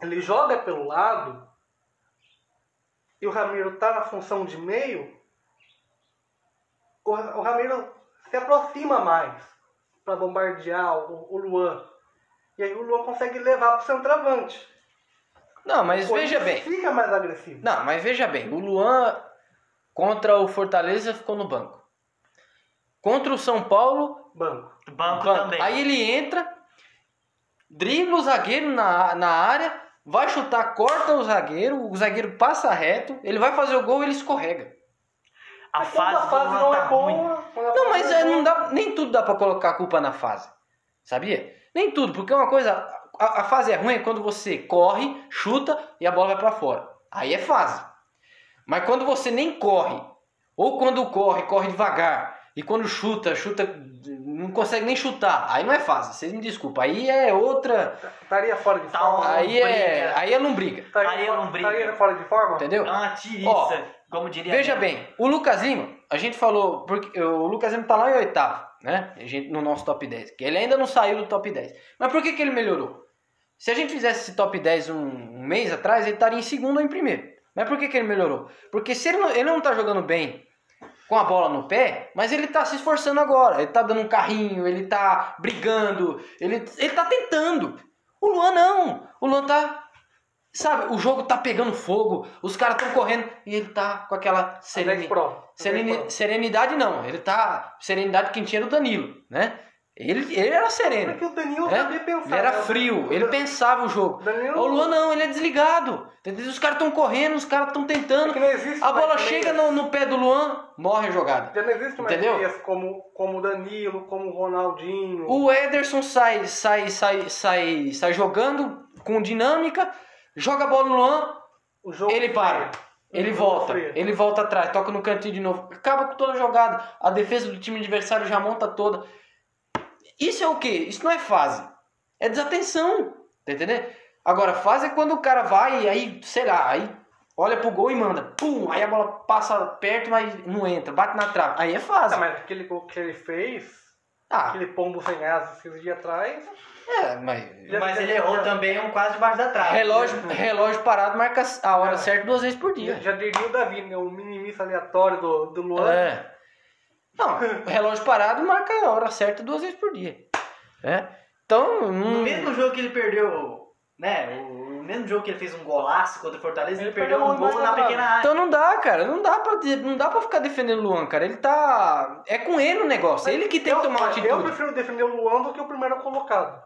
Speaker 1: ele joga pelo lado e o Ramiro tá na função de meio, o, o Ramiro se aproxima mais para bombardear o, o Luan. E aí o Luan consegue levar pro centroavante.
Speaker 2: Não, mas
Speaker 1: O
Speaker 2: veja bem.
Speaker 1: Corinthians Fica mais agressivo.
Speaker 2: Não, mas veja bem, o Luan contra o Fortaleza ficou no banco. Contra o São Paulo,
Speaker 1: Banco.
Speaker 3: Banco,
Speaker 2: banco.
Speaker 3: também.
Speaker 2: Aí ele entra, dribla o zagueiro na, na área, vai chutar, corta o zagueiro, o zagueiro passa reto, ele vai fazer o gol e ele escorrega.
Speaker 3: a
Speaker 1: Mas quando
Speaker 3: fase,
Speaker 1: a fase
Speaker 3: do Luan
Speaker 1: não
Speaker 3: tá
Speaker 1: é boa.
Speaker 3: ruim.
Speaker 1: quando a
Speaker 2: Não,
Speaker 1: fase
Speaker 2: mas
Speaker 1: é
Speaker 2: é, não
Speaker 1: boa-
Speaker 2: dá, nem tudo dá pra colocar a culpa na fase. Sabia? Nem tudo, porque uma coisa, a, a fase é ruim é quando você corre, chuta e a bola vai pra fora. Aí é fase. Mas quando você nem corre, ou quando corre, corre devagar, e quando chuta, chuta, não consegue nem chutar, aí não é fase. Vocês me desculpam. Aí é outra,
Speaker 1: Estaria fora de
Speaker 3: Tá
Speaker 1: forma.
Speaker 3: uma-
Speaker 2: aí é,
Speaker 3: Lombriga.
Speaker 2: aí é lombriga,
Speaker 1: Estaria,
Speaker 3: aí eu
Speaker 1: fora-
Speaker 3: não brigo.
Speaker 1: estaria fora de forma?
Speaker 2: entendeu?
Speaker 3: É uma tiriça,
Speaker 2: Ó,
Speaker 3: como diria.
Speaker 2: Veja
Speaker 3: a minha.
Speaker 2: bem, o Lucas Lima, a gente falou, porque o Lucas Lima tá lá em oitavo, né? A gente, no nosso top 10. Que ele ainda não saiu do top 10. Mas por que, que ele melhorou? Se a gente fizesse esse top 10 um, um mês atrás, ele estaria em segundo ou em primeiro. Mas por que, que ele melhorou? Porque se ele não, ele não tá jogando bem com a bola no pé, mas ele tá se esforçando agora. Ele tá dando um carrinho, ele tá brigando, ele, ele tá tentando. O Luan não. O Luan tá Sabe, o jogo tá pegando fogo, os caras tão correndo e ele tá com aquela
Speaker 1: 10
Speaker 2: sereni...
Speaker 1: é Pro.
Speaker 2: sereni-
Speaker 1: 10 pro.
Speaker 2: serenidade não, ele tá serenidade quem tinha era o Danilo, né? Ele, ele era sereno,
Speaker 1: Porque o Danilo
Speaker 2: né?
Speaker 1: sabia pensar.
Speaker 2: ele era
Speaker 1: né?
Speaker 2: frio, ele pensava o jogo.
Speaker 1: Danilo-
Speaker 2: O Luan não, ele é desligado. entendeu? Os caras tão correndo, os caras tão
Speaker 1: É
Speaker 2: tentando.
Speaker 1: que não existe
Speaker 2: A
Speaker 1: mais
Speaker 2: bola
Speaker 1: meias.
Speaker 2: chega no, no pé do Luan, morre a jogada.
Speaker 1: Já não existe mais
Speaker 2: Entendeu?
Speaker 1: meias como, como o Danilo, como o Ronaldinho.
Speaker 2: O Ederson sai, sai, sai, sai, sai jogando com dinâmica, joga a bola no Luan,
Speaker 1: O jogo
Speaker 2: Ele para. Ele
Speaker 1: Ele
Speaker 2: volta,
Speaker 1: Uhum. freia.
Speaker 2: ele volta atrás, toca no cantinho de novo. Acaba com toda a jogada. A defesa do time adversário já monta toda. Isso é o quê? Isso não é fase. É desatenção. Tá entendendo? Agora, fase é quando o cara vai e aí, sei lá, aí olha pro gol e manda. Pum! Aí a bola passa perto, mas não entra. Bate na trave. Aí é fase.
Speaker 1: Ah, mas aquele gol que ele fez,
Speaker 2: Ah,
Speaker 1: aquele pombo sem asas esses dias atrás,
Speaker 2: é, mas.
Speaker 3: Mas ele
Speaker 1: é-
Speaker 3: errou também um quase debaixo da trave.
Speaker 2: Relógio, relógio parado marca a hora
Speaker 1: É.
Speaker 2: certa duas vezes por dia.
Speaker 1: já, já diria o Davi, né? O minimista aleatório do, do Luan.
Speaker 2: É. Não, o relógio parado marca a hora certa duas vezes por dia. É. Então,
Speaker 3: No
Speaker 2: hum,
Speaker 3: mesmo jogo que ele perdeu, né? O, o mesmo jogo que ele fez um golaço contra o Fortaleza, ele,
Speaker 1: Ele
Speaker 3: perdeu
Speaker 1: perdeu
Speaker 3: um
Speaker 1: um
Speaker 3: gol
Speaker 1: gol
Speaker 3: na
Speaker 1: na
Speaker 3: pequena área.
Speaker 2: então não dá, cara. Não dá, pra, dizer- não dá pra ficar defendendo o Luan, cara. Ele tá. É com ele o negócio. É ele que tem
Speaker 1: eu,
Speaker 2: que tomar uma atitude.
Speaker 1: Eu prefiro defender o Luan do que o primeiro colocado.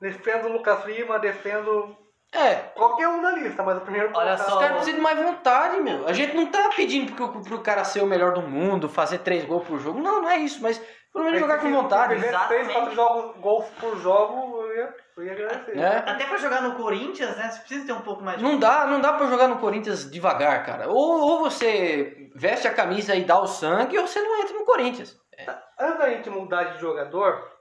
Speaker 1: Defendo o Lucas Lima, defendo
Speaker 2: É.
Speaker 1: qualquer um da lista, mas o primeiro
Speaker 3: Olha
Speaker 1: colocado.
Speaker 2: Os
Speaker 3: só.
Speaker 2: caras precisam de mais vontade, meu. A gente não tá pedindo pro, pro cara ser o melhor do mundo, fazer três gols por jogo. Não, não é isso. Mas pelo menos jogar com vontade.
Speaker 1: Se tivesse três, quatro jogos, gols por jogo, eu ia, eu ia agradecer.
Speaker 2: Né?
Speaker 3: Até pra jogar no Corinthians, né? Você precisa ter um pouco mais de.
Speaker 2: Não dá, não dá pra jogar no Corinthians devagar, cara. Ou, ou você veste a camisa e dá o sangue, ou você não entra no Corinthians.
Speaker 1: Antes da gente mudar de jogador,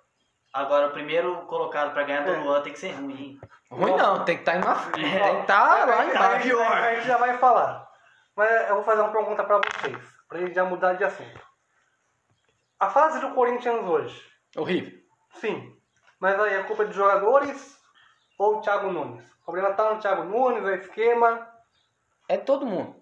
Speaker 3: Agora, o primeiro colocado pra ganhar do
Speaker 1: É.
Speaker 3: Luan tem que ser ruim, hein?
Speaker 2: Ruim não, tem que estar tem que
Speaker 1: Mas
Speaker 2: tá lá
Speaker 1: aí- aí-
Speaker 2: embaixo.
Speaker 1: aí A gente já vai falar. Mas eu vou fazer uma pergunta pra vocês, pra gente já mudar de assunto. A fase do Corinthians hoje,
Speaker 2: É Horrível.
Speaker 1: sim. Mas aí é culpa de jogadores ou Thiago Nunes? O problema tá no Thiago Nunes, é esquema.
Speaker 2: É todo mundo.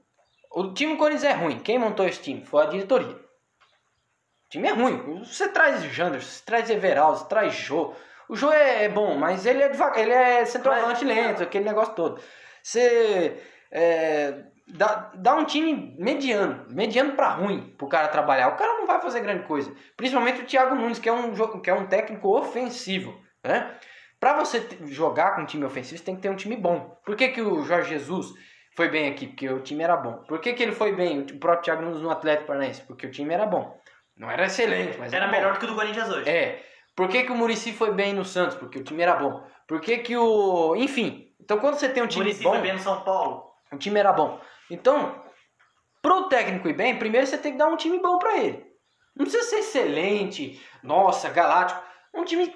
Speaker 2: O time Corinthians é ruim. Quem montou esse time? Foi a diretoria. O time é ruim. Você traz Janderson, você traz Everaldo, você traz Jô. O Jô é, é bom, mas ele é, deva- ele é centroavante lento, aquele negócio todo. Você é, dá, dá um time mediano, mediano pra ruim, pro cara trabalhar. O cara não vai fazer grande coisa. Principalmente o Thiago Nunes, que é um, jo- que é um técnico ofensivo, né? Pra você te- jogar com um time ofensivo, você tem que ter um time bom. Por que, que o Jorge Jesus foi bem aqui? Porque o time era bom. Por que, que ele foi bem, o próprio Thiago Nunes, no Atlético Paranaense? Porque o time era bom. né? Não era excelente, mas é
Speaker 3: Era
Speaker 2: bom.
Speaker 3: melhor do que o do Corinthians hoje.
Speaker 2: É. Por que, que o Murici foi bem no Santos? Porque o time era bom. Por que, que o. Enfim. Então quando você tem um
Speaker 3: o
Speaker 2: time
Speaker 3: Muricy
Speaker 2: bom.
Speaker 3: foi bem no São Paulo.
Speaker 2: O time era bom. Então, pro técnico ir bem, primeiro você tem que dar um time bom pra ele. Não precisa ser excelente, nossa, galáctico. Um time,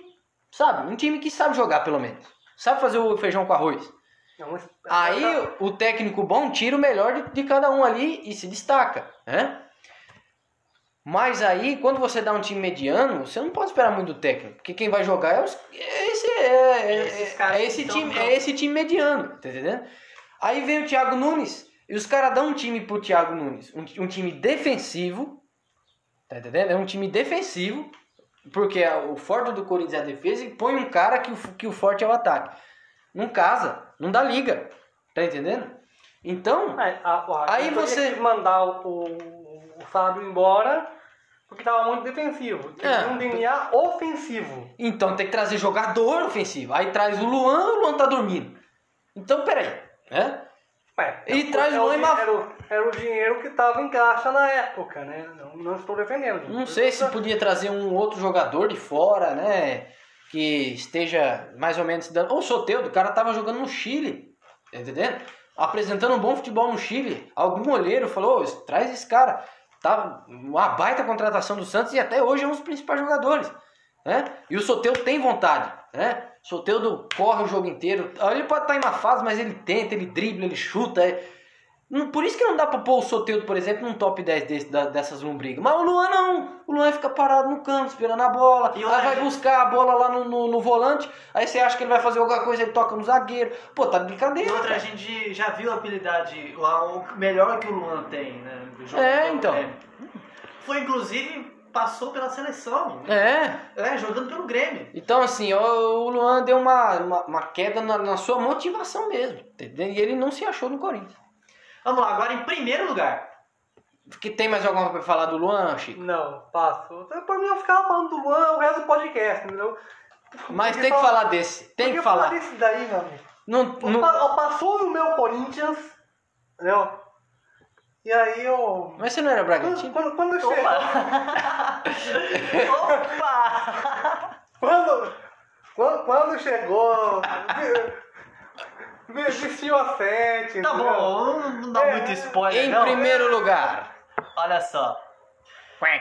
Speaker 2: sabe? Um time que sabe jogar, pelo menos. Sabe fazer o feijão com arroz.
Speaker 1: É um
Speaker 2: Aí o técnico bom tira o melhor de, de cada um ali e se destaca, né? Mas aí, quando você dá um time mediano, você não pode esperar muito do técnico, porque quem vai jogar é, os- é esse, é, é-
Speaker 3: Esses
Speaker 2: é-
Speaker 3: caras
Speaker 2: é
Speaker 3: que
Speaker 2: esse
Speaker 3: estão
Speaker 2: time,
Speaker 3: no
Speaker 2: é
Speaker 3: campo.
Speaker 2: esse time mediano, tá entendendo? Aí vem o Thiago Nunes e os caras dão um time pro Thiago Nunes, um, ti- um time defensivo, tá entendendo? É um time defensivo, porque a- o forte do Corinthians é a defesa e põe um cara que o, f- que o forte é o ataque. Não casa, não dá liga, tá entendendo? Então,
Speaker 1: Aí, é, a, a,
Speaker 2: Aí
Speaker 1: eu
Speaker 2: você-
Speaker 1: tive que mandar o, o, o Fábio embora porque tava muito defensivo. Tinha
Speaker 2: É.
Speaker 1: um DNA ofensivo.
Speaker 2: Então tem que trazer jogador ofensivo. Aí traz o Luan, o Luan tá dormindo. Então, peraí. Né?
Speaker 1: Ué,
Speaker 2: E
Speaker 1: é o-
Speaker 2: traz
Speaker 1: é o
Speaker 2: Luan e
Speaker 1: di-
Speaker 2: Maf-
Speaker 1: era, o- era o dinheiro que tava em caixa na época, né? Não, não estou defendendo. gente.
Speaker 2: Não sei se podia trazer um outro jogador de fora, né? Que esteja mais ou menos se dando. Ou o Soteudo, o cara tava jogando no Chile. Tá entendendo? Apresentando um bom futebol no Chile. Algum olheiro falou: "Ô, traz esse cara. Tá uma baita contratação do Santos e até hoje é um dos principais jogadores. né? E o Soteudo tem vontade, né? O Soteudo corre o jogo inteiro. Ah, Ele pode estar em uma fase, mas ele tenta, ele dribla, ele chuta. é- Não- Por isso que não dá pra pôr o Soteudo, por exemplo, num top 10 desse- da- dessas lombrigas. Mas o Luan não. O Luan fica parado no canto, esperando a bola.
Speaker 3: E o
Speaker 2: aí vai
Speaker 3: Léo?
Speaker 2: buscar a bola lá no, no- no volante. Aí você acha que ele vai fazer alguma coisa, ele toca no zagueiro. Pô, tá de
Speaker 3: E
Speaker 2: brincadeira.
Speaker 3: outra,
Speaker 2: cara.
Speaker 3: a gente já viu a habilidade, lá, o melhor que o Luan tem, né? do jogo
Speaker 2: É,
Speaker 3: do
Speaker 2: então.
Speaker 3: Grêmio. Foi, inclusive, passou pela seleção.
Speaker 2: É.
Speaker 3: É, jogando pelo Grêmio.
Speaker 2: Então, assim, o o Luan deu uma, uma, uma queda na, na sua motivação mesmo. Entendeu? E ele não se achou no Corinthians.
Speaker 3: Vamos lá, agora em primeiro lugar.
Speaker 2: Que tem mais alguma coisa pra falar do Luan, Chico?
Speaker 1: Não, passo. Por mim eu ficava falando do Luan o resto do podcast, entendeu?
Speaker 2: Mas
Speaker 1: Porque
Speaker 2: tem que
Speaker 1: fala-
Speaker 2: falar desse. Tem
Speaker 1: porque
Speaker 2: que falar.
Speaker 1: desse daí, meu amigo.
Speaker 2: Não, não...
Speaker 1: Pa- Passou no meu Corinthians, entendeu? E aí eu.
Speaker 2: Mas você não era
Speaker 1: Quando,
Speaker 2: Bragantino?
Speaker 1: quando, quando eu cheguei.
Speaker 3: Opa!
Speaker 1: Quando, quando, quando chegou. vi- vi- Vestiu a sete.
Speaker 3: tá
Speaker 1: entendeu? É.
Speaker 3: bom, não dá muito spoiler,
Speaker 2: Em
Speaker 3: não.
Speaker 2: primeiro lugar.
Speaker 3: Olha só.
Speaker 1: Peraí,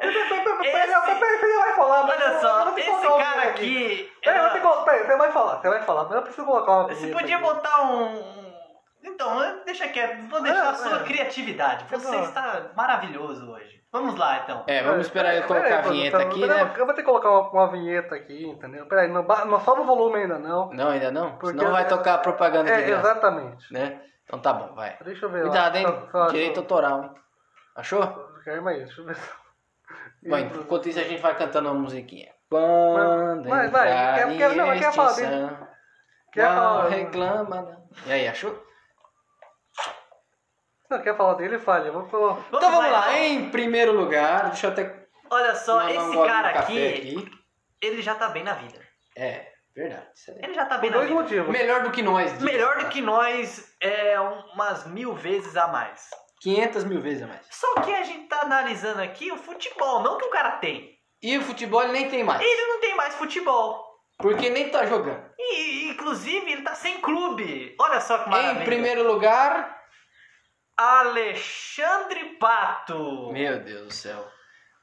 Speaker 1: peraí,
Speaker 3: Esse-
Speaker 1: peraí, peraí, peraí, você vai falar, mas eu-
Speaker 3: Olha
Speaker 1: eu
Speaker 3: só,
Speaker 1: não tenho
Speaker 3: esse
Speaker 1: contar o
Speaker 3: cara
Speaker 1: nome
Speaker 3: aqui.
Speaker 1: Peraí, É, eu
Speaker 3: era-
Speaker 1: tenho que- peraí, você vai falar, você vai falar, mas eu preciso colocar uma.
Speaker 3: Você
Speaker 1: vinheta
Speaker 3: podia
Speaker 1: aqui.
Speaker 3: botar um. Então, eu- deixa quieto, vou deixar
Speaker 1: Ah,
Speaker 3: a sua
Speaker 1: é.
Speaker 3: criatividade.
Speaker 1: Tá
Speaker 3: Você
Speaker 1: bom.
Speaker 3: está maravilhoso hoje. Vamos lá, então.
Speaker 2: É, vamos esperar
Speaker 1: Peraí,
Speaker 2: eu colocar a
Speaker 1: peraí,
Speaker 2: vinheta
Speaker 1: produção,
Speaker 2: aqui,
Speaker 1: peraí,
Speaker 2: né?
Speaker 1: Eu vou ter que colocar uma, uma vinheta aqui, entendeu? Peraí, não, ba- não sobe o volume ainda não.
Speaker 2: Não, ainda não?
Speaker 1: Porque
Speaker 2: Senão vai
Speaker 1: eu-
Speaker 2: tocar a propaganda
Speaker 1: É,
Speaker 2: de graça,
Speaker 1: exatamente.
Speaker 2: né? Então tá bom, vai.
Speaker 1: Deixa eu ver
Speaker 2: Cuidado,
Speaker 1: lá. tá
Speaker 2: hein?
Speaker 1: Só- só-
Speaker 2: Direito
Speaker 1: só-
Speaker 2: autoral, hein? Achou?
Speaker 1: Calma aí, deixa eu ver. só.
Speaker 2: Bom, então,
Speaker 1: Isso.
Speaker 2: enquanto isso a gente vai cantando uma musiquinha. Quando
Speaker 1: vai, vai,
Speaker 2: entrar
Speaker 1: quero- quero- não,
Speaker 2: em
Speaker 1: quero falar dele.
Speaker 2: extinção,
Speaker 1: Quer
Speaker 2: não
Speaker 1: falar,
Speaker 2: reclama, não. E aí, achou?
Speaker 1: não, quer falar dele? Fale. Eu vou colocar.
Speaker 2: então vamos lá,
Speaker 3: então.
Speaker 2: em primeiro lugar, deixa eu até
Speaker 3: Olha só,
Speaker 2: mandar um
Speaker 3: esse
Speaker 2: gole de
Speaker 3: cara
Speaker 2: café
Speaker 3: aqui, ele já tá bem na vida.
Speaker 2: É, verdade. isso é-
Speaker 3: Ele já tá bem na
Speaker 1: Dois
Speaker 3: vida.
Speaker 1: motivos.
Speaker 2: Melhor do que nós. diga.
Speaker 3: Melhor do que nós é umas mil vezes a mais.
Speaker 2: 500 mil vezes a mais.
Speaker 3: Só que a gente tá analisando aqui o futebol, não que o cara tem.
Speaker 2: E o futebol ele nem tem mais,
Speaker 3: Ele não tem mais futebol.
Speaker 2: porque nem tá jogando.
Speaker 3: E, inclusive, ele tá sem clube. Olha só que maravilha.
Speaker 2: Em primeiro lugar,
Speaker 3: Alexandre Pato.
Speaker 2: meu Deus do céu.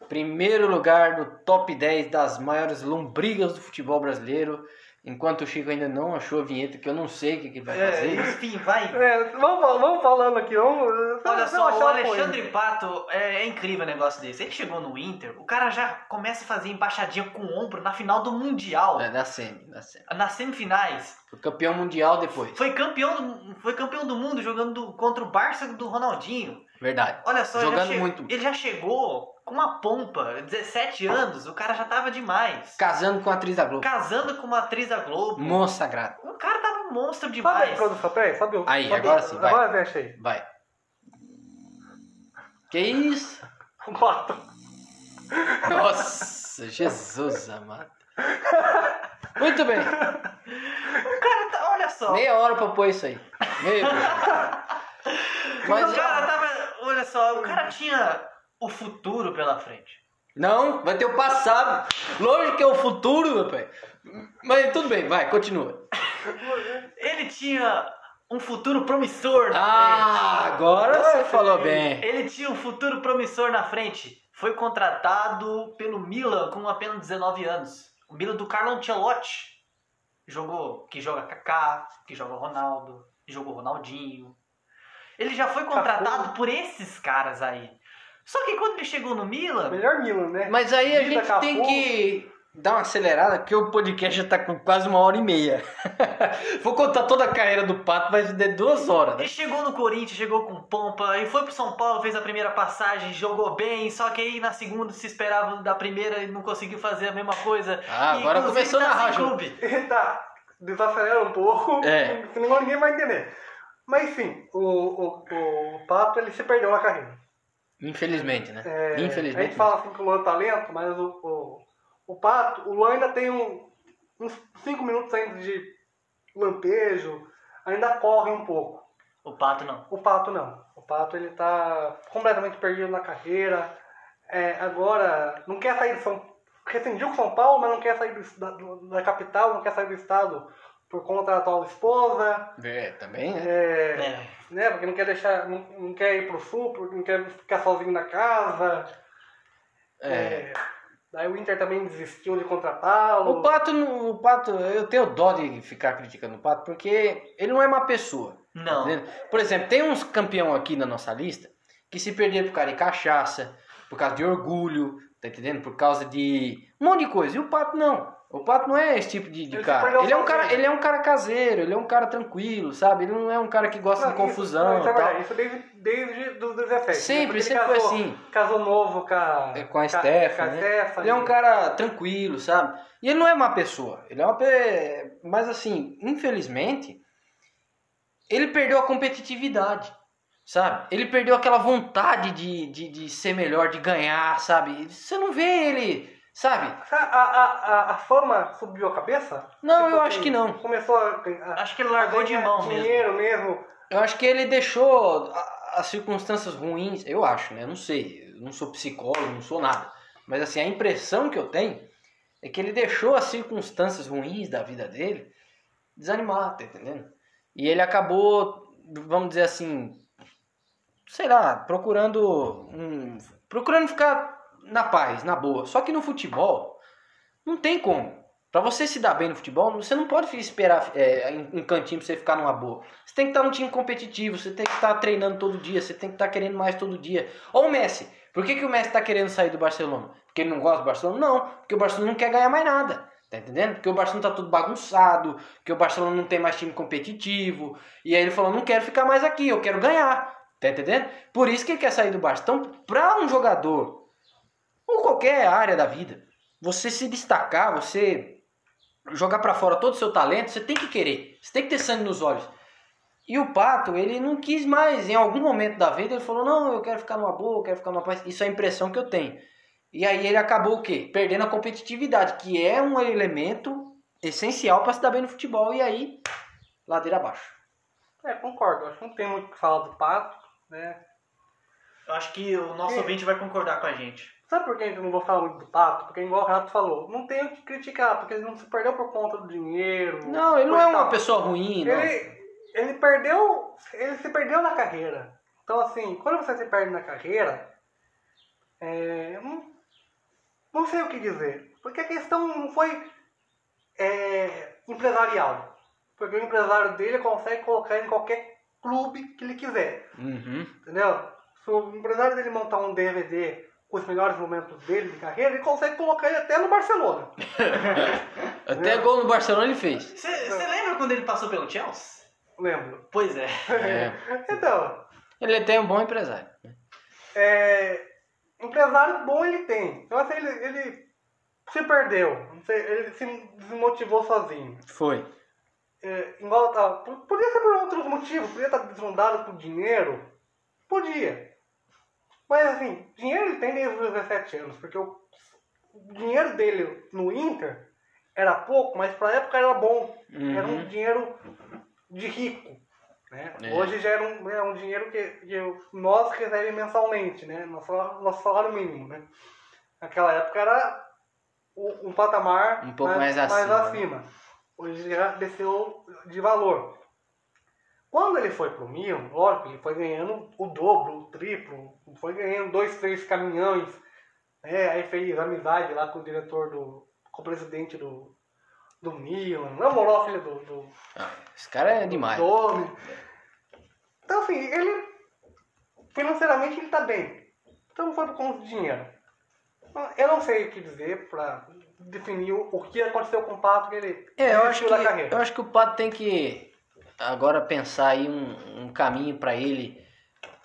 Speaker 2: Primeiro lugar do top 10 das maiores lombrigas do futebol brasileiro. Enquanto o Chico ainda não achou a vinheta, que eu não sei o que, que ele vai
Speaker 3: É,
Speaker 2: fazer.
Speaker 3: enfim, vai.
Speaker 1: É, vamos, fal- vamos falando aqui. Vamos,
Speaker 3: Olha
Speaker 1: vamos
Speaker 3: só,
Speaker 1: achar
Speaker 3: o
Speaker 1: uma
Speaker 3: Alexandre Pato é, é incrível o negócio desse. Ele chegou no Inter, o cara já começa a fazer embaixadinha com o ombro na final do Mundial,
Speaker 2: É, da Semi, da Semi.
Speaker 3: nas semifinais.
Speaker 2: Foi campeão mundial depois.
Speaker 3: Foi campeão, do- foi campeão do mundo jogando do- contra o Barça do Ronaldinho.
Speaker 2: Verdade.
Speaker 3: Olha só, ele já
Speaker 2: Jogando
Speaker 3: che-
Speaker 2: muito.
Speaker 3: ele já chegou com uma pompa, 17 anos, o cara já tava demais.
Speaker 2: Casando com a atriz da Globo.
Speaker 3: Casando com uma atriz da Globo.
Speaker 2: Moça grata.
Speaker 3: O cara tava um monstro
Speaker 1: coisa. Sobe aí,
Speaker 3: demais.
Speaker 1: produção, peraí, sobe o.
Speaker 2: Aí,
Speaker 1: sobe-
Speaker 2: agora sim, vai.
Speaker 1: Agora deixa aí.
Speaker 2: Vai. Que isso?
Speaker 1: Bota.
Speaker 2: Tá Nossa, Jesus amado. Muito bem.
Speaker 3: O cara tá, olha só.
Speaker 2: Meia hora pra pôr isso aí. Meia hora. Mas,
Speaker 3: tá- o cara tava. Olha só, o cara tinha o futuro pela frente.
Speaker 2: Não, vai ter o passado. Longe que é o futuro, rapaz. Mas tudo bem, vai, continua.
Speaker 3: Ele tinha um futuro promissor na
Speaker 2: Ah, agora você falou
Speaker 3: frente.
Speaker 2: bem.
Speaker 3: Ele tinha um futuro promissor na frente. Foi contratado pelo Milan com apenas 19 anos. O Milan do Carlo Ancelotti. Jogou, que joga Kaká, que joga Ronaldo, que jogou Ronaldinho. Ele já foi contratado por esses caras aí. Só que quando ele chegou no Milan,
Speaker 1: Melhor Milan, né?
Speaker 2: Mas aí a
Speaker 1: Vida
Speaker 2: gente
Speaker 1: Cafu.
Speaker 2: tem que dar uma acelerada, porque o podcast já tá com quase uma hora e meia. Vou contar toda a carreira do Pato, vai ser duas horas, né?
Speaker 3: Ele chegou no Corinthians, chegou com pompa, e foi pro São Paulo, fez a primeira passagem, jogou bem, só que aí na segunda se esperava da primeira e não conseguiu fazer a mesma coisa.
Speaker 2: Ah,
Speaker 3: E,
Speaker 2: agora
Speaker 3: inclusive,
Speaker 2: começou
Speaker 3: tá
Speaker 2: na
Speaker 3: sem
Speaker 2: rádio.
Speaker 3: clube.
Speaker 1: tá, desacelera um pouco,
Speaker 2: É.
Speaker 1: senão ninguém vai entender. Mas enfim, o, o, o Pato ele se perdeu na carreira.
Speaker 2: Infelizmente, né?
Speaker 1: É, A
Speaker 2: Infelizmente. né?
Speaker 1: gente fala assim que o Luan é talento, mas o, o, o Pato, o Luan ainda tem um- uns 5 minutos ainda de lampejo, ainda corre um pouco.
Speaker 3: O Pato não.
Speaker 1: O Pato não. O Pato ele tá completamente perdido na carreira. É, agora, não quer sair de São Rescindiu com São Paulo, mas não quer sair do- da, do- da capital, não quer sair do estado por conta da atual esposa.
Speaker 2: É, também, né?
Speaker 1: É,
Speaker 3: É.
Speaker 1: né? Porque não quer deixar. Não, não quer ir pro sul, porque não quer ficar sozinho na casa.
Speaker 2: É.
Speaker 1: É, daí o Inter também desistiu de contratá-lo.
Speaker 2: O Pato, não- o Pato, eu tenho dó de ficar criticando o Pato, porque ele não é uma pessoa. tá
Speaker 3: Não.
Speaker 2: entendendo? Por exemplo, tem uns campeão aqui na nossa lista que se perderam por causa de cachaça, por causa de orgulho, tá entendendo? Por causa de um monte de coisa. E o Pato não. O Pato não é esse tipo de, de
Speaker 1: Ele se
Speaker 2: cara.
Speaker 1: perdeu
Speaker 2: Ele é um cara,
Speaker 1: sozinho.
Speaker 2: ele é um cara caseiro, ele é um cara tranquilo, sabe? Ele não é um cara que gosta
Speaker 1: Não,
Speaker 2: de
Speaker 1: isso-
Speaker 2: confusão
Speaker 1: não, isso,
Speaker 2: e
Speaker 1: é
Speaker 2: tal.
Speaker 1: verdade. Isso desde, desde os 17.
Speaker 2: Sempre,
Speaker 1: Porque ele
Speaker 2: sempre foi
Speaker 1: casou,
Speaker 2: assim.
Speaker 1: Casou novo com a,
Speaker 2: É, com a
Speaker 1: com a-
Speaker 2: Steph,
Speaker 1: com a
Speaker 2: né?
Speaker 1: Steph,
Speaker 2: Ele é um
Speaker 1: e-
Speaker 2: cara tranquilo, sabe? E ele não é má pessoa. Ele é uma pe... Mas assim, infelizmente, ele perdeu a competitividade, sabe? Ele perdeu aquela vontade de, de, de ser melhor, de ganhar, sabe? Você não vê ele, sabe?
Speaker 1: A, a, a, a fama subiu a cabeça?
Speaker 2: Não,
Speaker 1: Tipo
Speaker 2: eu
Speaker 1: assim,
Speaker 2: acho que não.
Speaker 1: Começou a, a,
Speaker 3: Acho que ele largou de
Speaker 1: ganhar
Speaker 3: mão mesmo.
Speaker 1: dinheiro mesmo.
Speaker 2: Eu acho que ele deixou a- as circunstâncias ruins, eu acho, né? Eu Não sei, eu não sou psicólogo, não sou nada. Mas assim, a impressão que eu tenho é que ele deixou as circunstâncias ruins da vida dele desanimar, tá entendendo? E ele acabou, vamos dizer assim, sei lá, procurando um, procurando ficar na paz, na boa. Só que no futebol não tem como. Pra você se dar bem no futebol, você não pode fi- esperar é, em um cantinho pra você ficar numa boa. Você tem que estar num time competitivo, você tem que estar treinando todo dia, você tem que estar querendo mais todo dia. Ou o Messi. Por que, que o Messi tá querendo sair do Barcelona? Porque ele não gosta do Barcelona? Não, porque o Barcelona não quer ganhar mais nada. Tá entendendo? Porque o Barcelona tá tudo bagunçado, que o Barcelona não tem mais time competitivo. E aí ele falou: não quero ficar mais aqui, eu quero ganhar. Tá entendendo? Por isso que ele quer sair do Barça. Então, pra um jogador, ou qualquer área da vida, você se destacar, você jogar pra fora todo o seu talento, você tem que querer, você tem que ter sangue nos olhos. E o Pato, ele não quis mais, em algum momento da vida, ele falou: Não, eu quero ficar numa boa, eu quero ficar numa paz. Isso é a impressão que eu tenho. E aí ele acabou o quê? Perdendo a competitividade, que é um elemento essencial pra se dar bem no futebol. E aí, ladeira abaixo.
Speaker 1: É, concordo. Acho que não tem muito o que falar do Pato, né?
Speaker 3: Eu acho que o nosso
Speaker 1: É.
Speaker 3: ouvinte vai concordar com a gente.
Speaker 1: Sabe por que eu não vou falar muito do Pato? Porque igual o Renato falou, não tem o que criticar, porque ele não se perdeu por conta do dinheiro.
Speaker 2: Não, ele não
Speaker 1: coisa
Speaker 2: é
Speaker 1: e
Speaker 2: uma
Speaker 1: tal.
Speaker 2: pessoa ruim, não.
Speaker 1: Ele, ele perdeu. Ele se perdeu na carreira. Então assim, quando você se perde na carreira, é, não, não sei o que dizer. Porque a questão não foi é, empresarial. Porque o empresário dele consegue colocar em qualquer clube que ele quiser.
Speaker 2: Uhum.
Speaker 1: Entendeu? Se o empresário dele montar um DVD com os melhores momentos dele de carreira, ele consegue colocar ele até no Barcelona.
Speaker 2: Até gol no Barcelona ele fez.
Speaker 3: Você lembra quando ele passou pelo Chelsea?
Speaker 1: Lembro.
Speaker 3: Pois é.
Speaker 2: É.
Speaker 1: Então,
Speaker 2: Ele tem um bom empresário.
Speaker 1: é, empresário bom ele tem. Então assim, ele, ele se perdeu, não sei, ele se desmotivou sozinho.
Speaker 2: Foi.
Speaker 1: É, igual, tá, po- podia ser por outros motivos, podia estar desbandado por dinheiro, podia. Mas assim, dinheiro ele tem desde os 17 anos, porque o, o dinheiro dele no Inter
Speaker 2: Uhum.
Speaker 1: era pouco, mas pra época era bom. Era um dinheiro de um rico. né?
Speaker 2: É.
Speaker 1: Hoje já era um, é um dinheiro que, que nós recebemos mensalmente, né? Nosso, nosso salário mínimo, né? Naquela época era um, um patamar
Speaker 2: Um pouco mais acima, né?
Speaker 1: acima. Hoje já desceu de valor. Quando ele foi pro Milan, lógico, ele foi ganhando o dobro, o triplo, foi ganhando dois, três caminhões, né? Aí fez amizade lá com o diretor do. com o presidente do. do Milan, namorou a filha do- do
Speaker 2: Ah, esse cara é demais.
Speaker 1: Nome. Então, assim, ele. Financeiramente, ele tá bem. Então, foi por conta do dinheiro. Eu não sei o que dizer pra definir o o que aconteceu com o Pato que ele
Speaker 2: É, eu acho,
Speaker 1: desistiu
Speaker 2: que,
Speaker 1: da carreira.
Speaker 2: eu acho que o Pato tem que agora pensar aí um, um caminho pra ele,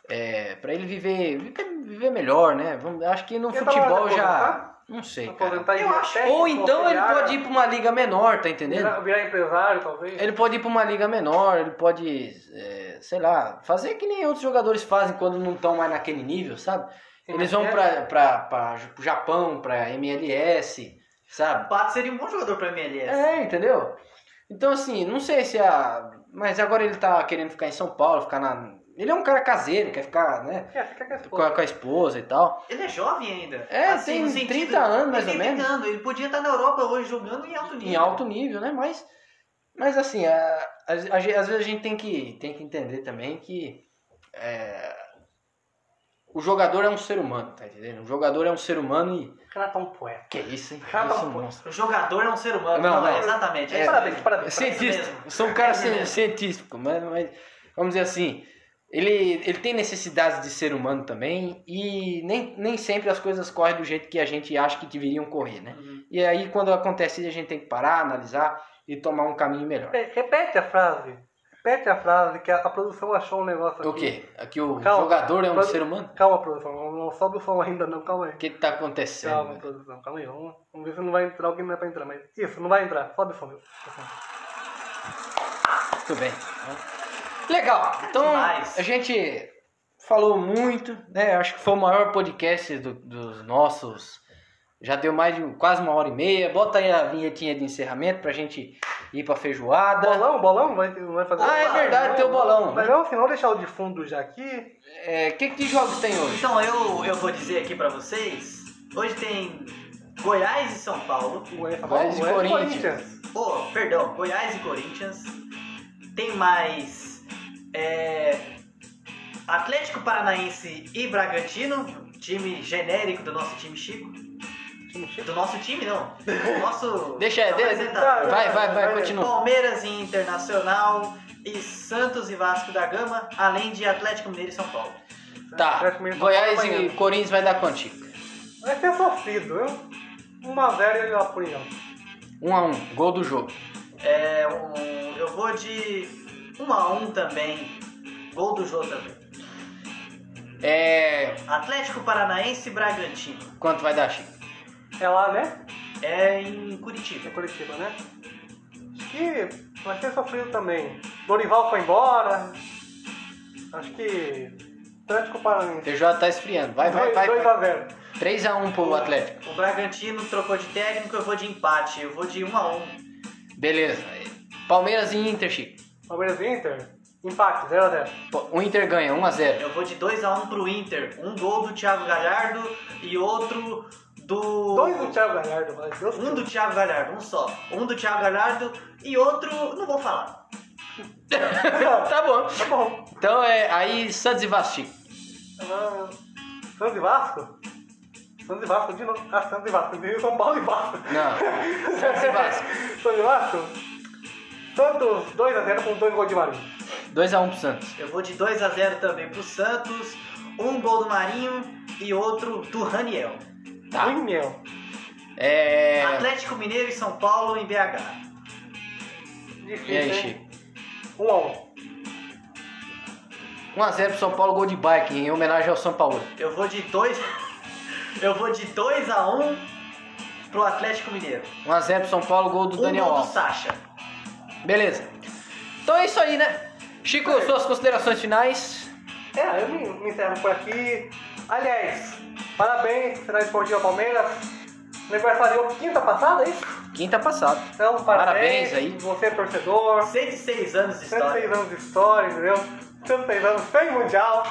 Speaker 2: é, para ele viver, viver, viver melhor, né? Vamos- Acho que no
Speaker 1: Ele tá na hora de
Speaker 2: futebol já,
Speaker 1: aposentar?
Speaker 2: não sei, cara.
Speaker 1: né? Aposentar em
Speaker 3: Eu acho-
Speaker 1: técnico,
Speaker 2: Ou então ele
Speaker 1: auxiliar,
Speaker 2: pode ir pra uma liga menor, tá entendendo?
Speaker 1: virar, virar empresário, talvez.
Speaker 2: Ele pode ir pra uma liga menor, ele pode, é, sei lá, fazer que nem outros jogadores fazem quando não estão mais naquele nível, sabe?
Speaker 1: Sim, mas
Speaker 2: Eles vão
Speaker 1: é-
Speaker 2: pra, pra, pra, pro Japão, pra MLS, sabe?
Speaker 3: O Pato seria um bom jogador pra MLS.
Speaker 2: É, entendeu? Então, assim, não sei se a. Mas agora ele tá querendo ficar em São Paulo, ficar na. Ele é um cara caseiro, quer ficar, né?
Speaker 1: É, fica com essa
Speaker 2: Com a, com a esposa e tal.
Speaker 3: Ele é jovem ainda.
Speaker 2: É, tem 30 anos, mais
Speaker 3: ele
Speaker 2: ou
Speaker 3: tem
Speaker 2: menos.
Speaker 3: 30 anos. Ele podia estar na Europa hoje jogando em alto nível.
Speaker 2: Em alto nível, né? Mas. Mas assim, a- a- a- às vezes a gente tem que, tem que entender também que. é, o jogador é um ser humano, tá entendendo? O jogador é um ser humano e.
Speaker 1: Cara tão poeta.
Speaker 2: Que isso, hein?
Speaker 1: Cara,
Speaker 2: Isso é um
Speaker 1: pô.
Speaker 2: monstro.
Speaker 3: O jogador é um ser humano.
Speaker 2: Não,
Speaker 3: Não,
Speaker 2: não.
Speaker 3: exatamente.
Speaker 2: É.
Speaker 3: isso
Speaker 1: Parabéns,
Speaker 3: mesmo.
Speaker 1: parabéns.
Speaker 2: É
Speaker 3: isso
Speaker 2: cientista.
Speaker 3: mesmo.
Speaker 2: Eu sou um cara
Speaker 3: É isso
Speaker 2: ci-
Speaker 3: mesmo.
Speaker 2: científico, mas, mas vamos dizer assim, ele, ele tem necessidades de ser humano também e nem, nem sempre as coisas correm do jeito que a gente acha que deveriam correr, né?
Speaker 3: Uhum.
Speaker 2: E aí quando acontece a gente tem que parar, analisar e tomar um caminho melhor.
Speaker 1: Re- Repete a frase. Repete a frase que a, a produção achou um negócio aqui.
Speaker 2: O quê? Aqui o
Speaker 1: Calma.
Speaker 2: jogador é um
Speaker 1: Pro-
Speaker 2: ser humano?
Speaker 1: Calma, produção. Não, não sobe o som ainda não, calma aí.
Speaker 2: O que que tá acontecendo?
Speaker 1: Calma, produção, calma aí. Vamos, vamos ver se não vai entrar alguém não é pra entrar, mas. Isso, não vai entrar. Sobe o som, meu.
Speaker 2: Muito bem. Legal. Então,
Speaker 3: Demais.
Speaker 2: a gente falou muito, né? Acho que foi o maior podcast do- dos nossos. Já deu mais de quase uma hora e meia. Bota aí a vinhetinha de encerramento pra gente ir pra feijoada.
Speaker 1: Bolão, bolão? Vai, vai fazer
Speaker 2: Ah, é verdade, tem o bolão.
Speaker 1: Mas não, assim, vamos deixar o de fundo já aqui.
Speaker 2: É, que, que jogos tem hoje?
Speaker 3: Então eu, eu vou dizer aqui pra vocês. Hoje tem Goiás e São Paulo.
Speaker 1: O UEFA
Speaker 2: Goiás e
Speaker 1: o UEFA e
Speaker 2: Corinthians.
Speaker 3: Oh, perdão, Goiás e Corinthians. Tem mais é, Atlético Paranaense e Bragantino, time genérico do nosso time Chico. Do nosso time não. Do nosso.
Speaker 2: Deixa,
Speaker 3: não,
Speaker 2: deixa-
Speaker 3: mas é da-
Speaker 2: vai, vai, vai,
Speaker 1: Tá, Vai,
Speaker 2: continua.
Speaker 3: Palmeiras e Internacional e Santos e Vasco da Gama, além de Atlético Mineiro e São Paulo.
Speaker 2: Tá.
Speaker 1: Atlético Mineiro tá
Speaker 2: Goiás e
Speaker 1: apanhando.
Speaker 2: Corinthians vai dar quanto? Chico?
Speaker 1: Vai ser sofrido, viu? 1x0 ele apanha.
Speaker 2: Um a um. Gol do jogo.
Speaker 3: É um, eu vou de 1 a 1 também. Gol do Jô também.
Speaker 2: É,
Speaker 3: Atlético Paranaense e Bragantino.
Speaker 2: quanto vai dar, Chico?
Speaker 1: É lá, né?
Speaker 3: É em
Speaker 1: É
Speaker 3: Curitiba.
Speaker 1: Curitiba, né? Acho que vai ser sofrido também. Dorival foi embora. Acho que. Atlético
Speaker 2: O
Speaker 1: Paranaense.
Speaker 2: TJ tá esfriando. Vai, vai, vai.
Speaker 1: 2x0.
Speaker 2: 3 a 1 pro Atlético.
Speaker 3: O Bragantino trocou de técnico, eu vou de empate. Eu vou de 1 a 1
Speaker 2: Beleza. Palmeiras e Inter, Chico.
Speaker 1: Palmeiras e Inter. Empate, 0x0.
Speaker 2: Pô, O Inter ganha 1x0.
Speaker 3: Eu vou de 2 a 1 pro Inter. Um gol do Thiago Galhardo e outro do.
Speaker 1: Dois do Thiago Galhardo, mas Deus
Speaker 3: Um do Thiago Galhardo, um só. Um do Thiago Galhardo e outro. Não vou falar.
Speaker 2: tá bom.
Speaker 1: Tá bom.
Speaker 2: Então é aí Santos e Vasco, Chico.
Speaker 1: Ah, Santos e Vasco? Santos e Vasco de novo. Ah, Santos e Vasco. Eu diria São Paulo e Vasco.
Speaker 2: Não. Santos e Vasco.
Speaker 1: Santos e Vasco? Santos 2x0 com dois gols de Marinho.
Speaker 2: 2x1 pro Santos.
Speaker 3: Eu vou de 2 a 0 também pro Santos. Um gol do Marinho e outro do Raniel.
Speaker 2: Tá.
Speaker 1: Ruim meu.
Speaker 2: É.
Speaker 3: Atlético Mineiro e São Paulo em BH.
Speaker 2: E aí,
Speaker 1: Difícil, hein?
Speaker 2: Chico?
Speaker 1: 1x1.
Speaker 2: 1x0 pro São Paulo, gol de bike, em homenagem ao São Paulo.
Speaker 3: Eu vou de 2. eu vou de 2 a 1 pro Atlético Mineiro.
Speaker 2: 1x0 pro São Paulo, gol do
Speaker 3: Um
Speaker 2: Daniel
Speaker 3: gol do
Speaker 2: Alves.
Speaker 3: Sacha.
Speaker 2: Beleza. Então é isso aí, né? Chico,
Speaker 3: É.
Speaker 2: suas considerações finais.
Speaker 1: É, eu me, me encerro por aqui. Aliás, parabéns, Cidade Esportiva Palmeiras. Aniversariou quinta passada, é isso?
Speaker 6: Quinta passada.
Speaker 1: Então, parabéns,
Speaker 6: Parabéns aí.
Speaker 1: Você, torcedor.
Speaker 3: 106 anos de história.
Speaker 1: 106 anos de história, entendeu? 106 anos sem mundial.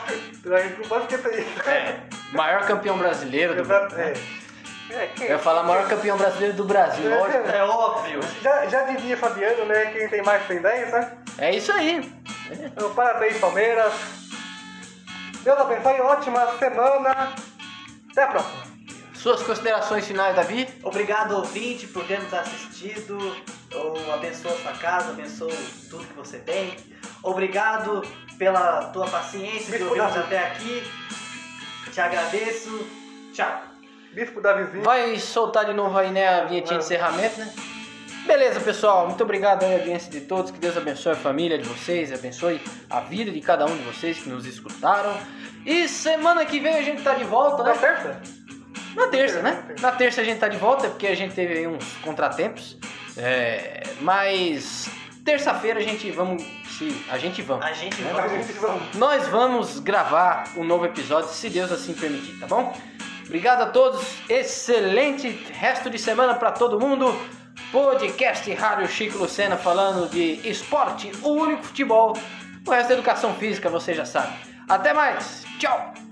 Speaker 1: Não pode esquecer isso.
Speaker 2: É, Maior campeão brasileiro do
Speaker 1: Exato, é. É, quem-
Speaker 2: né? Eu ia falar maior campeão brasileiro do Brasil, lógico.
Speaker 3: É óbvio.
Speaker 1: Já, já dizia Fabiano, né? Quem tem mais tem 10, né?
Speaker 2: É isso aí.
Speaker 1: Então, parabéns, Palmeiras. Deus abençoe, ótima semana. Até a próxima.
Speaker 2: Suas considerações finais, Davi?
Speaker 3: Obrigado, ouvinte, por ter nos assistido. Eu abençoo a sua casa, abençoo tudo que você tem. Obrigado pela tua paciência que ouvimos até aqui. Te agradeço. Tchau.
Speaker 1: Bispo da vizinha.
Speaker 2: Vai soltar de novo aí, né, a vinhetinha de encerramento, né? Beleza, pessoal. Muito obrigado aí, audiência de todos. Que Deus abençoe a família de vocês, abençoe a vida de cada um de vocês que nos escutaram. E semana que vem a gente tá de volta,
Speaker 1: Na
Speaker 2: né?
Speaker 1: terça?
Speaker 2: Na terça, né? Na terça a gente tá de volta, porque a gente teve aí uns contratempos. É, mas terça-feira a gente vamos. Se, a gente vamos.
Speaker 3: A gente
Speaker 1: A
Speaker 3: vai.
Speaker 1: gente vai.
Speaker 2: Nós vamos gravar um novo episódio, se Deus assim permitir, tá bom? Obrigado a todos, excelente resto de semana pra todo mundo. Podcast Rádio Chico Lucena falando de esporte, o único futebol. O resto é educação física, você já sabe. Até mais, tchau!